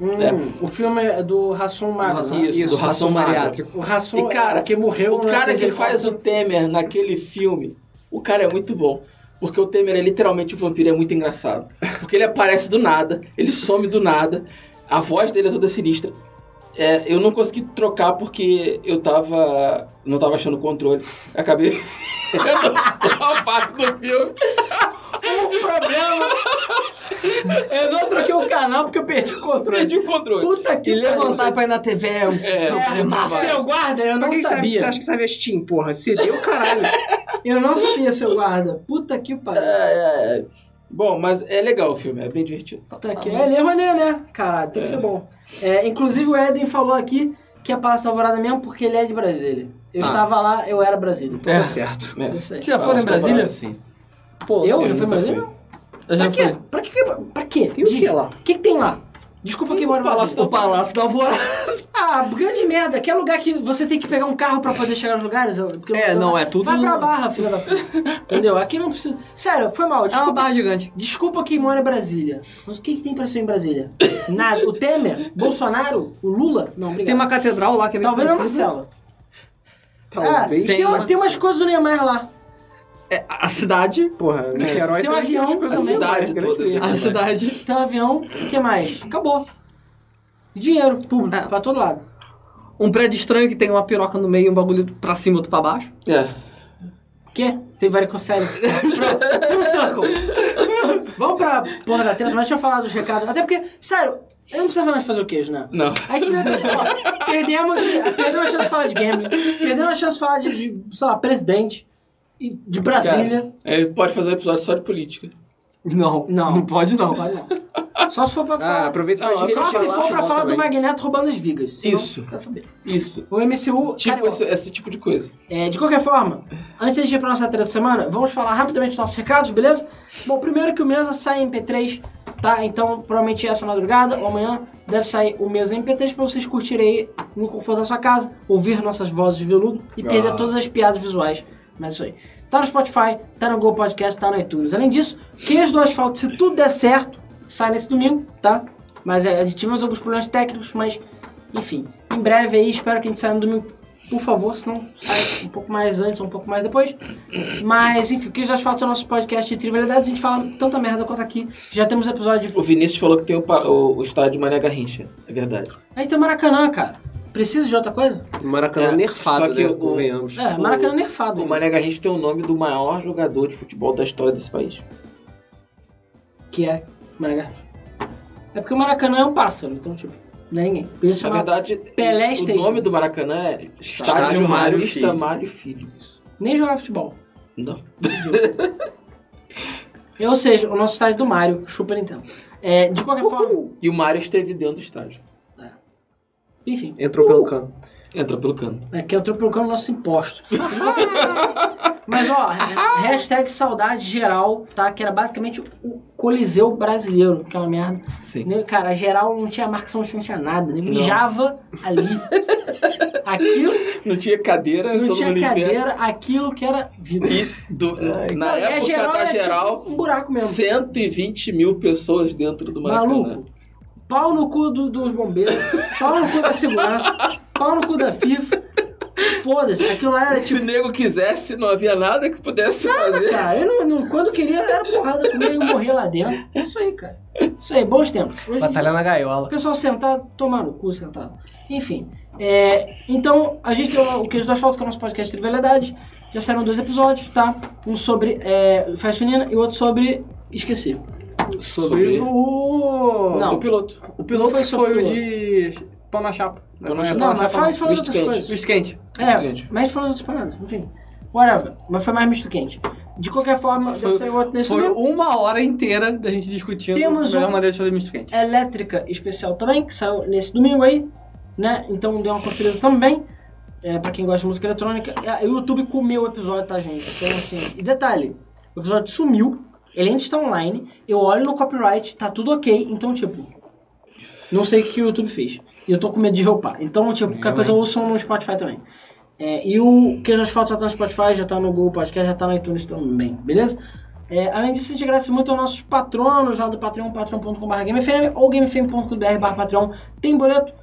S1: Hum,
S3: É.
S1: O filme é do Rassum Magro. né?
S3: Isso, do Ração Mariátrico.
S1: O Rassum,
S3: E, cara,
S1: é, que morreu...
S3: O
S1: no
S3: cara que
S1: acidente
S3: faz o
S1: helicóptero.
S3: Temer naquele filme, o cara é muito bom. Porque o Temer é literalmente um vampiro, é muito engraçado. Porque ele aparece do nada, ele some do nada, a voz dele é toda sinistra. É, eu não consegui trocar porque eu tava. não tava achando o controle. Acabei vendo uma parte do filme.
S1: O problema. eu não troquei o canal porque eu perdi o controle.
S3: Perdi o controle.
S1: Puta que
S4: E levantar pra ir na TV é um...
S3: É,
S1: É, seu guarda, eu
S2: Pra
S1: não
S2: quem sabe,
S1: sabia.
S2: você acha que sabe a Steam, porra? Se deu caralho.
S1: Eu não sabia, seu guarda. Puta que pariu.
S3: É, é. Bom, mas é legal o filme, é bem divertido.
S1: Puta que... É, ele é maneiro, né? Caralho, tem que ser bom. É, inclusive, o Eden falou aqui que é Palácio Alvorada mesmo porque ele é de Brasília. Eu
S3: Ah.
S1: estava lá, eu era Brasília.
S2: Tá certo.
S3: É.
S1: Isso aí.
S4: Você já foi em Brasília?
S3: Sim.
S2: Pô,
S1: Eu? Já um?
S3: eu
S1: fui em
S3: nunca
S1: Brasília?
S4: Eu
S1: Pra
S4: já
S1: quê?
S4: fui.
S1: Pra quê? Pra quê?
S2: Tem o que lá? um
S1: O que, que tem lá? Desculpa quem mora no
S3: Palácio
S1: Brasil.
S4: O Palácio da Alvorada.
S1: Ah, grande merda. Que é lugar que você tem que pegar um carro pra poder chegar nos lugares? porque
S4: É, não, é tudo-
S1: Vai pra barra, filha da puta. Entendeu? Aqui não precisa... Sério, foi mal.
S4: É uma
S1: Desculpa,
S4: barra gigante.
S1: desculpa quem mora em Brasília. Mas o que, que tem pra ser em Brasília? Nada. O Temer? Bolsonaro? O Lula? Não, obrigado.
S4: Tem uma catedral lá que é bem
S1: Talvez a
S4: parecida.
S1: Marcela.
S2: Talvez.
S1: Ah, tem,
S4: Tem
S1: uma-
S4: uma-
S1: tem umas coisas do Neymar lá.
S4: É, a cidade.
S2: Porra, Niterói
S1: Tem um
S2: também
S1: avião,
S2: umas coisas
S1: a
S2: muito
S3: cidade
S2: mais, grande
S3: toda.
S2: mesmo.
S4: A cidade.
S1: Tem um avião. O que mais? Acabou. Dinheiro público
S4: É.
S1: pra todo lado.
S4: Um prédio estranho que tem uma piroca no meio, um bagulho pra cima e outro pra baixo.
S3: É.
S1: Quê? Tem varicocele. Pronto, Full circle. Vamos pra porra da tela, mas deixa eu falar dos recados. Até porque, sério, eu não precisava mais fazer o queijo, né?
S3: Não.
S1: Aí que ó, perdemos, perdemos a chance de falar de game, perdemos a chance de falar de, de, sei lá, presidente, e de Brasília.
S3: É, pode fazer um episódio só de política.
S4: Não.
S1: Não.
S4: Não pode não.
S1: Não, vai não. Só se for pra
S2: é. Ah,
S1: falar.
S2: aproveita e faz
S3: Não,
S2: isso.
S1: só se for pra falar do
S2: também.
S1: Magneto roubando as vigas. senão,
S3: Isso.
S1: Quero saber.
S3: Isso.
S1: O MCU.
S3: Tipo
S1: cara,
S3: esse, esse tipo de coisa.
S1: É, de qualquer forma, antes de ir pra nossa treta da semana, vamos falar rapidamente dos nossos recados, beleza? Bom, primeiro que o Mesa sai em P3, tá? Então, provavelmente essa madrugada ou amanhã deve sair o Mesa em P3 pra vocês curtirem aí no conforto da sua casa, ouvir nossas vozes de veludo e perder todas as piadas visuais. Mas é isso aí. Tá no Spotify, tá no Google Podcast, tá no iTunes. Além disso, Queijo do Asfalto, se tudo der certo, sai nesse domingo, tá? Mas é, tivemos alguns problemas técnicos, mas enfim. Em breve aí, espero que a gente saia no domingo por favor, senão sai um pouco mais antes ou um pouco mais depois. Mas, enfim, o que já falta é o nosso podcast de trivialidades. A gente fala tanta merda quanto aqui. Já temos episódio
S3: O
S1: de...
S3: Vinícius falou que tem o, pa- o, o estádio Mané Garrincha. É verdade.
S1: A gente tem Maracanã, cara. Precisa de outra coisa?
S2: Maracanã
S3: É,
S2: nerfado,
S3: só que
S2: né?
S3: o-
S2: Convenhamos.
S1: É, Maracanã
S3: O-
S1: nerfado.
S3: O Mané Garrincha tem o nome do maior jogador de futebol da história desse país.
S1: Que é Maracanã. É porque o Maracanã é um pássaro, então, tipo, não é ninguém. Por isso
S3: Na
S1: chama...
S3: verdade,
S1: Pelé
S3: o
S1: Stadium.
S3: nome do Maracanã é Estádio,
S2: Estádio Mário
S3: Marista
S2: Filho.
S3: Mário Filho.
S1: nem jogar futebol.
S3: Não.
S1: É, Ou seja, o nosso estádio do Mario, Super Nintendo. É, de qualquer forma,
S3: E o Mário esteve dentro do estádio.
S1: enfim.
S2: Entrou pelo cano.
S3: Entra pelo cano.
S1: É que entrou pelo cano nosso imposto. Mas ó, hashtag saudade geral, tá? Que era basicamente o Coliseu brasileiro, aquela merda.
S3: Sim.
S1: Né, Cara, geral não tinha marcação, não tinha nada, nem
S3: Não.
S1: mijava ali. Aquilo
S3: Não tinha cadeira,
S1: não
S3: todo
S1: tinha
S3: mundo em pé.
S1: cadeira, aquilo que era vida.
S3: E do- na
S1: Não, e a
S3: época da
S1: era tipo
S3: geral,
S1: um buraco mesmo.
S3: 120 mil pessoas dentro do Maracanã.
S1: Maluco, pau no cu do- dos bombeiros, pau no cu da segurança, pau no cu da FIFA. Foda-se, aquilo lá era tipo.
S3: Se o nego quisesse, não havia nada que pudesse fazer.
S1: Tá, Cara, eu não, não- quando queria, era porrada comigo e eu morria lá dentro. Isso aí, cara. Isso aí, bons tempos. Hoje,
S6: Batalha na
S1: O
S6: gaiola.
S1: pessoal sentado, tomar no cu sentado. Enfim, é, então a gente tem o Queijo do Asfalto, que é o nosso podcast de trivialidade. Já saíram dois episódios, tá? Um sobre é, Festa Junina e o outro sobre... Esqueci.
S3: Sobre
S4: O...
S1: Não.
S3: o piloto.
S4: O piloto
S1: Foi
S4: foi,
S1: só
S4: o
S1: piloto.
S4: de pão na chapa.
S3: Pão na chapa.
S1: Não, mas fala, fala de
S3: tá Misto
S1: outras
S3: quente.
S1: coisas.
S4: Visto quente.
S1: É,
S3: quente.
S1: mas fala de outras paradas. Enfim, whatever. Mas foi mais misto quente. De qualquer forma, deve sair outro nesse
S4: Foi
S1: mesmo.
S4: uma hora inteira da gente discutindo
S1: Temos
S4: a melhor
S1: um-
S4: maneira de fazer misto quente.
S1: elétrica especial também, que saiu nesse domingo aí, né? Então dê uma conferida também. É, pra quem gosta de música eletrônica, É, o YouTube comeu o episódio, tá, gente? Então, assim. E detalhe: o episódio sumiu, ele ainda está online, eu olho no copyright, tá tudo ok, então, tipo. Não sei o que o YouTube fez. E eu tô com medo de roupar. Então, tipo, qualquer coisa eu ouço no Spotify também. É, e o Queijo Asfalto já tá no Spotify, já tá no Google Podcast, já tá no iTunes também, beleza? É, além disso, a gente agradece muito aos nossos patronos lá do Patreon, patreon.com.br GameFM ou gamefm.com.br barra Patreon. Tem boleto,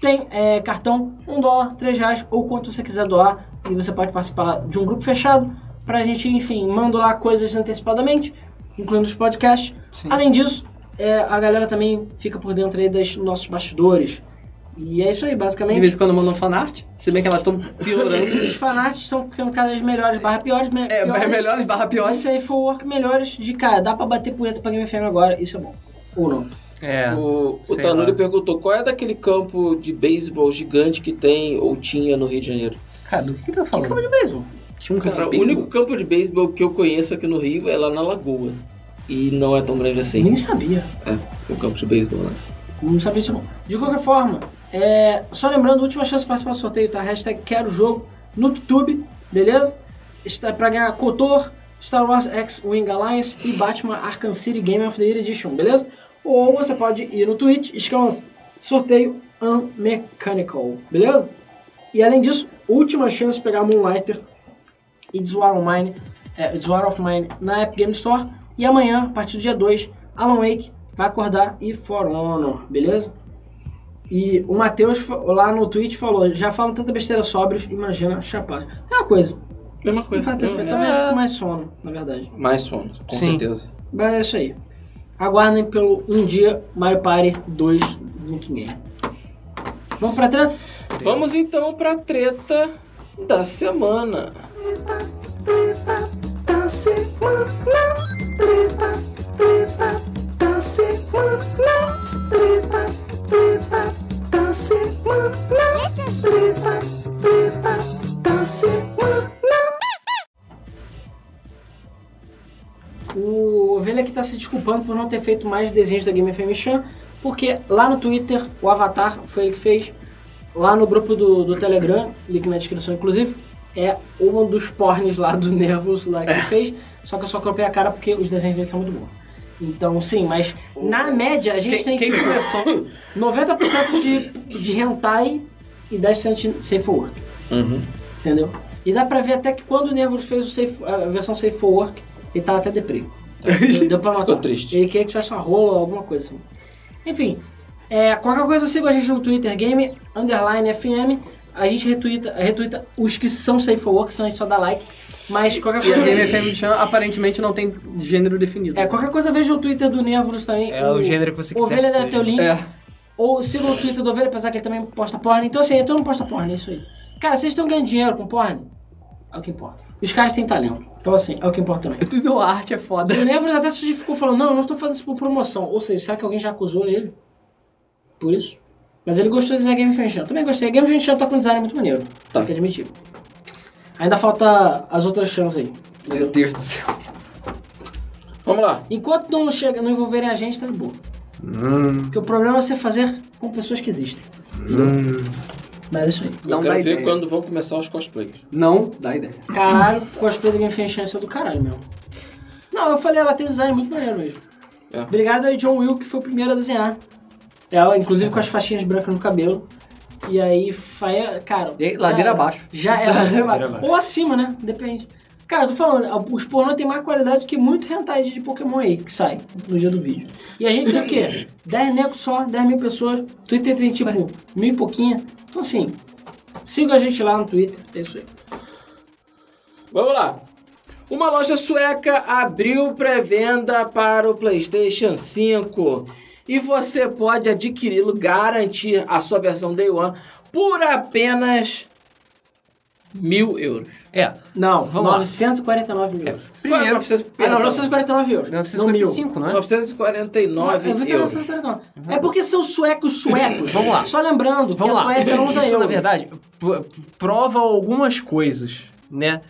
S1: tem é, cartão, um dólar, três reais ou quanto você quiser doar. E você pode participar de um grupo fechado pra gente, enfim, mandular coisas antecipadamente, incluindo os podcasts. Além disso, é, a galera também fica por dentro aí dos nossos bastidores. E é isso aí,
S4: De
S1: basicamente.
S4: vez em quando mandam fanart, se bem que elas estão piorando.
S1: Os fanarts estão ficando cada vez melhores, barra piores, me-
S4: é,
S1: piores.
S4: é melhores barra piores.
S1: Isso aí foi o work melhores de cara. Dá pra bater punheta pra Game FM agora, isso é bom. Ou não.
S7: É.
S2: Ah,
S3: O, o
S7: Sei
S3: Tanuri
S7: lá.
S3: perguntou qual é daquele campo de beisebol gigante que tem ou tinha no Rio de Janeiro.
S4: Cara, do que tá falando?
S1: Mesmo.
S4: Tinha um
S3: Cara,
S4: cara.
S3: o único campo de beisebol que eu conheço aqui no Rio é lá na Lagoa. E não é tão grande assim
S1: Nem sabia.
S3: o campo de beisebol lá.
S1: Não sabia disso não. De qualquer forma, é, só lembrando, última chance de participar do sorteio, tá? Hashtag quero jogo no YouTube, beleza? Está pra ganhar Kotor, Star Wars X-Wing Alliance e Batman Arkham City Game of the Year Edition, beleza? Ou você pode ir no Twitch, escala sorteio Unmechanical, beleza? E além disso, última chance de pegar Moonlighter e Diswar Online, é, Diswar of Mine na App Game Store. E amanhã, a partir do dia 2, Alan Wake vai acordar e For Honor, beleza? E o Matheus fa- lá no Twitch falou, já falam tanta besteira sóbrios, imagina chapado. É uma coisa. é.
S3: Mesma
S1: De
S3: coisa. né?
S1: fato, eu
S3: Não,
S1: também fico mais sono, na verdade.
S3: é Mais sono, com
S2: Sim.
S3: certeza.
S1: Mas é isso aí. Aguardem pelo um dia Mario Party 2 Looking Game. Vamos pra treta?
S3: Vamos então pra treta da semana.
S1: O Ovelha aqui tá se desculpando por não ter feito mais desenhos da Game FM Chan, porque lá no Twitter, o Avatar foi ele que fez, lá no grupo do, do Telegram, link na descrição inclusive, é um dos pornes lá do Nervos lá que ele fez, só que eu só copiei a cara porque os desenhos dele são muito bons. Então, sim, mas na média a gente tem
S4: Quem
S1: tipo,
S4: começou?
S1: 90% de, de hentai e 10% de safe work. Entendeu? E dá pra ver até que quando o Nervos fez o safe- a versão Safe for Work, ele tava até deprimido. Deu, deu pra notar.
S3: Ficou triste.
S1: Ele queria que tivesse uma rola ou alguma coisa assim. Enfim, é, qualquer coisa siga a gente no Twitter Game, underline FM. A gente retuita, retuita os que são Safe for Work, senão a gente só dá like. Mas qualquer
S4: E a
S1: coisa.
S4: Game FM Chan aparentemente não tem gênero definido.
S1: É, qualquer coisa veja o Twitter do Nervos também.
S7: É o gênero que você quiser.
S1: Ovelha
S7: que
S1: deve
S7: seja.
S1: ter o link.
S4: É.
S1: Ou siga o Twitter do Ovelha, apesar que ele também posta porn. Então assim, todo mundo posta porn, é isso aí. Cara, vocês estão ganhando dinheiro com porn? É o que importa. Os caras têm talento. Então assim, é o que importa também.
S4: Tudo arte é foda.
S1: O Nevers até se justificou falando, não, eu não estou fazendo isso por promoção. Ou seja, será que alguém já acusou ele? Por isso? Mas ele gostou de desenhar Game Fan Channel. Também gostei. A Game Fan Channel tá com um design muito maneiro. Tem que admitir. Ainda falta as outras chances aí.
S2: Meu Deus do céu.
S3: Vamos lá.
S1: Enquanto não, chega, não envolverem a gente, tá de boa. Porque o problema é você fazer com pessoas que existem. Mas é isso aí.
S3: Eu
S4: Não
S3: quero
S4: dá
S3: ver
S4: ideia.
S3: quando vão começar os cosplays.
S2: Não dá ideia.
S1: Caralho, o cosplay da Game Fan Channel é do caralho mesmo. Não, eu falei, ela tem um design muito maneiro mesmo.
S3: É.
S1: Obrigado aí, John Will, que foi o primeiro a desenhar. Ela, inclusive com as faixinhas brancas no cabelo. E aí, fa- é, cara.
S4: E aí, ladeira
S1: já-
S4: abaixo.
S1: Já era. ladeira abaixo. Ou acima, né? Depende. Cara, eu tô falando, os pornô tem mais qualidade que muito hentai de Pokémon aí que sai no dia do vídeo. E a gente tem o quê? 10 negros só, 10 mil pessoas. Twitter tem tipo mil e pouquinha. Então assim, siga a gente lá no Twitter. É isso aí.
S3: Vamos lá. Uma loja sueca abriu pré-venda para o PlayStation 5 e você pode adquiri-lo, garantir a sua versão Day One por apenas mil euros.
S7: É.
S1: Não,
S7: Vamos lá. É.
S1: 949 mil euros.
S3: Primeiro, 900,
S1: Ah, não,
S3: perdão,
S1: 949 euros. Não mil.
S7: 945,
S3: né?
S2: ah,
S7: não é?
S3: 949
S1: Não, eu vi que era
S3: euros.
S1: 949. É porque são suecos suecos.
S7: Vamos lá.
S1: Só lembrando que
S7: Vamos
S1: a
S7: lá.
S1: Suécia não usa
S7: Isso,
S1: euro.
S7: na verdade, p- p- prova algumas coisas, né?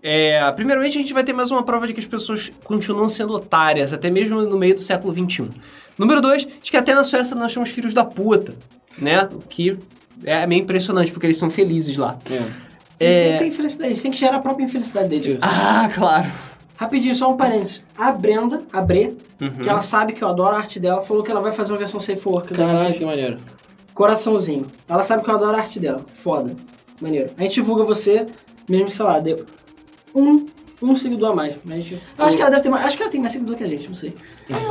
S7: É, primeiramente, a gente vai ter mais uma prova de que as pessoas continuam sendo otárias, até mesmo no meio do século XXI. Número dois, de que até na Suécia nós somos filhos da puta, né? O que é meio impressionante, porque eles são felizes lá.
S3: É.
S7: É.
S1: Eles nem têm felicidade, eles têm que gerar a própria infelicidade deles.
S4: Ah, claro.
S1: Rapidinho, só um parênteses. A Brenda, a Bre,
S7: Uhum.
S1: que ela sabe que eu adoro a arte dela, falou que ela vai fazer uma versão safe for work.
S3: Caralho, que maneiro.
S1: Coraçãozinho. Ela sabe que eu adoro a arte dela. Foda. Maneiro. A gente divulga você, mesmo que, sei lá, deu um, um seguidor a mais. Mas a gente... Eu acho que ela deve ter mais. Acho que ela tem mais seguidor que a gente, não sei.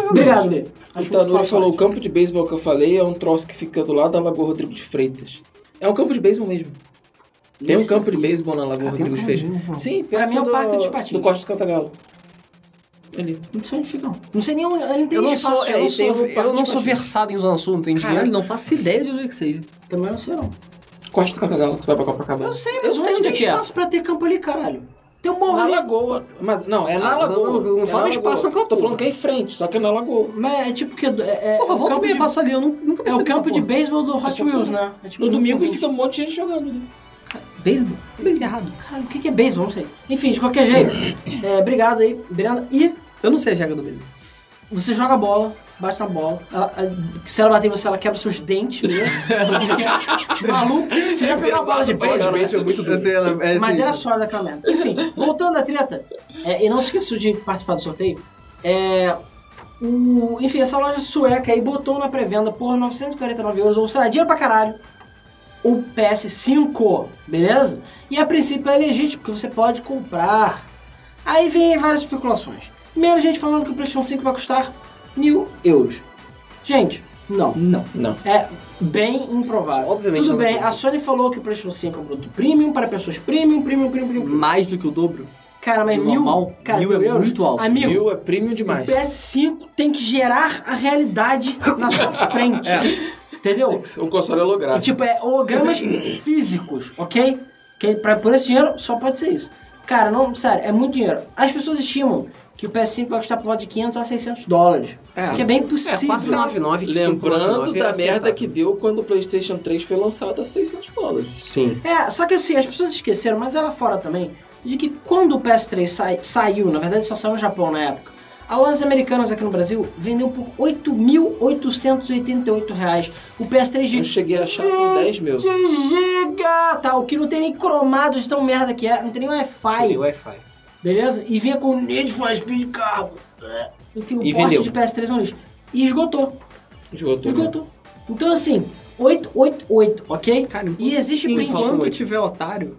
S1: Obrigado, Bê.
S3: O
S1: Acho
S3: Tanuri
S1: muito
S3: falou, o
S1: foda.
S3: campo de beisebol que eu falei é um troço que fica do lado da Lagoa Rodrigo de Freitas. É um campo de beisebol mesmo. Tem um campo de É beisebol na Lagoa Rodrigo de Freitas. Sim,
S1: Pra mim é um
S3: perto do-
S1: parque de patins.
S3: Do Costa do Cantagalo.
S4: Ele não precisa onde fica, não.
S1: Não sei nem onde. Ele não tem
S2: Eu não
S1: espaço
S2: sou,
S1: pra
S2: eu não
S1: isso, tem
S2: sou,
S1: um
S2: eu não
S1: parque
S2: sou
S1: pra-
S2: versado em
S7: um
S2: assunto, tem
S4: Caralho,
S2: dinheiro.
S4: não faço ideia de onde é que seja.
S1: Também não sei, não.
S3: Corte do Cantagalo, que vai pra Copacabana.
S1: Eu sei, mas
S4: Eu
S1: onde
S4: sei onde
S1: tem
S4: é que é.
S1: espaço pra ter campo ali, caralho? Tem um morro
S3: Na
S1: ali.
S3: Lagoa. Mas, não, é na
S2: Ah, mas eu
S3: Lagoa.
S2: não- não
S3: É
S2: fala
S3: na
S2: espaço
S3: Lagoa.
S2: naquela
S3: Tô
S2: porra.
S3: falando que é em frente, só que é na Lagoa.
S1: Mas é tipo que. É, é,
S4: Porra,
S1: o
S4: volta
S1: campo
S4: meio
S1: de-
S4: passo ali, eu nu- nunca
S1: é
S4: pensei
S1: o
S4: nessa
S1: campo de
S4: porra.
S1: beisebol do Hot
S3: só
S1: Wheels,
S3: você-
S1: né? É tipo
S3: No
S1: um
S3: domingo
S1: convite.
S3: fica um monte de gente jogando. né?
S4: Beisebol? Beisebol errado.
S1: Cara, o que que é beisebol? Não sei. Enfim, de qualquer jeito. é, obrigado aí, Brenda. E
S4: Eu não sei a regra do beisebol.
S1: você joga a bola, bate na bola. Ela- a- se ela bater em você, ela quebra seus dentes mesmo. Você fica maluco, você já pegou a bola de beisebol. né?
S2: é muito duro.
S1: Mas era só daquela merda. Enfim, voltando à treta, é, e não se esqueçam de participar do sorteio. É, o, enfim, essa loja sueca aí botou na pré-venda por 949 euros, ou será dinheiro pra caralho, o PS5, beleza? E a princípio é legítimo, porque você pode comprar. Aí vem várias especulações. Primeiro, gente falando que o PlayStation 5 vai custar mil euros. Gente, não.
S4: Não.
S1: É bem improvável.
S2: Obviamente
S1: Tudo
S2: não vai
S1: bem, a Sony falou que o PlayStation 5 é um produto premium para pessoas premium, premium, premium, premium.
S4: Mais do que o dobro?
S1: Cara, mas
S4: Do
S1: mil,
S4: normal,
S1: cara,
S4: mil é
S1: euros?
S4: muito alto.
S1: Amigo,
S3: Mil é premium
S1: o
S3: demais.
S1: PS5 tem que gerar a realidade na sua frente.
S4: É.
S1: Entendeu?
S3: O console é
S1: É,
S3: logrado.
S1: tipo, é hologramas físicos, ok? Que é pra, por esse dinheiro só pode ser isso. Cara, não, sério, é muito dinheiro. As pessoas estimam que o PS5 vai custar por volta de 500 a 600 dólares.
S4: É.
S1: o que é bem possível.
S2: 499,
S3: Lembrando
S2: 599,
S3: da
S2: era né?
S3: merda
S2: acertado.
S3: que deu quando o PlayStation 3 foi lançado a 600 dólares.
S2: Sim.
S1: É, só que assim, as pessoas esqueceram, mas ela fora também, de que quando o PS3 sai- saiu, na verdade só saiu no Japão na época, a lojas americanas aqui no Brasil vendeu por R$ 8.888 reais. O PS3
S3: Eu
S1: de
S3: cheguei a achar por 10 mil.
S1: 20 giga, tal, que não tem nem cromado de tão merda que é, não tem nem Wi-Fi,
S2: Wi-Fi.
S1: beleza? E vinha com Need for Speed carro. É. Enfim, o
S2: E
S1: porte
S2: vendeu.
S1: de PS3 é um lixo. E esgotou,
S3: Esgotou. né?
S1: esgotou. Então assim, 888, ok?
S4: Cara,
S1: E existe print
S4: enquanto tiver otário,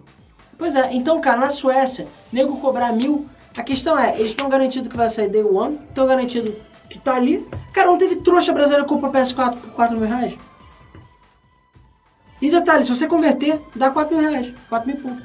S1: Pois é, então, cara, na Suécia, nego cobrar mil. A questão é, eles estão garantindo que vai sair Day One, estão garantido que tá ali. Cara, não teve trouxa brasileira que compra PS4 por 4 mil reais? E detalhe, se você converter, dá 4 mil reais, 4 mil pontos.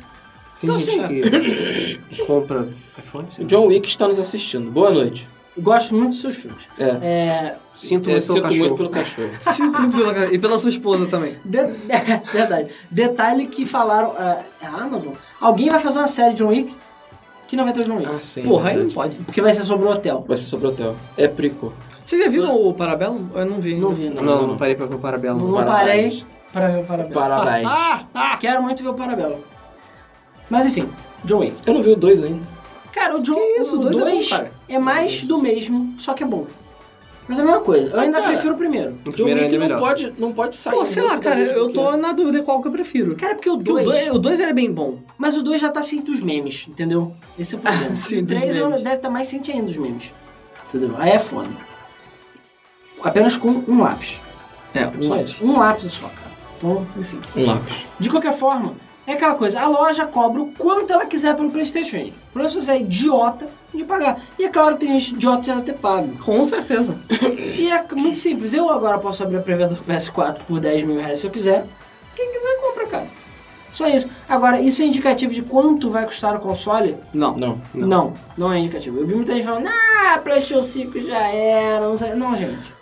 S2: Tem
S1: Então,
S2: gente que compra iPhone?
S3: O John Wick está nos assistindo. Boa noite.
S1: Gosto muito dos seus filmes.
S3: É.
S1: É.
S2: Sinto
S3: É,
S2: muito pelo
S3: sinto muito
S2: cachorro.
S3: pelo cachorro.
S4: sinto muito pela cara. E pela sua esposa também.
S1: de- é Verdade. Detalhe que falaram. É é a Amazon. Alguém vai fazer uma série de John Wick que não vai ter o John Wick.
S3: Ah, sim.
S4: Porra, aí
S3: verdade.
S4: não pode.
S1: Porque vai ser sobre o hotel.
S3: Vai ser sobre o hotel. É prequel.
S4: Vocês já viram o Parabellum? Eu não vi. ainda.
S1: Não vi, não.
S2: Não, não parei pra ver o Ah, Parabelo.
S1: Não,
S3: Parabéns.
S1: parei para ver o Parabéns.
S3: Parabéns.
S1: Quero muito ver o Parabelo. Mas enfim, John Wick.
S3: Eu não vi o 2 ainda.
S1: Cara, o John
S4: isso,
S1: o
S4: dois é bom,
S1: dois
S4: cara.
S1: é, mais do mesmo, só que é bom. Mas é a mesma coisa. Eu ainda
S3: cara.
S1: prefiro o primeiro.
S3: O John
S2: primeiro
S3: Wick
S2: ainda é
S3: não
S2: melhor.
S3: pode, não pode sair.
S4: Pô, sei lá,
S3: muito
S4: cara,
S3: da mesma
S4: Tá, eu tô
S3: que
S4: na dúvida qual que eu prefiro.
S1: Cara, é porque o
S4: Porque o
S1: dois.
S4: dois- é- o 2 era bem bom.
S1: Mas o dois já tá sem dos memes, entendeu? Esse é o problema.
S4: Sim,
S1: o
S4: dos
S1: 3
S4: memes.
S1: deve estar mais ciente ainda dos memes. Entendeu? Aí é foda. Apenas com um lápis.
S4: É,
S1: Só isso. Um lápis só, cara. Então, enfim.
S3: é. Um lápis.
S1: De qualquer forma, é aquela coisa, a loja cobra o quanto ela quiser pelo Playstation. gente. Por isso você é idiota de pagar. E é claro que tem gente idiota de já ter pago.
S4: Com certeza.
S1: E é muito simples, eu agora posso abrir a pré-venda do PS4 por 10 mil reais se eu quiser. Quem quiser compra, cara. Só isso. Agora, isso é indicativo de quanto vai custar o console?
S4: Não.
S3: Não.
S1: Não, não, é indicativo. Eu vi muita gente falando, ah, PlayStation 5 já era, não sei. Não, gente.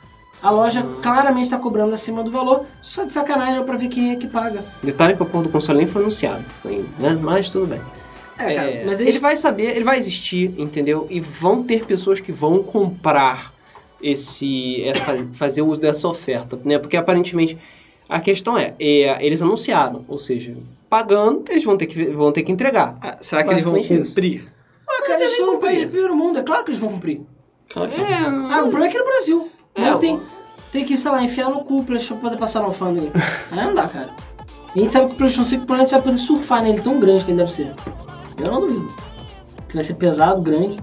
S1: A loja claramente está cobrando acima do valor, só de sacanagem pra ver quem é que paga.
S2: Detalhe que a porra do console nem foi anunciado ainda, né? Mas tudo bem.
S1: É, cara,
S2: É,
S1: mas
S2: ele
S1: eles
S2: vai saber, ele vai existir, entendeu? E vão ter pessoas que vão comprar esse, essa- fazer uso dessa oferta, né? Porque aparentemente a questão é, é, eles anunciaram, ou seja, pagando eles vão ter que vão ter que entregar.
S4: Ah, será que eles vão
S2: Basicamente isso.
S4: cumprir?
S1: Ah, cara, eles são um país de primeiro mundo, é claro que eles vão cumprir.
S3: Cala a boca.
S1: Ah, o problema é que é no Brasil.
S2: É,
S1: Não tem, tem que, sei lá, enfiar no cu pra eles poder passar na alfândega. Aí não dá, cara. E a gente sabe que o PlayStation 5 provavelmente vai poder surfar nele tão grande que ele deve ser. Eu não duvido. Que vai ser pesado, grande,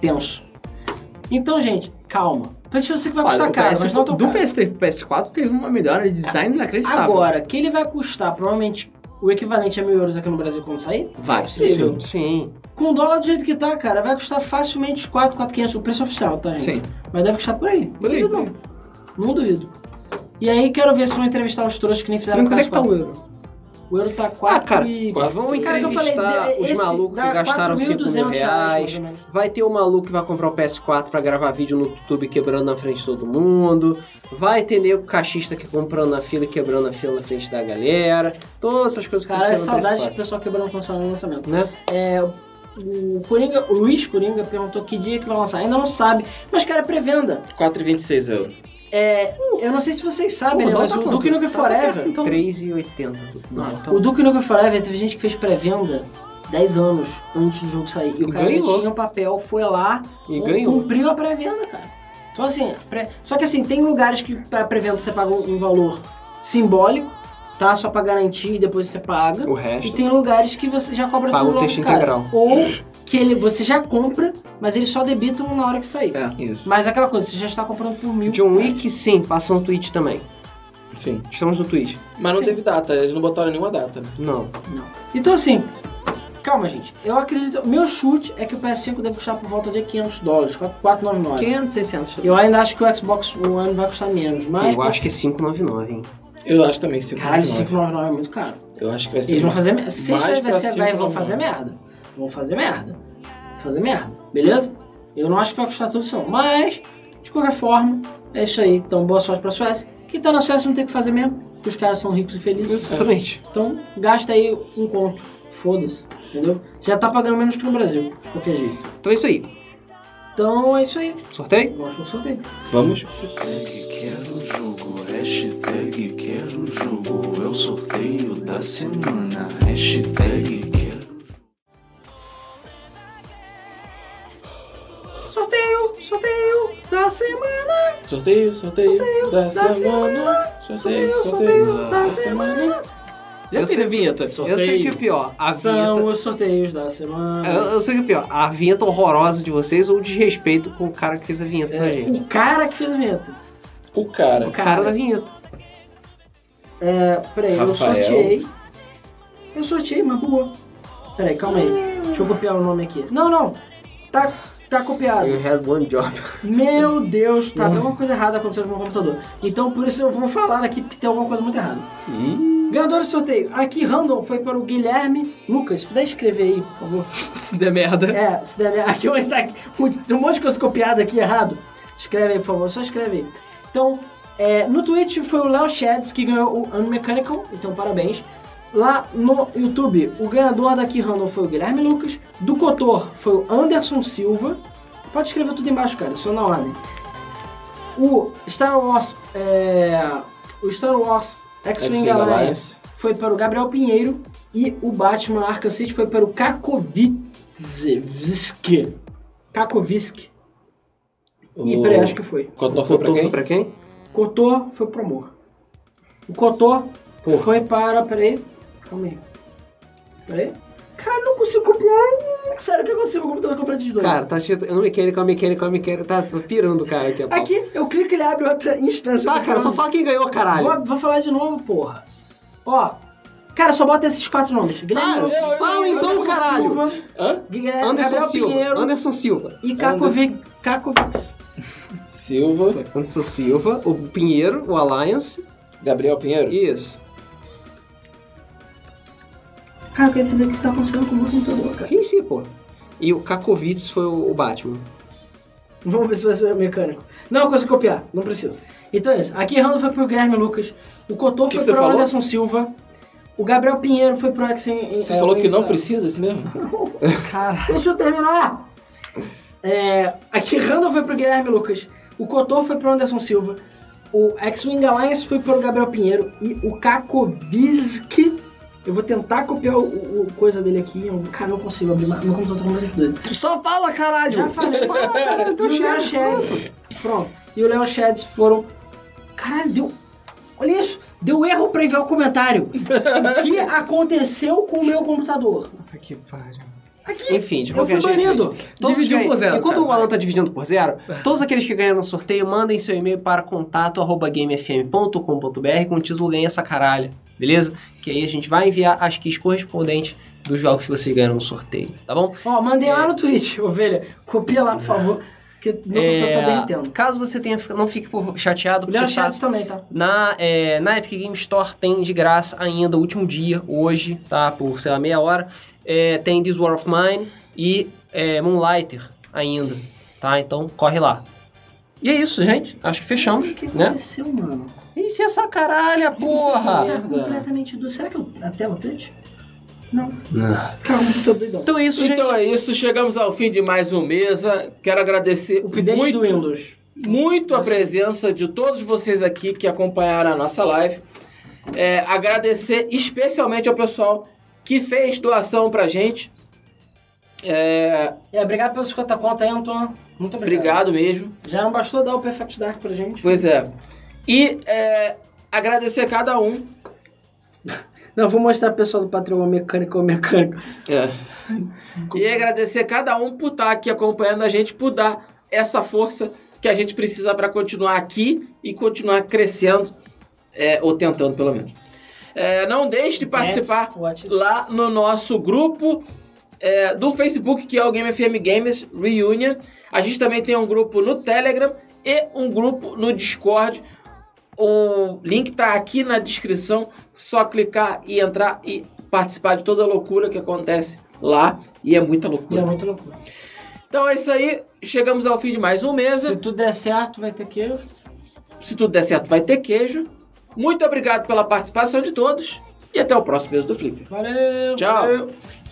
S1: tenso. Então, gente, calma. O PlayStation 5 vai
S4: Olha,
S1: custar
S4: o
S1: caro,
S4: PS4
S1: mas não tão
S4: do tá
S1: caro.
S4: PS3 pro PS4 teve uma melhora de design inacreditável.
S1: Agora, que ele vai custar provavelmente o equivalente a mil euros aqui no Brasil quando sair?
S4: Vai,
S1: é possível.
S2: Sim.
S1: Com o dólar do jeito que tá, cara, vai custar facilmente 4, 4,500 o preço oficial, tá, gente?
S4: Sim.
S1: Mas deve custar por aí. Não
S4: Por aí,
S1: duvido, não. Não duvido. E aí, quero ver se vão entrevistar os trouxas que nem
S4: Se
S1: fizeram
S4: bem que quanto é que tá
S1: PS4.
S4: o euro?
S1: O euro tá 4
S2: Ah, cara,
S1: e...
S3: quatro.
S2: Vão
S1: Cara, que eu falei,
S2: entrevistar
S1: esse
S2: os malucos
S1: dá
S2: que gastaram 5 mil
S1: 4.200
S2: reais.
S1: mais ou menos.
S2: Vai ter o maluco que vai comprar o PS4 pra gravar vídeo no YouTube quebrando na frente de todo mundo. Vai ter nego cachista que comprando na fila e quebrando a fila na frente da galera. Todas essas coisas que
S1: Cara, é
S2: aconteceram
S1: saudade
S2: no
S1: de
S2: PS4.
S1: pessoal quebrando o console no lançamento.
S2: Né?
S1: O, Coringa, o Luiz Coringa perguntou que dia que vai lançar. Ainda não sabe, mas, cara, é pré-venda.
S3: 4,26 euros.
S1: É, eu não sei se vocês sabem, né, mas o Duke Nukem Forever...
S4: Então,
S2: 3,80.
S1: Ah,
S2: Não,
S1: O Duke Nukem Forever teve gente que fez pré-venda 10 anos antes do jogo sair. E o
S2: E
S1: cara
S2: ganhou.
S1: tinha o papel, foi lá,
S2: E
S1: cum-
S2: ganhou.
S1: cumpriu a pré-venda, cara. Então assim, pré- só que assim, tem lugares que a pré-venda você paga um um valor simbólico, tá? Só pra garantir e depois você paga.
S2: O
S1: E
S2: resto.
S1: tem lugares que você já cobra
S2: Paga
S1: tudo
S2: o
S1: logo,
S2: texto
S1: cara.
S2: integral.
S1: Ou que ele, você já compra, mas eles só debitam na hora que sair.
S2: É. um
S3: Isso.
S1: Mas aquela coisa, você já está comprando por mil.
S2: John Wick, sim, passa no Twitch também.
S3: Sim.
S2: Estamos no Twitch.
S3: Mas não
S1: Sim.
S3: teve data, eles não botaram nenhuma data. né?
S2: Não.
S1: Então assim, calma gente, eu acredito, meu chute é que o PS5 deve custar por volta de 500 dólares, 4- 499.
S4: 500, 600.
S1: Eu ainda acho que o Xbox One vai custar menos, mas...
S2: Eu acho que é 599, hein?
S3: Eu acho também 5
S1: Caralho, 599 é muito caro.
S3: Eu acho que vai ser.
S1: Eles vão
S3: mais.
S1: fazer... merda. Se isso aí
S3: Mais
S1: vai
S3: pra
S1: ser, vai, vão
S3: 5,99.
S1: fazer merda. Vão fazer merda. Vão fazer merda. Beleza? Eu não acho que vai custar tudo isso não. Mas, de qualquer forma, é isso aí. Então, boa sorte pra Suécia. Quem tá na Suécia não tem o que fazer mesmo, porque os caras são ricos e felizes.
S2: Exatamente.
S1: Então, gasta aí um conto. Foda-se, entendeu? Já tá pagando menos que no Brasil, de qualquer jeito.
S2: Então é isso aí.
S1: Então, é isso aí.
S2: Sorteio?
S1: Eu acho que eu soltei.
S3: Vamos.
S5: Hashtag quero jogo, hashtag quero jogo, é o sorteio da semana. Hashtag é. quero.
S1: Sorteio, sorteio da semana.
S3: Sorteio, sorteio, da, semana. Sorteio, sorteio, da semana.
S4: Já teve a vinheta?
S2: Eu sei que é pior. A
S1: São
S2: vinheta...
S1: os sorteios da semana.
S2: Eu, eu sei que é pior. A vinheta horrorosa de vocês ou o desrespeito com o cara que fez a vinheta pra
S1: É,
S2: gente.
S1: o cara que fez a vinheta.
S3: O cara.
S2: O cara da vinheta.
S1: É, peraí, eu
S3: Rafael.
S1: sorteei. Eu sorteei, mas bugou. Peraí, calma aí. Deixa eu copiar o nome aqui. Não, não. Tá, tá copiado.
S2: had one job.
S1: Meu Deus, tá. Tem alguma coisa errada acontecendo no meu computador. Então, por isso eu vou falar aqui porque tem alguma coisa muito errada. Hum, Ganhador do sorteio. Aqui, random, foi para o Guilherme Lucas. Se puder escrever aí, por favor.
S4: Se der merda.
S1: É, se der, merda. aqui é um stack. Tem um monte de coisa copiada aqui errado. Escreve aí, por favor, só escreve aí. Então, é, no Twitch foi o Léo Sheds que ganhou o Unmechanical, então parabéns. Lá no YouTube, o ganhador daqui random foi o Guilherme Lucas. Do Cotor foi o Anderson Silva. Pode escrever tudo embaixo, cara, só na ordem. O Star Wars. é, o Star Wars X-Wing
S3: X-Wing
S1: Alliance
S3: Alliance.
S1: foi para o Gabriel Pinheiro e o Batman Arkham City foi para o Kakovitsky. Kakovitsky. E
S3: O-
S1: peraí, acho que foi.
S3: Cotó foi pra quem?
S2: pra quem?
S1: Cotô foi pro Amor. O Cotô
S2: Porra.
S1: foi para. Peraí. Calma aí. Peraí. Caralho, não consigo copiar. Sério, o que aconteceu? Meu computador é completamente doido.
S2: Cara, tá escrito. Eu não me quero, eu me quero, eu me quero. Tá tô pirando, cara, aqui a pau.
S1: Aqui, eu clico e ele abre outra instância.
S2: Tá, cara, só fala quem ganhou, caralho.
S1: Vou, vou falar de novo, porra. Ó. Cara, só bota esses quatro nomes. Guilherme
S2: Ah,
S1: Lucas,
S2: fala então,
S1: Anderson
S2: caralho.
S1: Silva,
S3: Hã?
S1: Guilherme
S2: Anderson
S1: Gabriel
S2: Silva.
S1: Pinheiro
S2: Anderson Silva.
S1: e Kakovic. Kakovic.
S3: Silva,
S2: Anderson Silva, o Pinheiro, o Alliance.
S3: Gabriel Pinheiro.
S2: Isso.
S1: Cara, eu quero entender o que tá acontecendo com o meu computador, cara.
S2: Em si, pô. E o Kakovitz foi o o Batman.
S1: Vamos ver se vai ser mecânico. Não, eu consigo copiar, não precisa. Então é isso. Aqui Rando foi pro Guilherme Lucas, o Cotô foi
S3: que você
S1: pro
S3: falou?
S1: Anderson Silva, o Gabriel Pinheiro foi pro Axen.
S3: Você falou que não precisa isso mesmo?
S1: Cara. Deixa eu terminar! É, aqui Randall foi pro Guilherme Lucas, o Cotor foi pro Anderson Silva, o X-Wing Alliance foi pro Gabriel Pinheiro e o Kakovisk. Eu vou tentar copiar o, o- o coisa dele aqui. eu- Cara, não consigo abrir. Meu computador tá completamente doido.
S4: Tu só fala, caralho.
S1: Já falei, fala, caralho, então o Léo Sheds. Pronto. E o Léo Sheds foram. Caralho, deu. Olha isso! Deu erro pra enviar o comentário. o que aconteceu com o meu computador?
S2: Puta que pariu.
S1: Aqui.
S2: Enfim, de
S1: Eu
S2: qualquer
S1: fui
S2: jeito.
S1: banido. um
S2: gente, todos
S4: Dividiu
S2: que-
S4: por zero,
S2: Enquanto
S4: cara.
S2: o Alan tá dividindo por zero, todos aqueles que ganharam no sorteio, mandem seu e-mail para contato.gamefm.com.br com o título Ganha essa caralha, beleza? Que aí a gente vai enviar as keys correspondentes dos jogos que vocês ganharam no sorteio, tá bom?
S1: Ó, mandei lá no Twitch, ovelha. Copia lá, por favor. Porque não tá derretendo.
S2: É, caso você tenha, fi- não fique por- chateado,
S1: O Leon
S2: porque tá,
S1: Chats também, tá?
S2: na, é, na Epic Game Store tem de graça ainda, o último dia, hoje, tá? Por, sei lá, meia hora. é, tem This War of Mine e é, Moonlighter ainda, tá? Então, corre lá. E é isso, gente. Acho que fechamos,
S1: O que
S2: né?
S1: aconteceu, mano?
S2: Isso é essa caralha, porra!
S1: Tá completamente do. Será que eu... a tela touch? Não. Calma, tô doidão.
S2: Então é isso, gente.
S3: Então é isso, chegamos ao fim de mais um Mesa. Quero agradecer
S1: Update do
S3: muito,
S1: Windows.
S3: muito a presença de todos vocês aqui que acompanharam a nossa live. É, agradecer especialmente ao pessoal que fez doação pra gente. É,
S1: É, obrigado pelos 50 conto aí, Antônio. Muito obrigado.
S3: obrigado mesmo.
S1: Já não bastou dar o Perfect Dark pra gente?
S3: Pois é. E é, agradecer a cada um.
S1: Não, vou mostrar pro pessoal do Patreon mecânico ou mecânico.
S3: É. E
S1: é?
S3: agradecer a cada um por estar aqui acompanhando a gente, por dar essa força que a gente precisa para continuar aqui e continuar crescendo, é, ou tentando pelo menos. É, não deixe de participar
S1: What is-
S3: lá no nosso grupo é, do Facebook, que é o Game FM Games Reunion. A gente também tem um grupo no Telegram e um grupo no Discord. O link tá aqui na descrição. Só clicar e entrar e participar de toda a loucura que acontece lá. E é
S1: E
S3: muita
S1: é
S3: loucura.
S1: muito loucura.
S3: Então é isso aí. Chegamos ao fim de mais um
S1: Se
S3: mês.
S1: tudo der certo, vai ter queijo.
S3: Se tudo der certo, vai ter queijo. Muito obrigado pela participação de todos. E até o próximo mês do Flip.
S1: Valeu!
S3: Tchau.
S1: valeu.